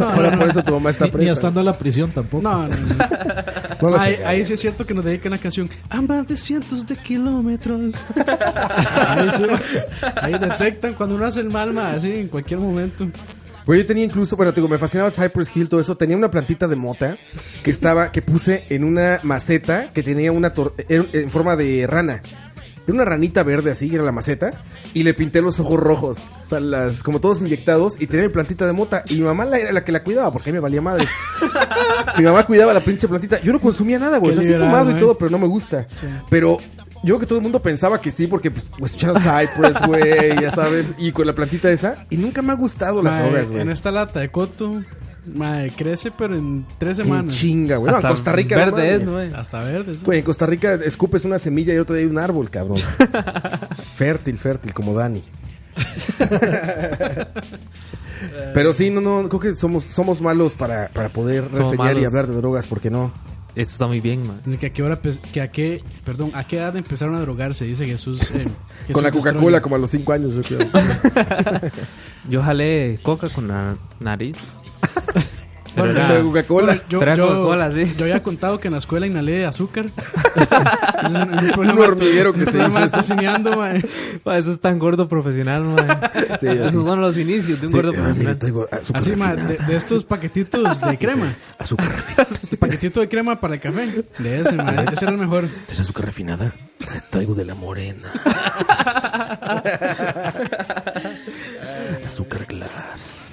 Ahora por eso tu mamá está
Ni- Ni
presa.
estando en la prisión tampoco.
No, no, no.
No eh. las
ahí,
engañas.
ahí sí es cierto que nos dedican la canción a más de cientos de
[laughs]
kilómetros. ahí, sí, ahí detectan cuando uno hace el mal, mae, así en cualquier momento.
Güey, yo tenía incluso, bueno, te digo, me fascinaba Cypress Hill, todo eso. Tenía una plantita de mota que estaba, que puse en una maceta que tenía una tor- en, en forma de rana. Era una ranita verde así, era la maceta, y le pinté los ojos rojos, o sea, las, como todos inyectados, y tenía mi plantita de mota. Y mi mamá la- era la que la cuidaba, porque a mí me valía madre. [laughs] mi mamá cuidaba la pinche plantita. Yo no consumía nada, güey, o
Qué
sea, sí
liberal,
fumado y
¿eh?
todo, pero no me gusta. Pero yo creo que todo el mundo pensaba que sí, porque pues, pues echaron Cypress, güey, ya sabes, y con la plantita esa, y nunca me ha gustado las
Mae,
drogas, güey.
en esta lata de coto, mae, crece pero en tres
En
semanas.
chinga, güey. No, en
Hasta
Costa Rica no
Verde es,
mames.
güey.
Hasta verdes. ¿no?
Güey, en Costa Rica escupes una semilla y otro día hay un árbol,
[laughs]
cabrón. fértil, fértil, como Dani. Pero sí, no, no, creo que somos, somos malos para, para poder
Somos
reseñar y
malos.
hablar de drogas, porque no.
Eso está muy bien, man.
Dice que a qué hora, pues, que a qué, perdón, a qué edad empezaron a drogarse, dice Jesús. eh, Jesús
[laughs] Con la
Destroyer.
Coca-Cola como a los 5 años, yo creo.
Yo jalé coca con la
[laughs]
nariz. Pero
Con
era-
la Coca-Cola.
Yo,
Trae
yo-
Coca-Cola, sí.
yo había contado que en la escuela inhalé
[laughs]
azúcar. Es un, un
Un hormiguero que se
problema
hizo eso.
tocineando, mae.
Ma, Eso es tan gordo profesional, man.
[laughs] Sí, así.
Esos son los inicios de un
Sí,
gordo
ah, mira,
profesional.
traigo azúcar
Así, mae,
refinada.
de, de estos paquetitos
[laughs]
de crema. Este
Azúcar refinada.
Paquetito de crema para el café. De ese, mae. Ese era el mejor.
¿Es azúcar refinada? Traigo de la morena. azúcar glass.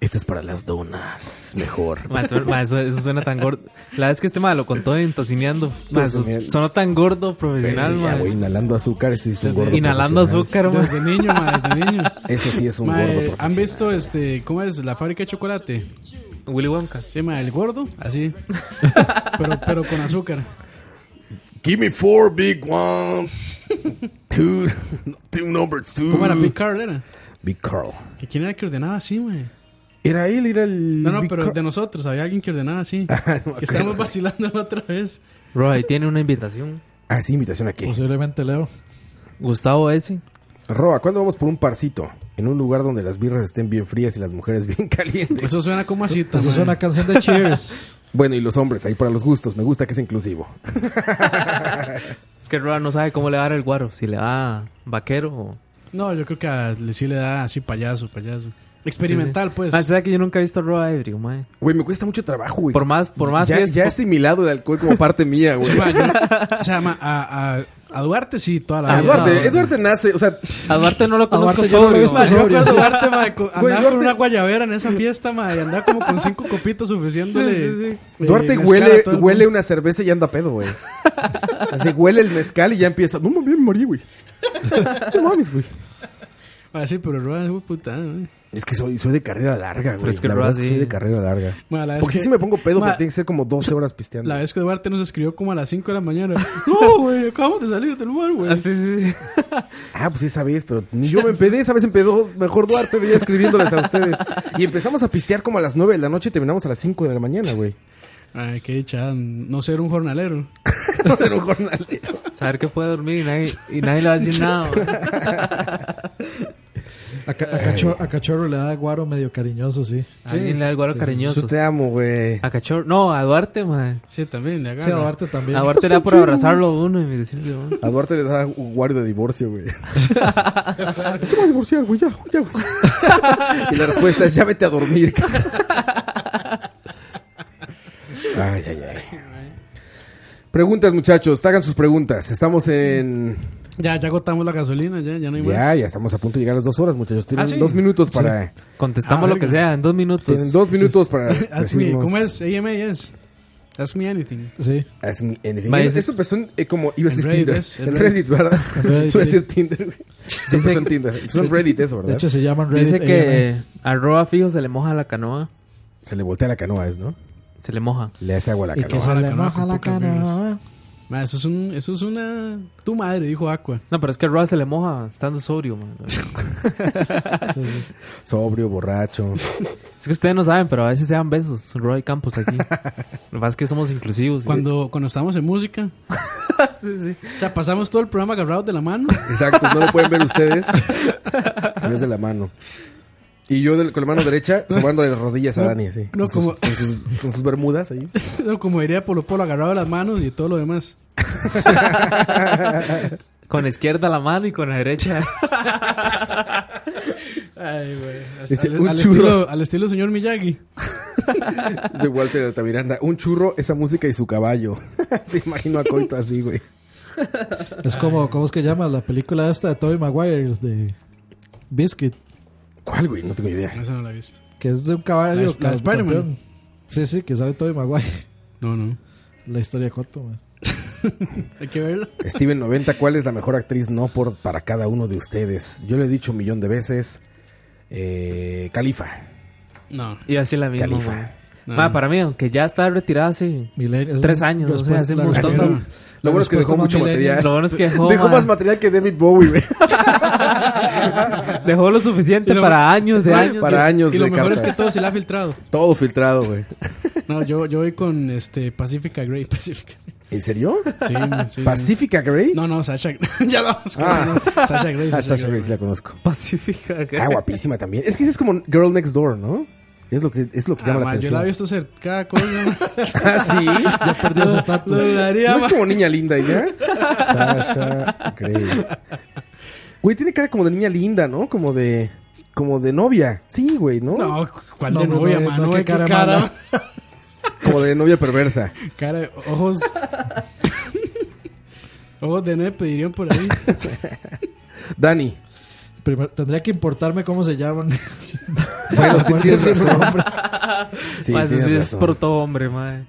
Esta es para las donas. Es mejor.
Ma, eso, ma, eso- eso suena tan gordo. La vez que este ma lo contó en Tocineando, ma, eso
Tocineando.
sonó tan gordo profesional,
Sí, ya,
eh.
ma.
güey, inhalando azúcar, ese es un gordo
Inhalando azúcar,
profesional.
ma.
Desde niño, mae, desde niño.
Ese sí es un
Mae,
gordo
¿Han
profesional.
visto este, cómo es la fábrica de chocolate?
Willy Wonka.
Se llama el gordo,
[laughs]
así. pero, pero con azúcar.
Give me four big ones. two, two numbers, two.
¿Cómo era Big Carl? Era.
Big Carl.
¿Que ¿Quién era el que ordenaba así, mae?
Era él, era el.
No, no,
Big
pero
Carl.
de nosotros, había alguien que ordenaba
[laughs]
así.
no me
que estábamos vacilando la otra vez.
Roy tiene una invitación.
Ah, sí, invitación aquí.
Posiblemente Leo.
Gustavo S.
Roa, ¿cuándo vamos por un parcito? En un lugar donde las birras estén bien frías y las mujeres [laughs] bien calientes.
Eso suena como así.
Eso es una canción de Cheers.
Bueno, y los hombres, ahí para los gustos. Me gusta que es inclusivo.
Es que Roa no sabe cómo le va a dar el guaro. Si le da vaquero o.
No, yo creo que a, le- sí le da así payaso, payaso. Experimental, pues.
Ah, ¿sabes que yo nunca he visto Raw Ivory, mae?
Güey, me cuesta mucho trabajo, güey.
Por más, por más
ya,
fiesta-
ya he asimilado el alcohol como parte
[laughs]
mía, güey.
Ma, yo- o sea, ma, a, a- a Duarte sí, toda la
Ah,
vida.
Eduardo,
no, güey.
Eduardo nace, o sea,
A Duarte no lo conozco
Duarte yo no lo he
sobrio,
visto
Ma,
mae.
yo
sobrio,
recuerdo
sí.
a Duarte, ma, co-
Güey,
andaba
Duarte-
con una guayabera en esa fiesta, ma, y andaba como con cinco copitos suficiéndole.
Sí, sí, sí.
eh,
Duarte
mezcal a
huele,
todo el
huele
mundo.
una cerveza y ya anda pedo, güey. Así huele el mezcal y ya empieza. No mames, me
[laughs]
morí, güey. No mames, güey.
Ma, sí, pero Rueda, uh, puta, ma.
Es que soy, soy de carrera larga, güey.
es que
La
Roa
verdad que
sí.
soy de carrera larga.
Ma, la vez
Porque
que-
si sí me pongo pedo,
ma,
porque tiene que ser como 12 horas pisteando.
La vez que Duarte nos escribió como a las 5 de la mañana. No, güey, acabamos de salir del bar, güey.
Ah, sí, sí, [laughs] sí.
Ah, pues esa vez, pero ni yo me empedé, esa vez empedó mejor Duarte, veía escribiéndoles a ustedes. Y empezamos a pistear como a las 9 de la noche y terminamos a las 5 de la mañana, güey. [laughs]
Ay, qué dicha, no ser un jornalero.
No ser un jornalero.
Saber que puede dormir y nadie, y nadie le va a decir nada, mae.
A, ca- a cachor- a cachorro le da guaro medio cariñoso, sí.
Alguien le da el guaro cariñoso.
Yo te amo, güey.
A Cachorro. No, a Duarte, mae.
Sí, también, le
Sí, a
agarra.
Duarte también.
A Duarte le da por abrazarlo a uno y decirle, mae.
A Duarte le da un guardia de divorcio, güey. [laughs] Yo me voy a divorciar, güey, ya, ya, güey. [laughs] Y la respuesta es: ya vete a dormir. [laughs] ca- ay, ay, ay. Preguntas, muchachos, hagan sus preguntas. Estamos en.
Ya, ya agotamos la gasolina, ya, ya no hay
Ya,
más.
ya estamos a punto de llegar a las dos horas, muchachos. Tienen
Ah, ¿sí?
dos minutos para.
Contestamos
Ah,
lo que
verga.
sea en dos
Tienen
minutos.
dos minutos
[laughs]
para.
Ask me,
decirnos-
¿cómo es? AMA es. Ask me anything.
Sí.
Ask me anything.
Va,
Eso
dice-
eso empezó en, eh, como. Iba a
En
decir
Reddit,
Tinder.
es, [laughs] en
en Reddit, ¿verdad?
Reddit,
Iba a
sí.
decir
[laughs]
Tinder, güey. Eso empezó en Tinder. Empezó en Reddit, eso,
De
¿verdad?
hecho, se llaman Reddit
Dice que
AMA.
a Roa fijo se le moja la canoa.
Se le voltea la canoa, ¿es, no?
Se le moja.
Le hace agua a la
Y que
canoa.
se
la
le
canoa
moja
con
la
pocas
cara.
vibras. Ma, eso es un, eso es una. Tu madre, dijo Aqua.
No, pero es que a Roa se le moja estando sobrio, man.
[laughs] Sobrio, borracho.
Es que ustedes no saben, pero a veces se dan besos. Roy Campos aquí.
[laughs]
Lo que pasa es que somos inclusivos.
Cuando, cuando estamos en música,
[laughs] Sí, sí.
o sea, pasamos todo el programa agarrados de la mano.
Exacto, no lo pueden ver ustedes. Pero es de la mano. Y yo del- con la mano derecha, sobándole las rodillas a Dani, así.
no,
con, sus,
como-
con sus- con sus bermudas ahí.
Como diría Polo Polo, agarrado de las manos y todo lo demás.
Con la izquierda la mano y con la
[laughs]
derecha.
Ay, güey.
Dice,
Al,
un
al
churro.
estilo, al estilo señor Miyagi.
Dice Walter Altamiranda, un churro, esa música y su caballo. [laughs] Se imagino a Coito así, güey.
Es como, ¿cómo es que llama la película esta de Tobey Maguire? De Biscuit.
¿Cuál, güey? No tengo idea.
Esa no la he visto.
Que es de un
La
caballo.
de- la de
campeón.
Spider-Man.
Sí, sí, que sale Tobey Maguire. [laughs]
No, no.
La historia corta, man.
Hay que verla.
Steven 90, ¿cuál es la mejor actriz no por para cada uno de ustedes? Yo le he dicho un millón de veces. eh, Califa.
No.
Y así la misma.
Califa. Ah.
man. Ma, para mí, aunque ya está retirada,
[laughs]
sí.
Milenio- es
Tres
una
años, o sea,
respuesta-
hace
la
un montón.
respuesta-
Sí.
Lo
la
bueno es que
respuesta
dejó
más
mucho
millennial.
material.
Lo bueno es que dejó,
Dejó
ma.
más material que David Bowie, güey.
Dejó lo suficiente
Pero-
para años
[laughs]
de años.
Para años
Y lo
de
mejor es
cartas.
que todo se la ha filtrado.
Todo filtrado, güey.
No, yo, yo voy con este Pacifica Grey. [laughs] Pacifica.
¿En serio?
Sí, sí.
¿Pacifica Grey?
Mm. No, no, Sasha. [laughs] ya lo vamos con
Ah.
no, Sasha Grey. Sasha
Ah, Sasha
Grey.
Grey sí la conozco.
Pacífica.
Ah, guapísima también. Es que esa es como Girl Next Door, ¿no? Es lo que, es lo que
Ah,
llama la
ma, yo
atención.
la he visto hacer cada cosa.
[laughs] Ah, sí. Ya
Perdió su estatus. Lo dudaría,
¿No es
ma.
como niña linda ella? Sasha Grey. Güey, tiene cara como de niña linda, ¿no? Como de... Como de novia. Sí, güey, ¿no?
No, ¿cuál
No,
de
no,
novia,
no,
mano?
no,
No,
qué
qué
cara
cara.
mala.
Como de novia perversa.
Cara, de ojos. [laughs] Ojos de nepe dirían por ahí.
Dani.
Primero, tendría que importarme cómo se llaman. [laughs]
Bueno, Pues sí tienes razón. Sí,
Ma, eso
tienes
sí es
razón.
por todo hombre, madre.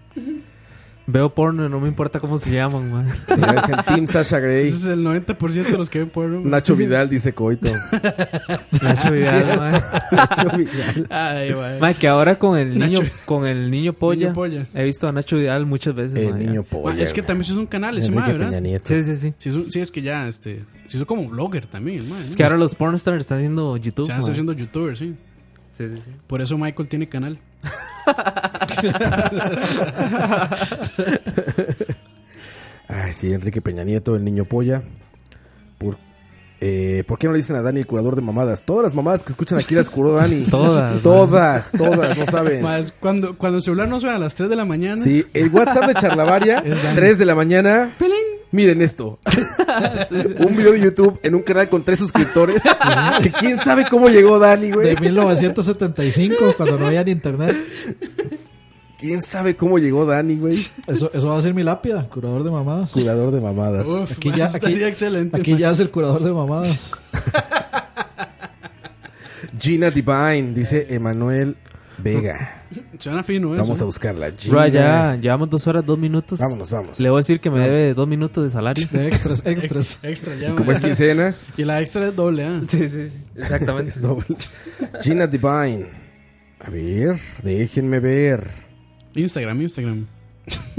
Veo porno, no me importa cómo se llaman, madre.
Tenías en Team Sasha Grey.
Ese es el 90% de los que ven pueblo. ma.
Nacho Vidal dice coito. [laughs]
[laughs]
Nacho Vidal.
Ay, güey.
que ahora con el niño,
Nacho.
con el niño polla,
Niño polla.
he visto a Nacho Vidal muchas veces.
El
ma,
niño
ya.
Ma,
polla.
Es que
güey.
también es un canal ese, ma,
Enrique Peña
¿verdad?
Nieto.
Sí, sí, sí.
Sí, es un- sí, es que ya, este. Se hizo como blogger también, ma.
Es que ahora los pornstars están haciendo YouTube.
Ya
ma.
está siendo youtuber, sí.
Sí, sí, sí.
Por eso Michael tiene canal.
Ay, sí, Enrique Peña Nieto, el niño polla. Por, eh, ¿por qué no le dicen a Dani el curador de mamadas? Todas las mamadas que escuchan aquí las curó Dani.
Todas, man.
Todas, todas, no saben.
Más cuando, cuando el celular no suena a las 3 de la mañana.
Sí, el WhatsApp de Charlavaria,
Es Dani.
3 de la mañana.
Pelín.
miren esto. un video de YouTube en un canal con tres suscriptores. que quién sabe cómo llegó Dani, güey.
De 1975, cuando no había ni internet.
Quién sabe cómo llegó Dani, güey.
Eso, eso va a ser mi lápida, curador de mamadas.
Curador de mamadas.
Aquí ya, aquí,
Estaría excelente.
aquí ya es el curador de mamadas.
Gina Divine, dice Emanuel Vega.
Suena fino, eso.
Vamos a buscarla. Gina.
Bro, ya llevamos dos horas, dos minutos.
Vámonos, vamos.
Le voy a decir que me debe dos minutos de salario.
De extras, extras.
Extra, ya.
Como es
man.
quincena,
Y la extra es doble, ¿ah?
[laughs] Sí, sí, exactamente.
[laughs] es doble. Gina Divine. A ver, déjenme ver.
Instagram, Instagram.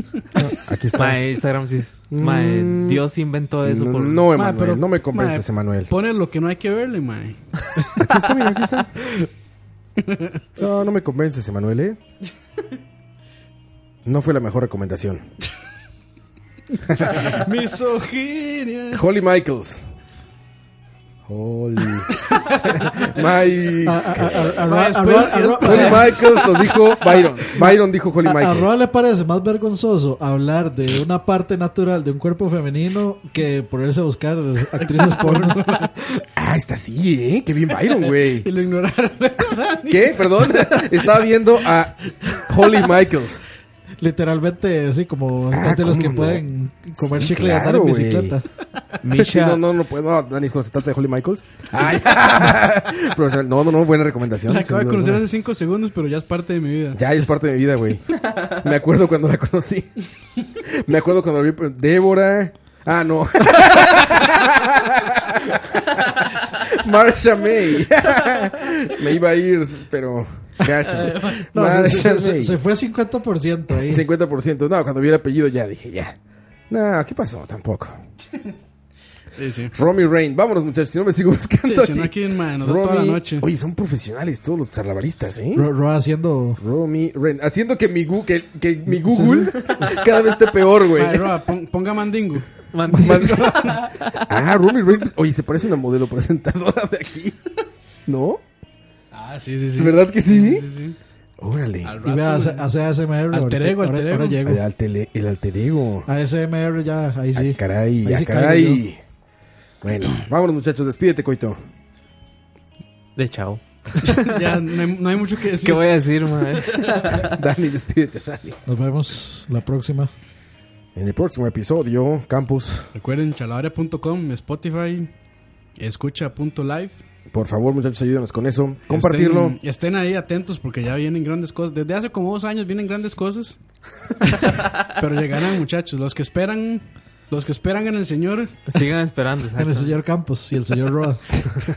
[laughs] Aquí está.
Mae, Instagram sí es- mae, Dios inventó eso.
No,
por-
no,
Ma,
Emanuel,
pero-
no me
ma,
convences, Emanuel.
Pone lo que no hay que verle, mae.
Aquí está, mira, aquí está. No, no me convences, Emanuel, ¿eh? No fue la mejor recomendación.
Misoginia.
Holly Michaels. Holly. My...
Arroa- Arroa- Arroa- ah. o
Holly
sea,
Michaels lo dijo Byron. Byron dijo Holly
a- A Roa
Michaels.
le parece más vergonzoso hablar de una parte natural de un cuerpo femenino que ponerse a buscar
[laughs]
actrices porno.
Ah, está así, ¿eh? Qué bien Byron, güey.
Y lo ignoraron. [laughs]
¿Qué? Perdón. Estaba viendo a Holly Michaels.
Literalmente, así como
Ah,
de los que
¿cómo no?
pueden comer
Sí,
chicle y andar
claro,
en
güey.
bicicleta.
Misha,
Sí, no, no, no puedo. No, Dani, cuando se trata de Holly Michaels. Ay,
[laughs]
profesional. No, no, no. Buena recomendación.
La acabo de
sin duda
conocer
alguna.
hace 5 segundos, pero ya es parte de mi vida.
Ya es parte de mi vida, güey. Me acuerdo cuando la conocí. Me acuerdo cuando la vi. pero- Débora. Ah, no. [laughs] Marsha May. [laughs] Me iba a ir, pero.
Eh,
Gacho.
No, se,
Marsha
se- se-
May.
se fue 50% ahí.
50%. No, cuando vi el apellido ya dije, ya. No, ¿qué pasó? Tampoco.
Sí, sí.
Romy Rain. Vámonos, muchachos. Si no me sigo [laughs] buscando.
Sí, si no aquí, man, nos da toda la noche.
Oye, son profesionales todos los charlabaristas, ¿eh?
Ro- Roa haciendo
Romy Ren, haciendo que mi, gu- que, que mi Google [laughs] cada vez esté peor, güey.
Mae, Roa, pon- ponga mandingo.
man-
[laughs] ah, Romy Ren, pues, oye, se parece a una modelo presentadora de aquí. ¿No?
Ah, sí, sí, sí.
¿Verdad que sí?
Sí, sí.
Órale.
Al
y
rato,
vea, hace,
güey.
hace ASMR.
Alter
ahorita-
ego, alter
ahora- ahora
ego.
llego.
El alter, e- el alter ego.
ASMR ya, ahí sí.
Ah, caray,
Ahí
ah,
sí caigo
caray. Bueno, [clears throat] vámonos, muchachos. Despídete, Coito.
De chao.
Ya no hay, no hay mucho que decir.
¿Qué voy a decir,
[laughs]
mae?
Dani, despídete, Dani.
Nos vemos la próxima.
En el próximo episodio, Campus.
Recuerden chalabaria.com, Spotify, escucha.live.
Por favor, muchachos, ayúdanos con eso.
Este,
Compartirlo.
Estén, estén ahí atentos porque ya vienen grandes cosas. Desde hace como dos años vienen grandes
[laughs]
cosas. Pero llegarán, muchachos. Los que esperan, los que esperan en el Señor.
Sigan esperando.
Con el señor Campos y el señor Roa.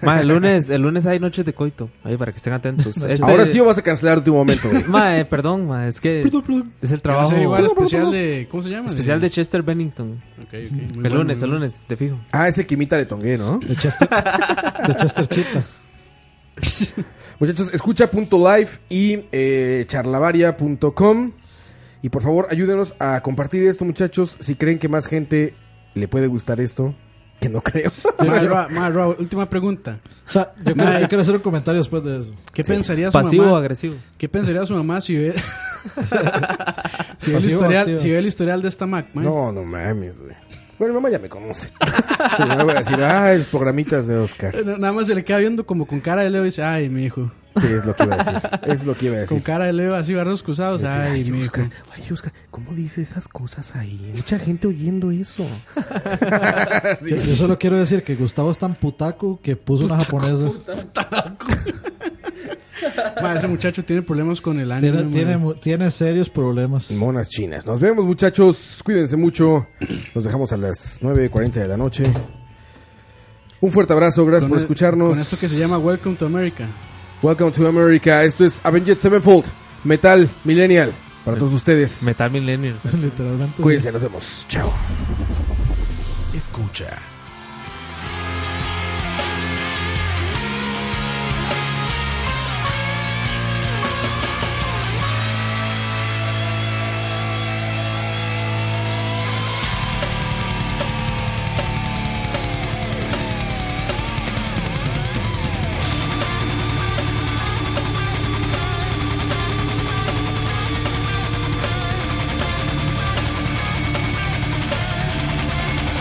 Mae, el lunes, el lunes hay noches de coito. Ahí para que estén atentos. Este-
Ahora sí o vas a cancelar tu momento, güey. [laughs]
Mae, perdón, mae, es que es
Va a
el trabajo
ser igual especial de. ¿Cómo se llama?
especial de Chester Bennington.
Ok, ok. Muy
El
bueno,
lunes,
muy
el
bueno.
lunes, te fijo.
Ah, ese que imita de Tongué, ¿no?
De Chester, de Chester Chita.
Muchachos, escucha.live y eh, charlavaria.com. Y por favor, ayúdenos a compartir esto, muchachos. Si creen que más gente le puede gustar esto, que no creo.
Ma, Roa, ma, Roa, última pregunta.
O sea, yo quiero, yo quiero hacer un comentario después de eso.
¿Qué pensaría su
Pasivo o
mamá?
agresivo.
¿Qué pensaría su mamá si
[laughs]
ve, si ve, el,
Pasivo,
historial,
activo.
si ve el historial de esta Mac, man?
[laughs] No, no mames, güey. Bueno, mi mamá ya me conoce. [laughs] Se me va a decir, ah, los programitas de Oscar.
Nada más se le queda viendo como con cara de Leo y dice, ay, mi hijo.
Sí, es lo que iba a decir. Es lo que iba a
Con
decir.
cara de Leo así, barros cruzados.
Decir,
Ay, mi hijo.
Oscar, ay, Oscar, ¿cómo dice esas cosas ahí? Mucha gente oyendo eso.
Yo, yo solo quiero decir que Gustavo es tan putaco que puso una japonesa.
Ma, ese muchacho tiene problemas con el ánimo.
Tiene,
ma.
tiene, mu- tiene serios problemas.
Monas chinas. Nos vemos, muchachos. Cuídense mucho. Nos dejamos a las 9.40 de la noche. Un fuerte abrazo. Gracias
Con
por
el-
escucharnos.
Con esto que se llama Welcome to America.
Welcome to America. Esto es Avenged Sevenfold. Metal Millennial.
Eh,
Para todos ustedes.
Metal Millennial.
[laughs] Literalmente. sí.
Cuídense. Nos vemos. Chao.
Escucha.
Thank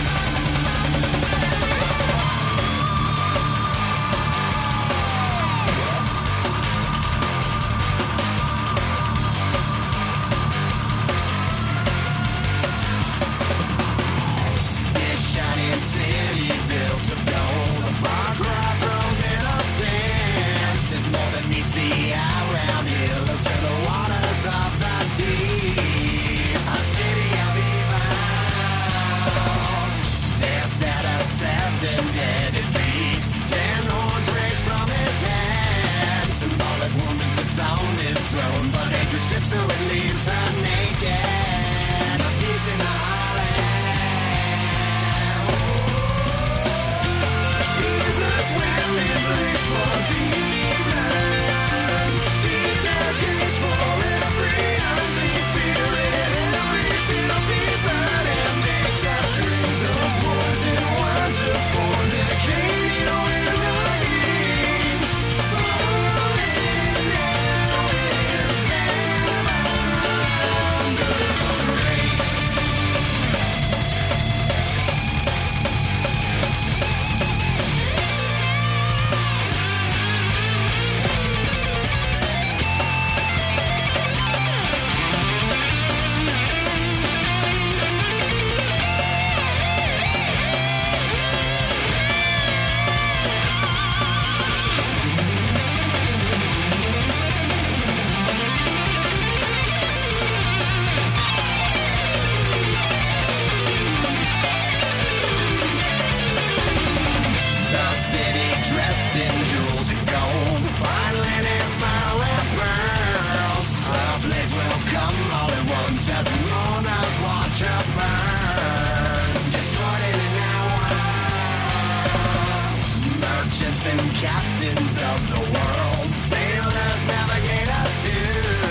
and captains of the world, sailors, navigators too.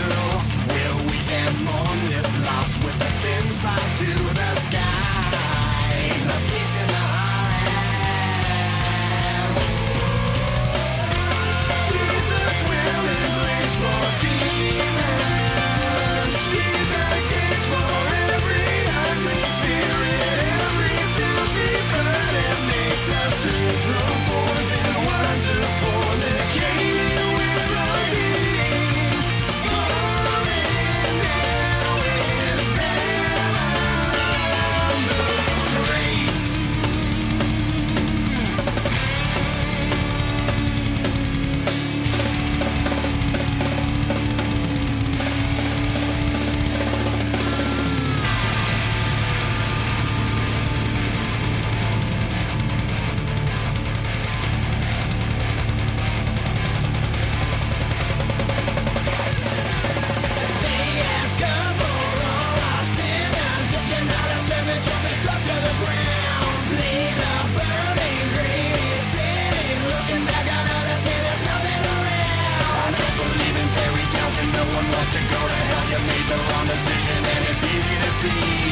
Will we then mourn this loss with the sins back to the sky? The peace in the heart. She's a dwelling place for demons. She's a gate for every unclean spirit. Every filthy burden makes us drink the poison wonder fornicated with our deeds. All in now is beyond the race. No one wants to go to hell. You made the wrong decision, and it's easy to see.